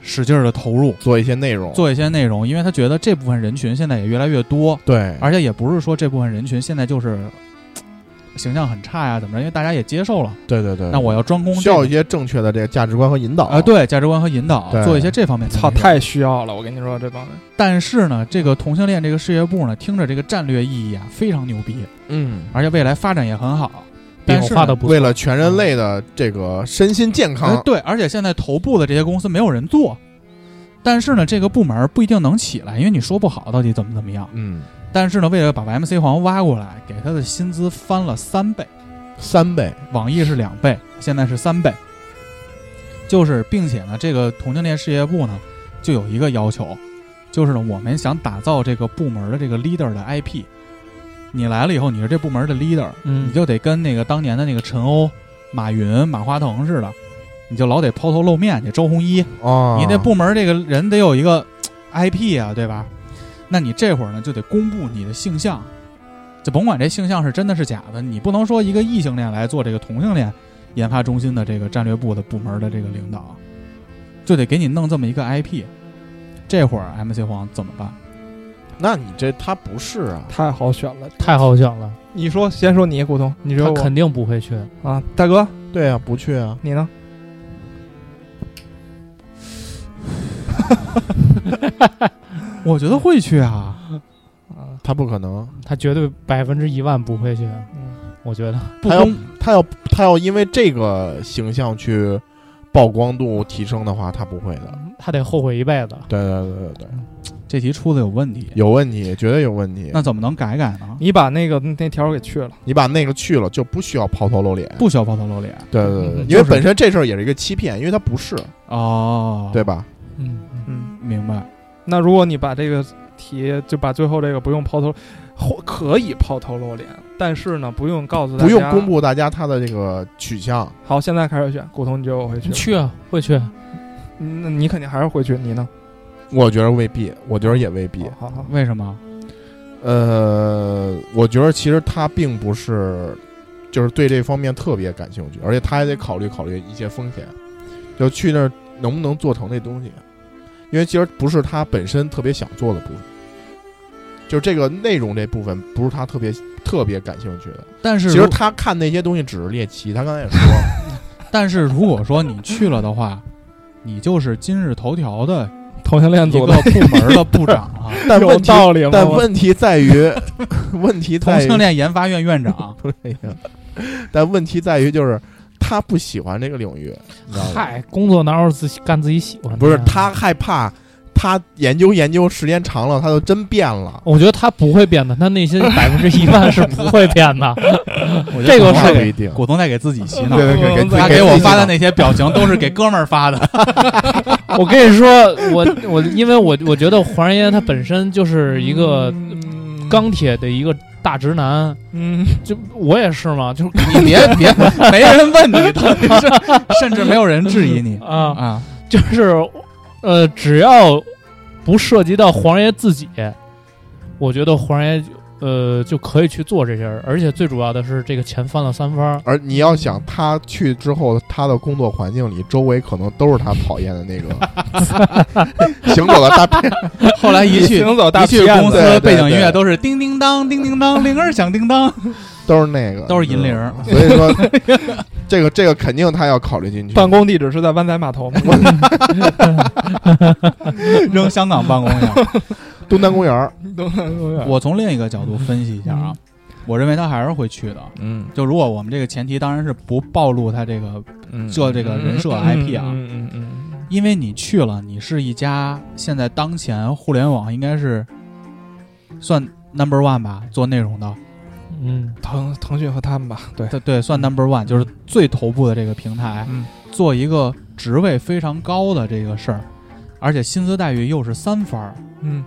Speaker 3: 使劲的投入，
Speaker 4: 做一些内容，
Speaker 3: 做一些内容，因为他觉得这部分人群现在也越来越多，
Speaker 4: 对，
Speaker 3: 而且也不是说这部分人群现在就是嘖形象很差呀，怎么着？因为大家也接受了，
Speaker 4: 对对对，
Speaker 3: 那我要专攻
Speaker 4: 需
Speaker 3: 这
Speaker 4: 要
Speaker 3: 个
Speaker 4: 一些正确的这个价值观和引导
Speaker 3: 啊、对价值观和引导，
Speaker 4: 对
Speaker 3: 做一些这方面的内
Speaker 2: 操，
Speaker 3: 容。
Speaker 2: 太需要了，我跟你说这帮人。
Speaker 3: 但是呢，这个同性恋这个事业部呢，听着这个战略意义啊非常牛逼，
Speaker 4: 嗯，
Speaker 3: 而且未来发展也很好。
Speaker 5: 比
Speaker 3: 但
Speaker 5: 我
Speaker 3: 是
Speaker 5: 画的
Speaker 3: 呢，
Speaker 5: 不错
Speaker 4: 为了全人类的这个身心健
Speaker 3: 哎
Speaker 4: 康，
Speaker 3: 对，而且现在头部的这些公司没有人做，但是呢，这个部门不一定能起来，因为你说不好到底怎么怎么样。
Speaker 4: 嗯，
Speaker 3: 但是呢，为了把 MC 黄挖过来，给他的薪资翻了三倍，
Speaker 4: 三倍，
Speaker 3: 网易是两倍，现在是三倍。就是，并且呢，这个同性恋事业部呢，就有一个要求，就是呢，我们想打造这个部门的这个 leader 的 IP。你来了以后，你是这部门的 leader，
Speaker 5: 嗯
Speaker 3: 你就得跟那个当年的那个陈欧、马云、马化腾似的，你就老得抛头露面去。周鸿祎，啊
Speaker 4: 哦，
Speaker 3: 你那部门这个人得有一个 IP 啊，对吧？那你这会儿呢，就得公布你的性向，就甭管这性向是真的是假的，你不能说一个异性恋来做这个同性恋研发中心的这个战略部的部门的这个领导，就得给你弄这么一个 IP。这会儿 MC 黄怎么办？
Speaker 4: 那你这他不是啊？
Speaker 2: 太好选了。
Speaker 5: 太好选了，
Speaker 2: 你说，先说你，古潼，你觉
Speaker 5: 他
Speaker 2: 得我
Speaker 5: 肯定不会去。
Speaker 2: 啊，大哥，
Speaker 4: 对啊，不去啊。
Speaker 2: 你呢？
Speaker 3: 我觉得会去啊，
Speaker 2: 啊，
Speaker 4: 他不可能，
Speaker 5: 他绝对百分之一万不会去，
Speaker 2: 嗯
Speaker 5: 我觉得
Speaker 3: 不
Speaker 4: 他要
Speaker 3: 公
Speaker 4: 他要他要因为这个形象去曝光度提升的话，他不会的。
Speaker 5: 他得后悔一辈子。
Speaker 4: 对对对对对，
Speaker 3: 这题出的有问题，
Speaker 4: 有问题，绝对有问题。
Speaker 3: 那怎么能改改呢？
Speaker 2: 你把那个那条给去了，
Speaker 4: 你把那个去了，就不需要抛头露脸。
Speaker 3: 不需要抛头露脸
Speaker 4: 对对对对，
Speaker 3: 嗯
Speaker 4: 因为
Speaker 3: 就是
Speaker 4: 本身这事儿也是一个欺骗，因为他不是，
Speaker 3: 哦，
Speaker 4: 对，吧？
Speaker 5: 嗯，
Speaker 2: 嗯，
Speaker 3: 明白。
Speaker 2: 那如果你把这个题就把最后这个不用抛头，或可以抛头露脸，但是呢，不用告诉大
Speaker 4: 不
Speaker 2: 家，
Speaker 4: 用公。布大家他的这个取向。
Speaker 2: 好，现在开始选，古潼，你觉得我会去吗？
Speaker 5: 去啊，会去。
Speaker 2: 嗯那你肯定还是会去，你呢？
Speaker 4: 我觉得未必，我觉得也未必。
Speaker 2: 好好好，
Speaker 3: 为什么？
Speaker 4: 呃，我觉得其实他并不是，就是对这方面特别感兴趣，而且他还得考虑考虑一些风险，就去那儿能不能做成这东西，因为其实不是他本身特别想做的部分，就是这个内容这部分不是他特别特别感兴趣的。
Speaker 3: 但是
Speaker 4: 其实
Speaker 3: 如
Speaker 4: 他看那些东西只是猎奇，他刚才 也说了，
Speaker 3: 但是如果说你去了的话，你就是今日头条的
Speaker 2: 同性恋
Speaker 3: 一个部
Speaker 2: 组的
Speaker 3: 门的部长啊，
Speaker 4: 但
Speaker 2: 有
Speaker 4: 问题
Speaker 2: 道理吗？
Speaker 4: 但
Speaker 2: 我
Speaker 4: 问题 在于，问题
Speaker 3: 同
Speaker 4: 在于
Speaker 3: 性恋研发院院长。
Speaker 4: 哎呀，但问题在于就是他不喜欢这个领域，你知道吗？
Speaker 5: 嗨，工作哪有自己干自己喜欢的？
Speaker 4: 不是他，害怕，他研究研究时间长了，他就真变了。
Speaker 5: 我觉得他不会变的，他内心百分之一万是不会变的。
Speaker 3: 我觉得
Speaker 5: 这个
Speaker 3: 可能
Speaker 4: 那
Speaker 5: 是
Speaker 4: 不一定。
Speaker 3: 股东在给自己洗脑。
Speaker 4: 对对，给
Speaker 3: 他给我发的那些表情都是给哥们儿发的，
Speaker 5: 我跟你说，我我因为我我觉得黄仁爷他本身就是一个钢铁的一个大直男，
Speaker 2: 嗯，
Speaker 5: 就我也是嘛，就是
Speaker 3: 你别别，没人问你的，甚至没有人质疑你
Speaker 5: 啊，
Speaker 3: 啊。
Speaker 5: 就是呃，只要不涉及到黄仁爷自己，我觉得黄仁爷呃就可以去做这些事儿，而且最主要的是这个钱翻了三番儿。
Speaker 4: 而你要想他去之后，他的工作环境里，周围可能都是他讨厌的那个行走的大片。
Speaker 3: 后来一 去
Speaker 2: 行走大
Speaker 3: 一去
Speaker 2: 骗
Speaker 3: 公
Speaker 2: 子，
Speaker 3: 司，
Speaker 4: 对对
Speaker 3: 背景音乐
Speaker 4: 对
Speaker 3: 都是叮叮当叮叮当，铃儿响叮当，
Speaker 4: 都是那个，
Speaker 3: 都是银铃
Speaker 4: 儿。
Speaker 3: 儿。
Speaker 4: 所以说， 这个这个肯定他要考虑进去。
Speaker 2: 办公地址是在湾仔 码头吗？
Speaker 3: 扔香港办公去。
Speaker 4: 东南公园儿，
Speaker 2: 嗯
Speaker 3: 我从另一个角度分析一下啊，我认为他还是会去的。
Speaker 4: 嗯，
Speaker 3: 就如果我们这个前提当然是不暴露他这个这这个人设 IP 啊，
Speaker 2: 嗯嗯嗯嗯
Speaker 3: 因为你去了，你是一家现在当前互联网应该是算 number one 吧，做内容的，
Speaker 5: 嗯，
Speaker 2: 腾腾讯和他们吧，对，
Speaker 3: 对对，算 number one 就是最头部的这个平台，
Speaker 2: 嗯
Speaker 3: 做一个职位非常高的这个事儿，而且薪资待遇又是三番儿。
Speaker 2: 嗯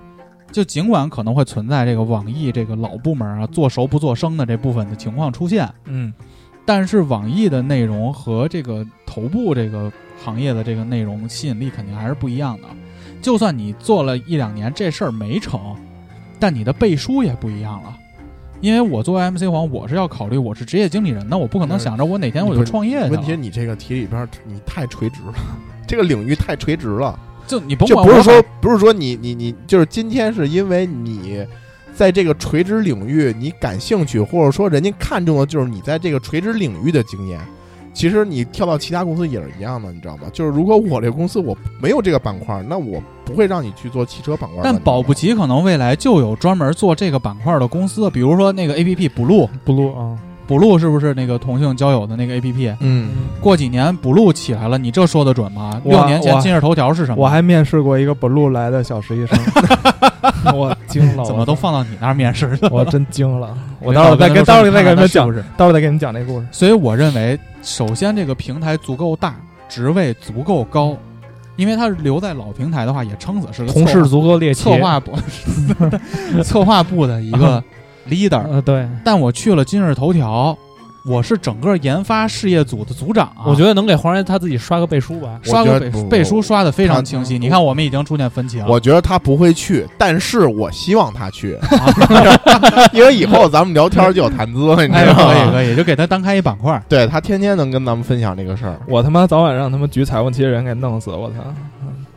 Speaker 3: 就尽管可能会存在这个网易这个老部门啊做熟不做生的这部分的情况出现，
Speaker 2: 嗯
Speaker 3: 但是网易的内容和这个头部这个行业的这个内容吸引力肯定还是不一样的。就算你做了一两年这事儿没成，但你的背书也不一样了。因为我作为 MC 黄，我是要考虑我是职业经理人的，我不可能想着我哪天我就创业去
Speaker 4: 问题是
Speaker 3: 了。
Speaker 4: 你这个题里边儿你太垂直了，这个领域太垂直了。
Speaker 3: 就你甭
Speaker 4: 就
Speaker 3: 管
Speaker 4: 不是
Speaker 3: 我
Speaker 4: 说不是说你你你就是今天是因为你在这个垂直领域你感兴趣，或者说人家看中的就是你在这个垂直领域的经验。其实你跳到其他公司也是一样的，你知道吗？就是如果我这个公司我没有这个板块，那我不会让你去做汽车板块的。
Speaker 3: 但保不齐可能未来就有专门做这个板块的公司，比如说那个 A P P Blue，Blue
Speaker 5: 不录啊，
Speaker 3: 是不是那个同性交友的那个 A P P？
Speaker 4: 嗯，
Speaker 3: 过几年 Blue 起来了，你这说的准吗？
Speaker 2: 我
Speaker 3: 六年前
Speaker 2: 我
Speaker 3: 今日头条是什么？
Speaker 2: 我还面试过一个 blue 来的小实 习生，我惊了，
Speaker 3: 怎么都放到你那儿面试去了？
Speaker 2: 我真惊了，我待会儿 再跟待会儿再给你们讲，待会儿再给你们讲这故事。
Speaker 3: 所以我认为，首先这个平台足够大，职位足够高，因为它留在老平台的话，也撑死是个
Speaker 5: 同
Speaker 3: 策
Speaker 5: 事
Speaker 3: 划
Speaker 5: 足够猎奇。
Speaker 3: 策划部 策划部的一个 leader。啊
Speaker 5: 呃，对，
Speaker 3: 但我去了今日头条，我是整个研发事业组的组长啊、
Speaker 5: 我觉得能给黄爷他自己刷个背书吧。
Speaker 3: 刷
Speaker 4: 我
Speaker 3: 个
Speaker 4: 觉得
Speaker 3: 背
Speaker 4: 不
Speaker 3: 背书刷的非
Speaker 4: 他
Speaker 3: 常清晰。
Speaker 4: 嗯
Speaker 3: 你看，我们已经出现分歧了。
Speaker 4: 我觉得他不会去，但是我希望 他去，因为以后咱们聊天就有谈资了，你
Speaker 3: 哎，
Speaker 4: 知道
Speaker 3: 可以
Speaker 4: 吗？
Speaker 3: 可以，就给他单开一板块儿。
Speaker 4: 对他天天能跟咱们分享这个事儿，
Speaker 2: 我他妈早晚让他们局财务那些人给弄死，我操！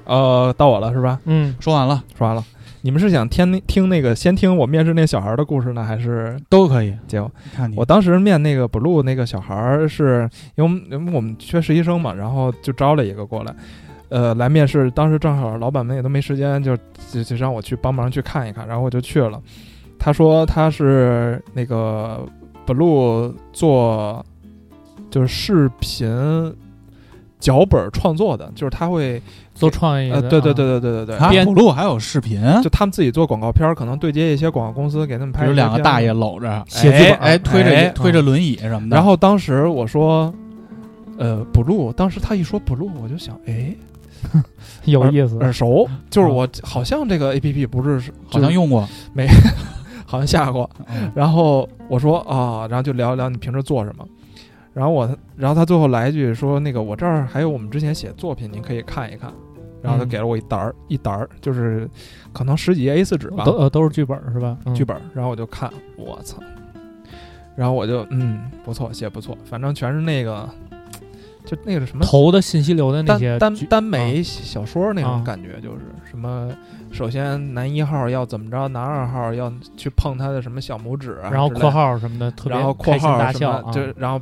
Speaker 2: 呃，到我了是吧？
Speaker 5: 嗯，
Speaker 3: 说完了
Speaker 2: 说完了，你们是想听那听那个先听我面试那小孩的故事呢，还是
Speaker 3: 都可以，
Speaker 2: 结果？
Speaker 3: 你看你
Speaker 2: 我当时面那个 blue 那个小孩儿，是因为我们因为我们缺实习生嘛，然后就招了一个过来，呃，来面试。当时正好老板们也都没时间，就就就让我去帮忙去看一看，然后我就去了。他说他是那个 blue 做就是视频脚本创作的，就是他会
Speaker 5: 做创意的
Speaker 2: 呃，对对对对对对对，
Speaker 3: 啊，
Speaker 5: 编
Speaker 3: 补录还有视频，
Speaker 2: 就他们自己做广告片儿，可能对接一些广告公司给他们
Speaker 3: 比
Speaker 2: 拍。
Speaker 3: 如两个大爷搂着
Speaker 2: 写剧
Speaker 3: 哎
Speaker 2: 本
Speaker 3: 哎，推
Speaker 2: 哎
Speaker 3: 着推着轮椅什么的。
Speaker 2: 然后当时我说，呃，blue，当时他一说 blue，我就想，哎，
Speaker 5: 有意思。
Speaker 2: 耳熟，就是
Speaker 3: 啊
Speaker 2: 我好像这个 A P P 不是
Speaker 3: 好像
Speaker 2: 用，
Speaker 3: 用过，
Speaker 2: 好像下过。
Speaker 3: 嗯
Speaker 2: 然后我说啊，然后就聊一聊你平时做什么。然后我，然后他最后来一句说，那个我这儿还有我们之前写作品，您可以看一看。然后他
Speaker 5: 嗯
Speaker 2: 给了我一沓儿，一沓儿就是可能十几 A 4纸
Speaker 3: 嗯
Speaker 2: 吧，
Speaker 5: 都呃都是剧本是吧？嗯
Speaker 2: 剧本，然后我就看，我操，然后我就嗯不错，写不错，反正全是那个，就那个什么
Speaker 5: 投的信息流的那些
Speaker 2: 耽耽
Speaker 5: 剧
Speaker 2: 耽美小说那
Speaker 5: 啊
Speaker 2: 种感觉，就是什么首先男一号要怎么着，男二号要去碰他的什么小拇指啊之类的，
Speaker 5: 然后括号什么的，特别
Speaker 2: 然后括
Speaker 5: 开心
Speaker 2: 号
Speaker 5: 大
Speaker 2: 什
Speaker 5: 笑
Speaker 2: 么，
Speaker 5: 啊
Speaker 2: 就然后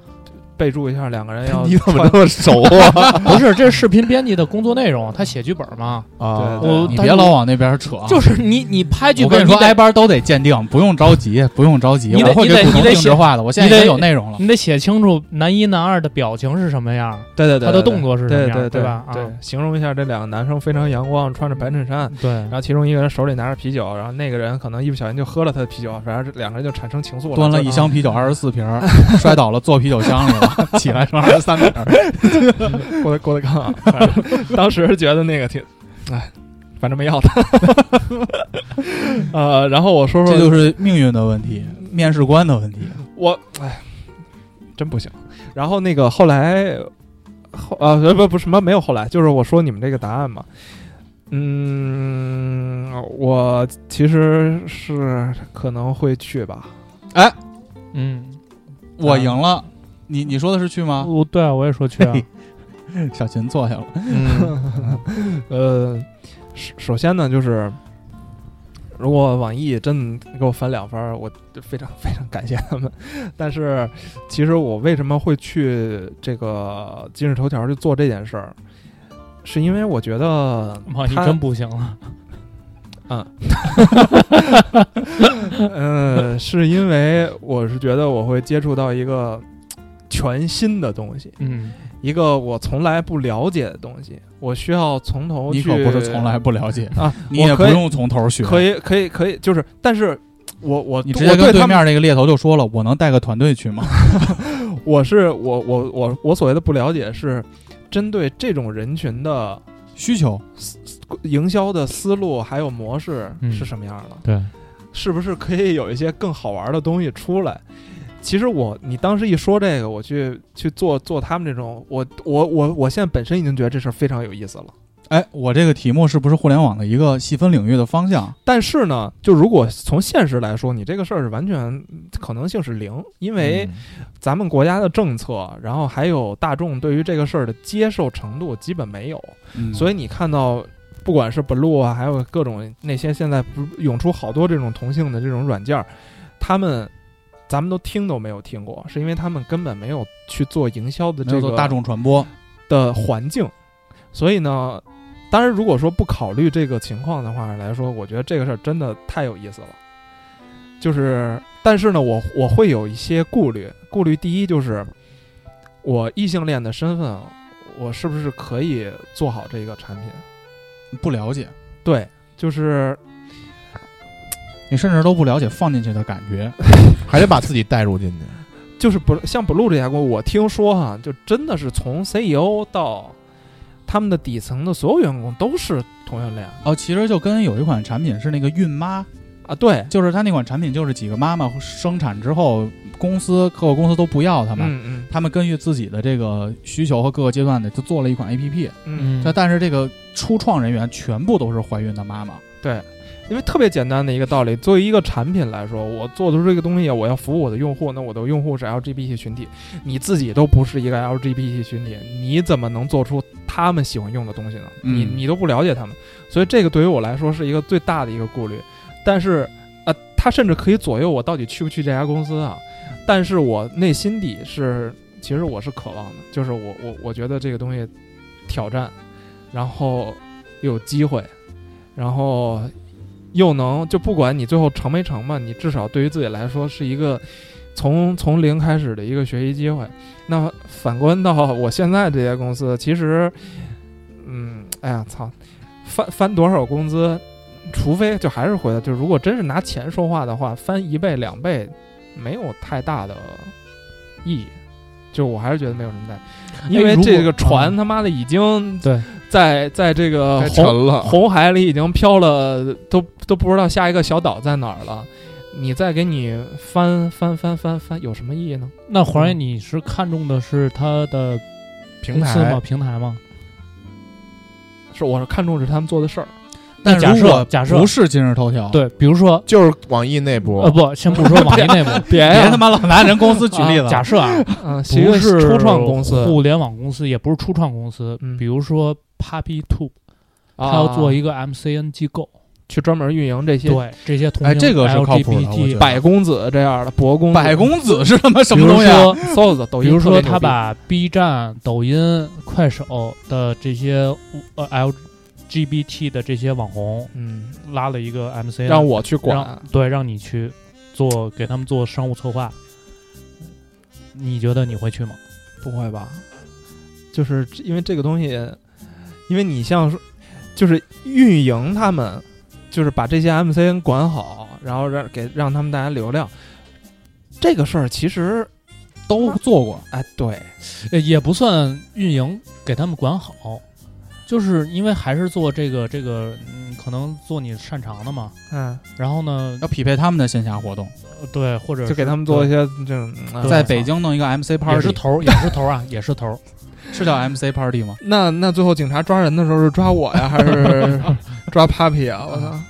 Speaker 2: 备注一下两个人要
Speaker 4: 你怎么
Speaker 2: 穿
Speaker 4: 这么熟啊？
Speaker 5: 不是 这是视频编辑的工作内容，他写剧本嘛，
Speaker 4: 啊
Speaker 2: 对
Speaker 5: 我
Speaker 3: 你别老往那边扯啊。
Speaker 5: 就是你你拍剧
Speaker 3: 我跟
Speaker 5: 本，
Speaker 3: 你说
Speaker 5: 得
Speaker 3: 挨班都得鉴定，不用着急，不用着急，
Speaker 5: 你得
Speaker 3: 我会
Speaker 5: 你得
Speaker 3: 给古潼
Speaker 5: 你得
Speaker 3: 定制
Speaker 5: 写
Speaker 3: 化的。我现在
Speaker 5: 你
Speaker 3: 已
Speaker 5: 得
Speaker 3: 经有内容了。
Speaker 5: 你得写清楚男一男二的表情是什么样，
Speaker 2: 对对对，
Speaker 5: 他
Speaker 2: 对
Speaker 5: 的
Speaker 2: 对
Speaker 5: 动作是什么
Speaker 2: 对
Speaker 5: 样，
Speaker 2: 对
Speaker 5: 对吧？啊
Speaker 2: 对，形容一下这两个男生非常阳光，穿着白衬衫，
Speaker 5: 对
Speaker 2: 然，后其中一个人手里拿着啤酒，然后那个人可能一不小心就喝了他的啤酒，反正这两个人就产生情愫了。
Speaker 3: 端了
Speaker 2: 就啊
Speaker 3: 一箱啤酒，二十四瓶儿，摔倒了，坐啤酒箱里了，起来剩二十三瓶儿。
Speaker 2: 郭德郭德纲啊，反正当时觉得那个挺，哎，反正没要他。 呃，然后我说说
Speaker 3: 这就是命运的问题，面试官的问题。
Speaker 2: 我，哎，真不行。然后那个后来后啊不不不什么没有后来，就是我说你们这个答案嘛。嗯，我其实是可能会去吧。
Speaker 5: 嗯，
Speaker 3: 我赢了，你你说的是去吗？
Speaker 5: 我对啊，我也说去啊，
Speaker 3: 小秦坐下了，
Speaker 5: 嗯
Speaker 2: 呃，首首先呢，就是如果网易真的给我翻两分儿，我就非常非常感谢他们。但是，其实我为什么会去这个今日头条去做这件事儿，是因为我觉得
Speaker 5: 哇，你
Speaker 2: 他
Speaker 5: 真不行啊了，
Speaker 2: 嗯，是因为我是觉得我会接触到一个全新的东西，
Speaker 5: 嗯，
Speaker 2: 一个我从来不了解的东西，我需要从头去。
Speaker 3: 你可不是从来不了解，
Speaker 2: 啊，
Speaker 3: 你
Speaker 2: 我
Speaker 3: 也不
Speaker 2: 可以
Speaker 3: 用从头学。
Speaker 2: 可以，可以，可以，就是，但是我我
Speaker 3: 你
Speaker 2: 我
Speaker 3: 直接跟
Speaker 2: 对他们，
Speaker 3: 面那个猎头就说了，我能带个团队去吗？
Speaker 2: 我是我我我我所谓的不了解是针对这种人群的
Speaker 3: 需求
Speaker 2: 营销的思路还有模式
Speaker 5: 嗯
Speaker 2: 是什么样的，
Speaker 5: 对，
Speaker 2: 是不是可以有一些更好玩的东西出来？其实我，你当时一说这个，我去去做做他们这种，我我我我现在本身已经觉得这事儿非常有意思了。
Speaker 3: 哎，我这个题目是不是互联网的一个细分领域的方向？
Speaker 2: 但是呢，就如果从现实来说，你这个事儿是完全可能性是零，因
Speaker 5: 嗯
Speaker 2: 为咱们国家的政策，然后还有大众对于这个事儿的接受程度基本没有，
Speaker 3: 嗯，
Speaker 2: 所
Speaker 3: 以
Speaker 2: 以你看到不管是 Blue 啊，还有各种那些现在不是涌出好多这种同性的这种软件儿，他们咱们都听都没有听过，是因为他们根本没有去做营销的
Speaker 3: 叫
Speaker 2: 这
Speaker 3: 做
Speaker 2: 个
Speaker 3: 大众传播。
Speaker 2: 的环境，所以呢。当然，如果说不考虑这个情况的话来说，我觉得这个事儿真的太有意思了。就是，但是呢，我我会有一些顾虑。顾虑第一就是，我异性恋的身份，啊我是不是可以做好这个产品？
Speaker 3: 不了解，
Speaker 2: 对，就是
Speaker 3: 你甚至都不了解放进去的感觉。
Speaker 4: 还得把自己带入进去。
Speaker 2: 就是不像 Blue 这家公司，我听说哈，就真的是从 CEO 到他们的底层的所有员工都是同性恋
Speaker 3: 哦，其实就跟有一款产品是那个孕妈，
Speaker 2: 啊，对，
Speaker 3: 就是他那款产品就是几个妈妈生产之后，公司各个公司都不要他们。
Speaker 2: 嗯
Speaker 3: 他们根据自己的这个需求和各个阶段的，就做了一款 A P P。
Speaker 2: 嗯嗯，
Speaker 5: 嗯
Speaker 3: 但但是这个初创人员全部都是怀孕的妈妈，
Speaker 2: 因为特别简单的一个道理，作为一个产品来说，我做出这个东西，啊我要服务我的用户，那我的用户是 LGBT 群体，你自己都不是一个 LGBT 群体，你怎么能做出他们喜欢用的东西呢？
Speaker 3: 嗯
Speaker 2: 你你都不了解他们，所以这个对于我来说是一个最大的一个顾虑。但是，呃，它甚至可以左右我到底去不去这家公司啊。但是我内心底是，其实我是渴望的，就是我我我觉得这个东西挑战，然后又有机会，然后又能就不管你最后成没成吧，你至少对于自己来说是一个从从零开始的一个学习机会。那反观到我现在这些公司，其实，嗯，哎呀，操，翻翻多少工资，除非就还是回来，就如果真是拿钱说话的话，翻一倍两倍没有太大的意义。就我还是觉得没有什么大意义，因为
Speaker 5: 如果
Speaker 2: 这个船
Speaker 5: 嗯
Speaker 2: 他妈的已经
Speaker 5: 对
Speaker 2: 在在这个
Speaker 4: 太
Speaker 2: 红
Speaker 4: 沉
Speaker 5: 啊
Speaker 4: 了，
Speaker 2: 红海里已经飘了，都都不知道下一个小岛在哪儿了。你再给你翻翻翻翻翻，有什么意义呢？
Speaker 5: 那黄爷，你是看中的是它的
Speaker 4: 平
Speaker 5: 公司吗？
Speaker 4: 台
Speaker 5: 平台吗？
Speaker 2: 是我是看重是他们做的事儿，
Speaker 5: 那假
Speaker 3: 但如果
Speaker 5: 设假设
Speaker 3: 不是今日头
Speaker 2: 哦
Speaker 3: 条，，
Speaker 5: 对，比如说
Speaker 4: 就是网易内部
Speaker 5: 呃，不，先不说网易 内部，
Speaker 2: 别
Speaker 3: 别他妈老拿人公司举例子，
Speaker 5: 假哎设啊，
Speaker 2: 嗯，是一
Speaker 5: 不
Speaker 2: 个
Speaker 5: 是
Speaker 2: 初创公司，
Speaker 5: 互联网公司也不是初创公司，
Speaker 2: 嗯
Speaker 5: 比如说 Papi Two，
Speaker 2: 啊
Speaker 5: 它要做一个 MCN 机构，
Speaker 2: 去专门运营这些
Speaker 5: 对这些同
Speaker 3: 哎
Speaker 5: 性
Speaker 3: 这个是靠谱的我觉
Speaker 5: LGBT，
Speaker 3: 得
Speaker 2: 百公子这样的博公子、
Speaker 3: 百公子是他妈什
Speaker 5: 比
Speaker 3: 么
Speaker 5: 如
Speaker 3: 东西啊？
Speaker 5: 说
Speaker 2: 搜子、抖
Speaker 5: 比
Speaker 2: 音，
Speaker 5: 如说
Speaker 2: 特别牛
Speaker 5: 他
Speaker 2: 逼
Speaker 5: 把 B 站、抖音、快手的这些呃 LGBT 的这些网红
Speaker 2: 嗯，
Speaker 5: 拉了一个 MCN，
Speaker 2: 让我去管
Speaker 5: 哎让，对让你去做给他们做商务策划，你觉得你会去吗？
Speaker 2: 不会吧？就是因为这个东西，因为你像说，就是运营他们，就是把这些 MCN 管好，然后让给让他们带来流量，这个事儿其实，
Speaker 3: 都做过，
Speaker 2: 哎，对，
Speaker 5: 呃也不算运营给他们管好，就是因为还是做这个这个，嗯，可能做你擅长的嘛。
Speaker 2: 嗯，
Speaker 5: 然后呢，
Speaker 3: 要匹配他们的线下活动，
Speaker 5: 呃对，或者
Speaker 2: 就给他们做一些这种，嗯
Speaker 3: 在北。京弄一个 MC
Speaker 5: 也是
Speaker 3: party，
Speaker 5: 头儿，也是头儿啊，也是头儿。
Speaker 3: 是叫 MC party 吗？
Speaker 2: 那那最后警察抓人的时候是抓我呀，还是抓 Papi 啊？我操！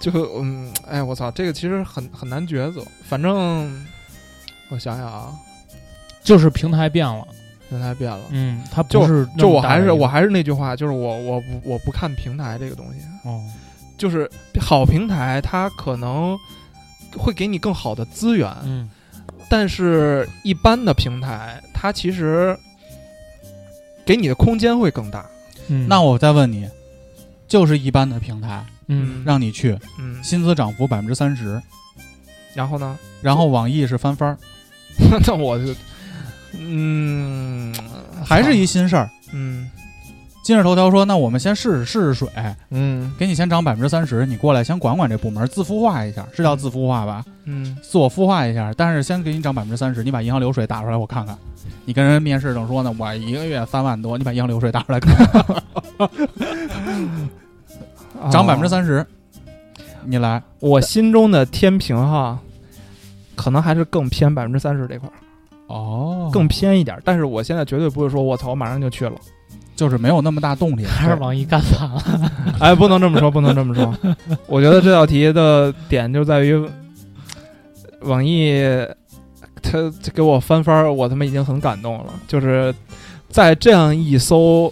Speaker 2: 就嗯，哎，我操，这个其实很很难抉择。反正我想想啊，
Speaker 5: 就是平台变了，
Speaker 2: 人太变了。
Speaker 5: 嗯，它
Speaker 2: 就
Speaker 5: 不是那
Speaker 2: 就
Speaker 5: 么
Speaker 2: 我
Speaker 5: 大
Speaker 2: 还
Speaker 5: 的
Speaker 2: 是
Speaker 5: 一个
Speaker 2: 我，还是那句话，就是我我不我不看平台这个东西，
Speaker 5: 哦，
Speaker 2: 就是好平台它可能会给你更好的资源，
Speaker 5: 嗯，
Speaker 2: 但是一般的平台它其实给你的空间会更大。
Speaker 5: 嗯
Speaker 3: 那我再问你，就是一般的平台
Speaker 5: 嗯，
Speaker 3: 让你去，
Speaker 2: 嗯，
Speaker 3: 薪资涨幅百分之三十，
Speaker 2: 然后呢？
Speaker 3: 然后网易是翻番儿，
Speaker 2: 那我就嗯，
Speaker 3: 还是一新事儿。
Speaker 2: 嗯
Speaker 3: 今日头条说，那我们先试试试试水，
Speaker 2: 嗯
Speaker 3: 给你先涨百分之三十，你过来先管管这部门，自孵化一下，是叫自孵化吧？
Speaker 2: 嗯
Speaker 3: 自我孵化一下，但是先给你涨百分之三十，你把银行流水打出来，我看看。你跟人面试正说呢，我一个月三万多，你把银行流水打出来
Speaker 2: 哦
Speaker 3: 看看，涨百分之。
Speaker 2: 啊
Speaker 3: 三十，你来。
Speaker 2: 我心中的天平哈，可能还是更偏百分之三十这块儿，
Speaker 3: 哦
Speaker 2: 更偏一点儿。但是我现在绝对不会说，我操，我马上就 去了。
Speaker 3: 就是没有那么大动力，
Speaker 5: 还是网易干饭了。
Speaker 2: 哎，不能这么说，不能这 么说。我觉得这道题的点就在于，网易他给我翻番儿，我他妈已经很感动了。就是在这样一搜，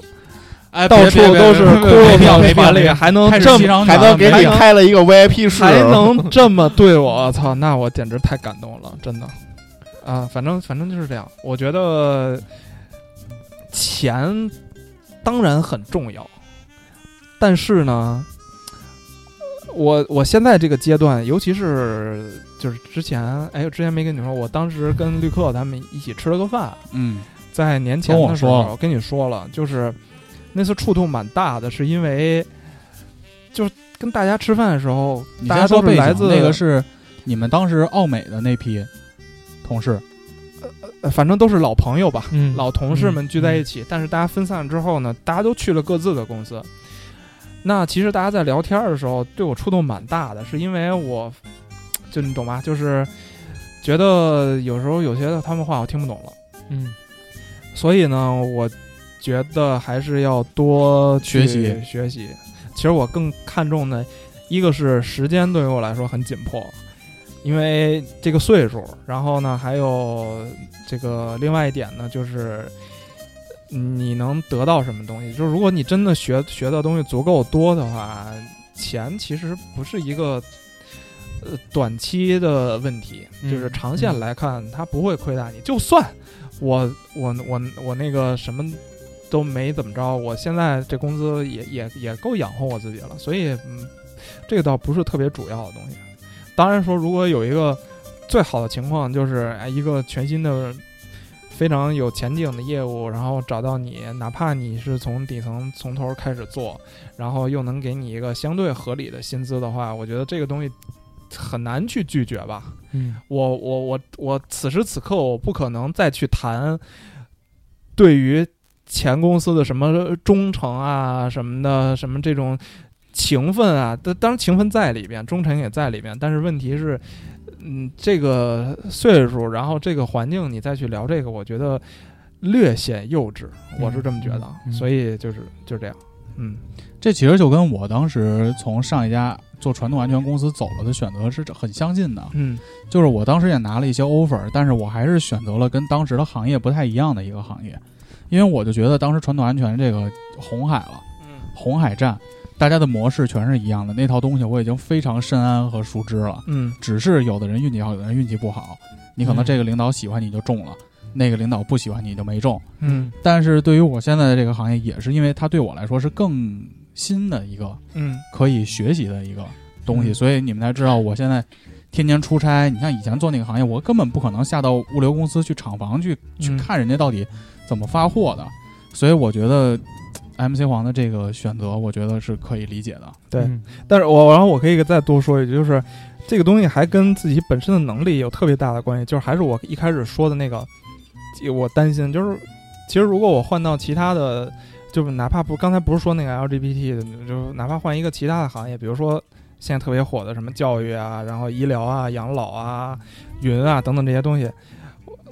Speaker 3: 哎，
Speaker 2: 到处都是
Speaker 3: 没
Speaker 2: 骷髅庙
Speaker 3: 没
Speaker 2: 法
Speaker 3: 病，
Speaker 2: 里，还能
Speaker 3: 开始
Speaker 2: 这
Speaker 3: 西
Speaker 2: 么
Speaker 3: 张
Speaker 4: 还能给
Speaker 2: 还
Speaker 4: 你
Speaker 2: 能
Speaker 4: 开了一个 VIP 室，
Speaker 2: 还 能这么对我，操！那我简直太感动了，真的。啊，反正反正就是这样。我觉得钱当然很重要，但是呢，我我现在这个阶段，尤其是就是之前，哎，之前没跟你说，我当时跟绿客他们一起吃了个饭，
Speaker 3: 嗯，
Speaker 2: 在年前
Speaker 3: 跟我
Speaker 2: 的时
Speaker 3: 说
Speaker 2: 候跟你说了，就是那次触动蛮大的，是因为就是跟大家吃饭的时候，
Speaker 3: 你
Speaker 2: 大
Speaker 3: 先
Speaker 2: 家
Speaker 3: 说
Speaker 2: 都
Speaker 3: 背
Speaker 2: 是
Speaker 3: 景
Speaker 2: 来自
Speaker 3: 那个是你们当时奥美的那批同事，
Speaker 2: 呃反正都是老朋友吧，
Speaker 5: 嗯
Speaker 3: 嗯
Speaker 2: 老同事们聚在一起，但是大家分散了之后呢，大家都去了各自的公司。那其实大家在聊天儿的时候，对我触动蛮大的，是因为我，就你懂吗？就是觉得有时候有些他们话我听不懂了，
Speaker 5: 嗯
Speaker 2: 所以呢，我觉得还是要多
Speaker 3: 学
Speaker 2: 去
Speaker 3: 习
Speaker 2: 学习。其实我更看重的，一个是时间对于我来说很紧迫，因为这个岁数，然后呢，还有这个另外一点呢，就是你能得到什么东西。就是如果你真的学学的东西足够多的话，钱其实不是一个。呃，短期的问题
Speaker 5: 嗯
Speaker 2: 就是长线来看，它不会亏待你。就算我我我我那个什么都没怎么着，我现在这工资也也也够养活我自己了，所以嗯，这个倒不是特别主要的东西。当然说，如果有一个最好的情况，就是哎一个全新的、非常有前景的业务，然后找到你，哪怕你是从底层从头开始做，然后又能给你一个相对合理的薪资的话，我觉得这个东西很难去拒绝吧。
Speaker 5: 嗯，
Speaker 2: 我我我我此时此刻我不可能再去谈对于前公司的什么忠诚啊什么的什么这种情分啊，当当然情分在里边，忠诚也在里边，但是问题是，嗯，这个岁数，然后这个环境，你再去聊这个，我觉得略显幼稚，我是这么觉得，
Speaker 5: 嗯嗯
Speaker 2: 所以就是就这样，嗯
Speaker 3: 这其实就跟我当时从上一家做传统安全公司走了的选择是很相近的。
Speaker 2: 嗯
Speaker 3: 就是我当时也拿了一些 offer，但是我还是选择了跟当时的行业不太一样的一个行业，因为我就觉得当时传统安全这个红海了，
Speaker 2: 嗯
Speaker 3: 红海战，大家的模式全是一样的，那套东西我已经非常深谙和熟知了。
Speaker 2: 嗯
Speaker 3: 只是有的人运气好，有的人运气不好。你可能这个领导喜欢你就中了，那个领导不喜欢你就没中。
Speaker 2: 嗯
Speaker 3: 但是对于我现在的这个行业，也是因为它对我来说是更新的一个
Speaker 2: 嗯
Speaker 3: 可以学习的一个东西，
Speaker 2: 嗯
Speaker 3: 所以你们才知道我现在天天出差。你像以前做那个行业，我根本不可能下到物流公司去厂房去去
Speaker 2: 嗯
Speaker 3: 看人家到底怎么发货的，所以我觉得。MC 黄的这个选择，我觉得是可以理解的。
Speaker 2: 对
Speaker 5: 嗯
Speaker 2: 但是我然后我可以再多说一句，就是这个东西还跟自己本身的能力有特别大的关系，就是还是我一开始说的那个，我担心就是，其实如果我换到其他的，就是哪怕不刚才不是说那个 LGBT 的，就是哪怕换一个哦其他的行业，比如说现在特别火的什么教育啊，然后医疗啊、养老啊、云啊等等这些东西，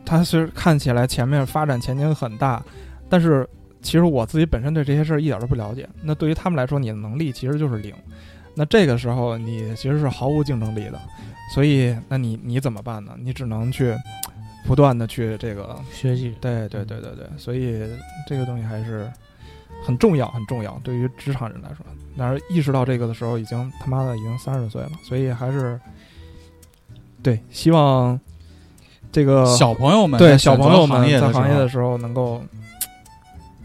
Speaker 2: 它是看起来前面发展前景很大，但是。其实我自己本身对这些事儿一点都不了解，那对于他们来说，你的能力其实就是零。那这个时候你其实是毫无竞争力的，所以那你你怎么办呢？你只能去不断的去这个，嗯
Speaker 5: 学习
Speaker 2: 对对对对对，所以这个东西还是很重要很重要，对于职场人来说。但是意识到这个的时候，已经他妈的已经三十岁了，所以还是对希望这个
Speaker 3: 小朋友们
Speaker 2: 呃对
Speaker 3: 在
Speaker 2: 小
Speaker 3: 选择
Speaker 2: 朋友们
Speaker 3: 行业
Speaker 2: 在
Speaker 3: 的时
Speaker 2: 行
Speaker 3: 候
Speaker 2: 业的时候能够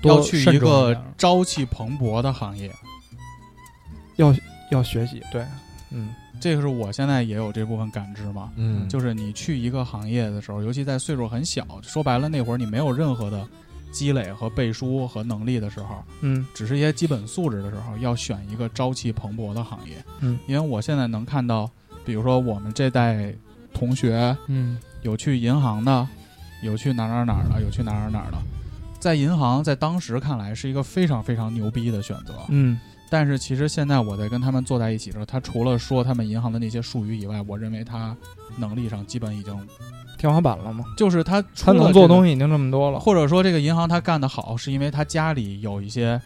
Speaker 3: 要
Speaker 2: 多
Speaker 3: 去
Speaker 2: 慎
Speaker 3: 一
Speaker 2: 重
Speaker 3: 个
Speaker 2: 点
Speaker 3: 朝气蓬勃的行业，
Speaker 2: 要学习，对，嗯
Speaker 3: 这个是我现在也有这部分感知嘛。
Speaker 4: 嗯
Speaker 3: 就是你去一个行业的时候，尤其在岁数很小，说白了那会儿你没有任何的积累和背书和能力的时候，
Speaker 2: 嗯
Speaker 3: 只是一些基本素质的时候，要选一个朝气蓬勃的行业。
Speaker 2: 嗯，
Speaker 3: 因为我现在能看到，比如说我们这代同学
Speaker 5: 嗯
Speaker 3: 有去银行的，有去哪儿哪儿哪儿的，有去哪儿哪儿哪儿的，在银行在当时看来是一个非常非常牛逼的选择。
Speaker 2: 嗯
Speaker 3: 但是其实现在我在跟他们坐在一起的时候，他除了说他们银行的那些术语以外，我认为他能力上基本已经
Speaker 2: 天花板了嘛，
Speaker 3: 就是他
Speaker 2: 他能做东
Speaker 3: 西，
Speaker 2: 西已经这么多了，
Speaker 3: 或者说这个银行他干得好，是因为他家里有一些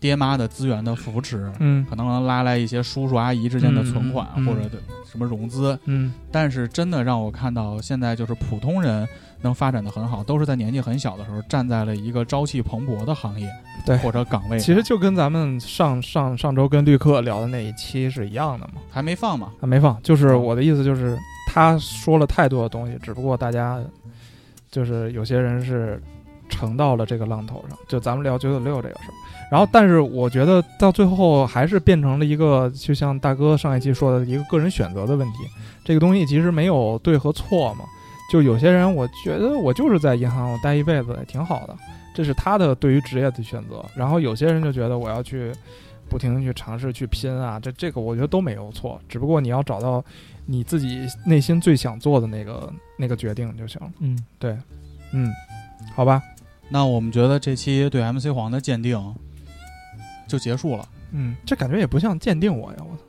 Speaker 3: 爹妈的资源的扶持，
Speaker 2: 嗯
Speaker 3: 可能能拉来一些叔叔阿姨之间的存款、
Speaker 2: 嗯嗯嗯
Speaker 3: 或者的什么融资。
Speaker 2: 嗯
Speaker 3: 但是真的让我看到现在就是普通人能发展的很好，都是在年纪很小的时候站在了一个朝气蓬勃的行业
Speaker 2: 对
Speaker 3: 或者岗位上，
Speaker 2: 其实就跟咱们上上上周跟绿客聊的那一期是一样的嘛。
Speaker 3: 还没放嘛。
Speaker 2: 啊，没放，就是我的意思就是他说了太多的东西，只不过大家就是有些人是乘到了这个浪头上。就咱们聊九九六这个事儿，然后但是我觉得到最后还是变成了一个，就像大哥上一期说的一个个人选择的问题。这个东西其实没有对和错嘛。就有些人，我觉得我就是在银行我待一辈子也挺好的，这是他的对于职业的选择。然后有些人就觉得我要去不停的去尝试去拼啊，这这个我觉得都没有错，只不过你要找到你自己内心最想做的那个那个决定就行了。
Speaker 5: 嗯，
Speaker 2: 对，嗯，好吧，
Speaker 3: 那我们觉得这期对 MC 黄的鉴定就结束了。
Speaker 2: 嗯，这感觉也不像鉴定我呀，我操！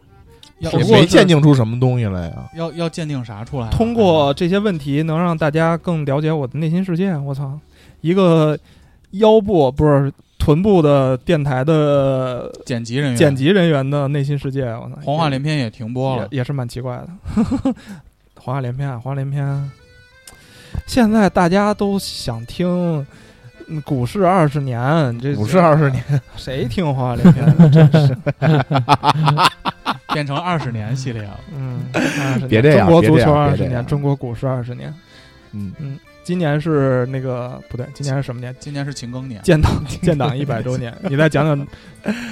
Speaker 3: 要
Speaker 4: 也
Speaker 3: 不过
Speaker 4: 没
Speaker 3: 是
Speaker 4: 鉴定出什么东西来啊呀。
Speaker 3: 要要鉴定啥出来啊？
Speaker 2: 通过这些问题能让大家更了解我的内心世界，我操！一个腰部不是臀部的电台的
Speaker 3: 剪辑人员，
Speaker 2: 剪辑人员的内心世界，我操！
Speaker 3: 黄话连篇也停播了
Speaker 2: 也，也是蛮奇怪的。 黄话连篇，黄话连篇。现在大家都想听嗯股市二十年，这
Speaker 4: 股市20年，
Speaker 2: 谁听黄话连篇？真 是，
Speaker 3: 变成二十年系列了。
Speaker 2: 嗯，20年
Speaker 4: 别这样
Speaker 2: 中国足
Speaker 4: 别这
Speaker 2: 球
Speaker 4: 样
Speaker 2: 二
Speaker 4: 别这
Speaker 2: 十年，
Speaker 4: 样
Speaker 2: 中国股市二十年。
Speaker 4: 嗯，
Speaker 2: 今年是那个不对，今年是什么年？
Speaker 3: 今年是勤更年，
Speaker 2: 建党建党一百周年，你再讲讲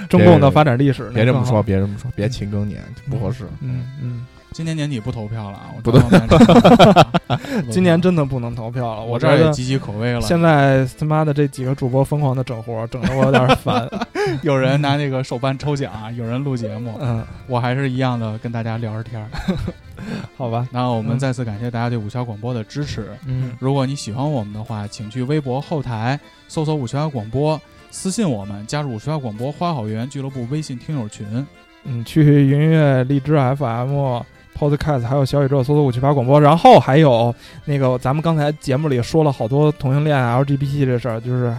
Speaker 2: 中共的发展历史。
Speaker 4: 别这么说，
Speaker 2: 那更好，
Speaker 4: 别这么说，别勤更年不合适。
Speaker 2: 嗯嗯，
Speaker 3: 今年年底不投票了啊！我
Speaker 4: 不
Speaker 3: 知道大家
Speaker 2: 今年真的不能投票了，
Speaker 3: 我
Speaker 2: 觉
Speaker 3: 这儿也
Speaker 2: 得
Speaker 3: 岌岌可危了。
Speaker 2: 现在他妈的这几个主播疯狂的整活，整得我有点 烦。
Speaker 3: 有人拿那个手办抽奖啊，有人录节目，
Speaker 2: 嗯，
Speaker 3: 我还是一样的跟大家聊着天儿。
Speaker 2: 好吧，
Speaker 3: 那我们
Speaker 2: 嗯
Speaker 3: 再次感谢大家对五七八广播的支持。
Speaker 2: 嗯，
Speaker 3: 如果你喜欢我们的话，请去微博后台搜索“五七八广播”，私信我们，加入五七八广播花好园俱乐部微信听友群。
Speaker 2: 嗯，去云乐、荔枝 FM、Podcast，还有小宇宙搜索五七八广播，然后还有那个咱们刚才节目里说了好多同性恋、LGBT 啊这事儿，就是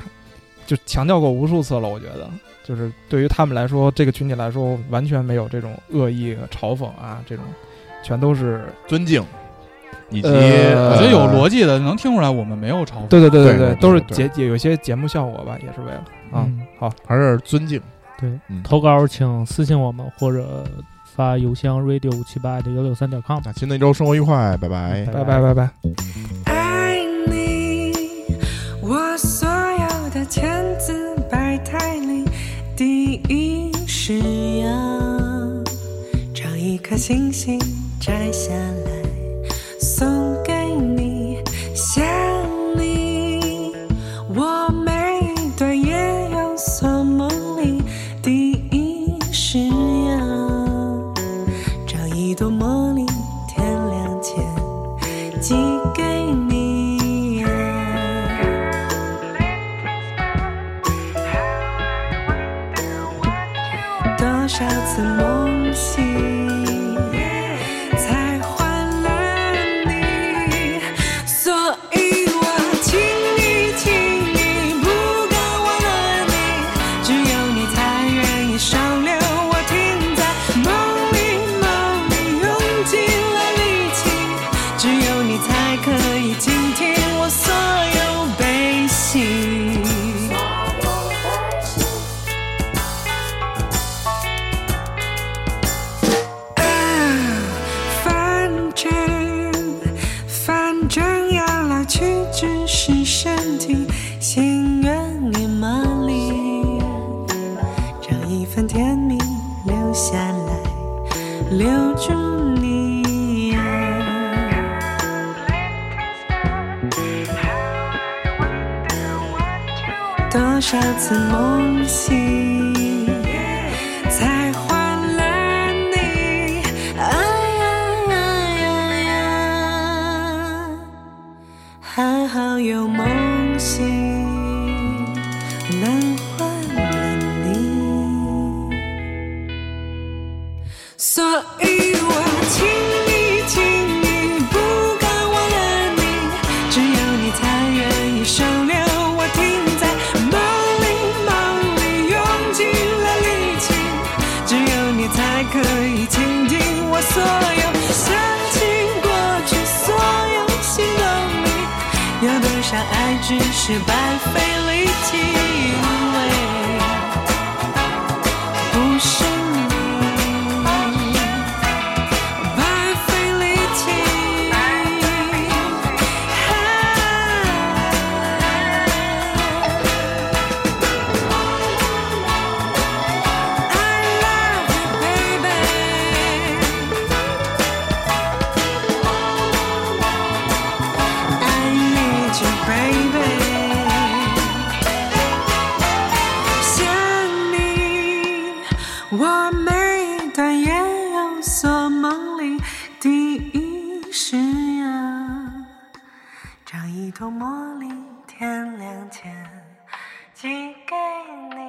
Speaker 2: 就强调过无数次了。我觉得，就是对于他们来说，这个群体来说，完全没有这种恶意、嘲讽啊，这种全都是
Speaker 4: 尊敬，以及
Speaker 2: 呃
Speaker 3: 我觉得有逻
Speaker 4: 辑，
Speaker 3: 辑的能听出来，我们没有嘲讽。
Speaker 2: 对对对
Speaker 4: 对
Speaker 2: 对，
Speaker 4: 对
Speaker 2: 都是
Speaker 4: 对
Speaker 2: 节有些节目效果吧，也是为了啊。
Speaker 5: 嗯
Speaker 2: 好，
Speaker 4: 还是尊敬。
Speaker 5: 对，
Speaker 4: 嗯，
Speaker 5: 投稿请私信我们或者发邮箱 radio 五七八幺六三点 com。
Speaker 4: 那新的一周生活愉快，拜拜。
Speaker 2: 哎拜拜拜拜。
Speaker 7: 爱你，我所有的千姿百态里，第一是要找一颗星星摘下来送给你，想你，我每一段夜有所梦里，第一是要找一朵茉莉，天亮前。寄给你呀。多少次梦醒，才换了你？所以我请你，请你不该忘了你，只有你才愿意收留我，停在梦里，梦里用尽了力气，只有你才可以倾听我所有悲喜。啊，反正反正要老去，只是身体。心愿你玛丽，找一份甜蜜留下来，留住你呀。多少次梦醒，才换了你？哎呀呀呀呀！还好有梦醒，能换了你。所以我请你，请你不该忘了你，只有你才愿意收留我，停在梦里，梦里用尽了力气，只有你才可以倾听我所有想起过去所有行动里，有多少爱只是白费力气，因为。不是你，白费力气。I love you, baby。I need you, baby。想你，我每一段夜有所梦里，第一是要找一朵茉莉，天亮前寄给你。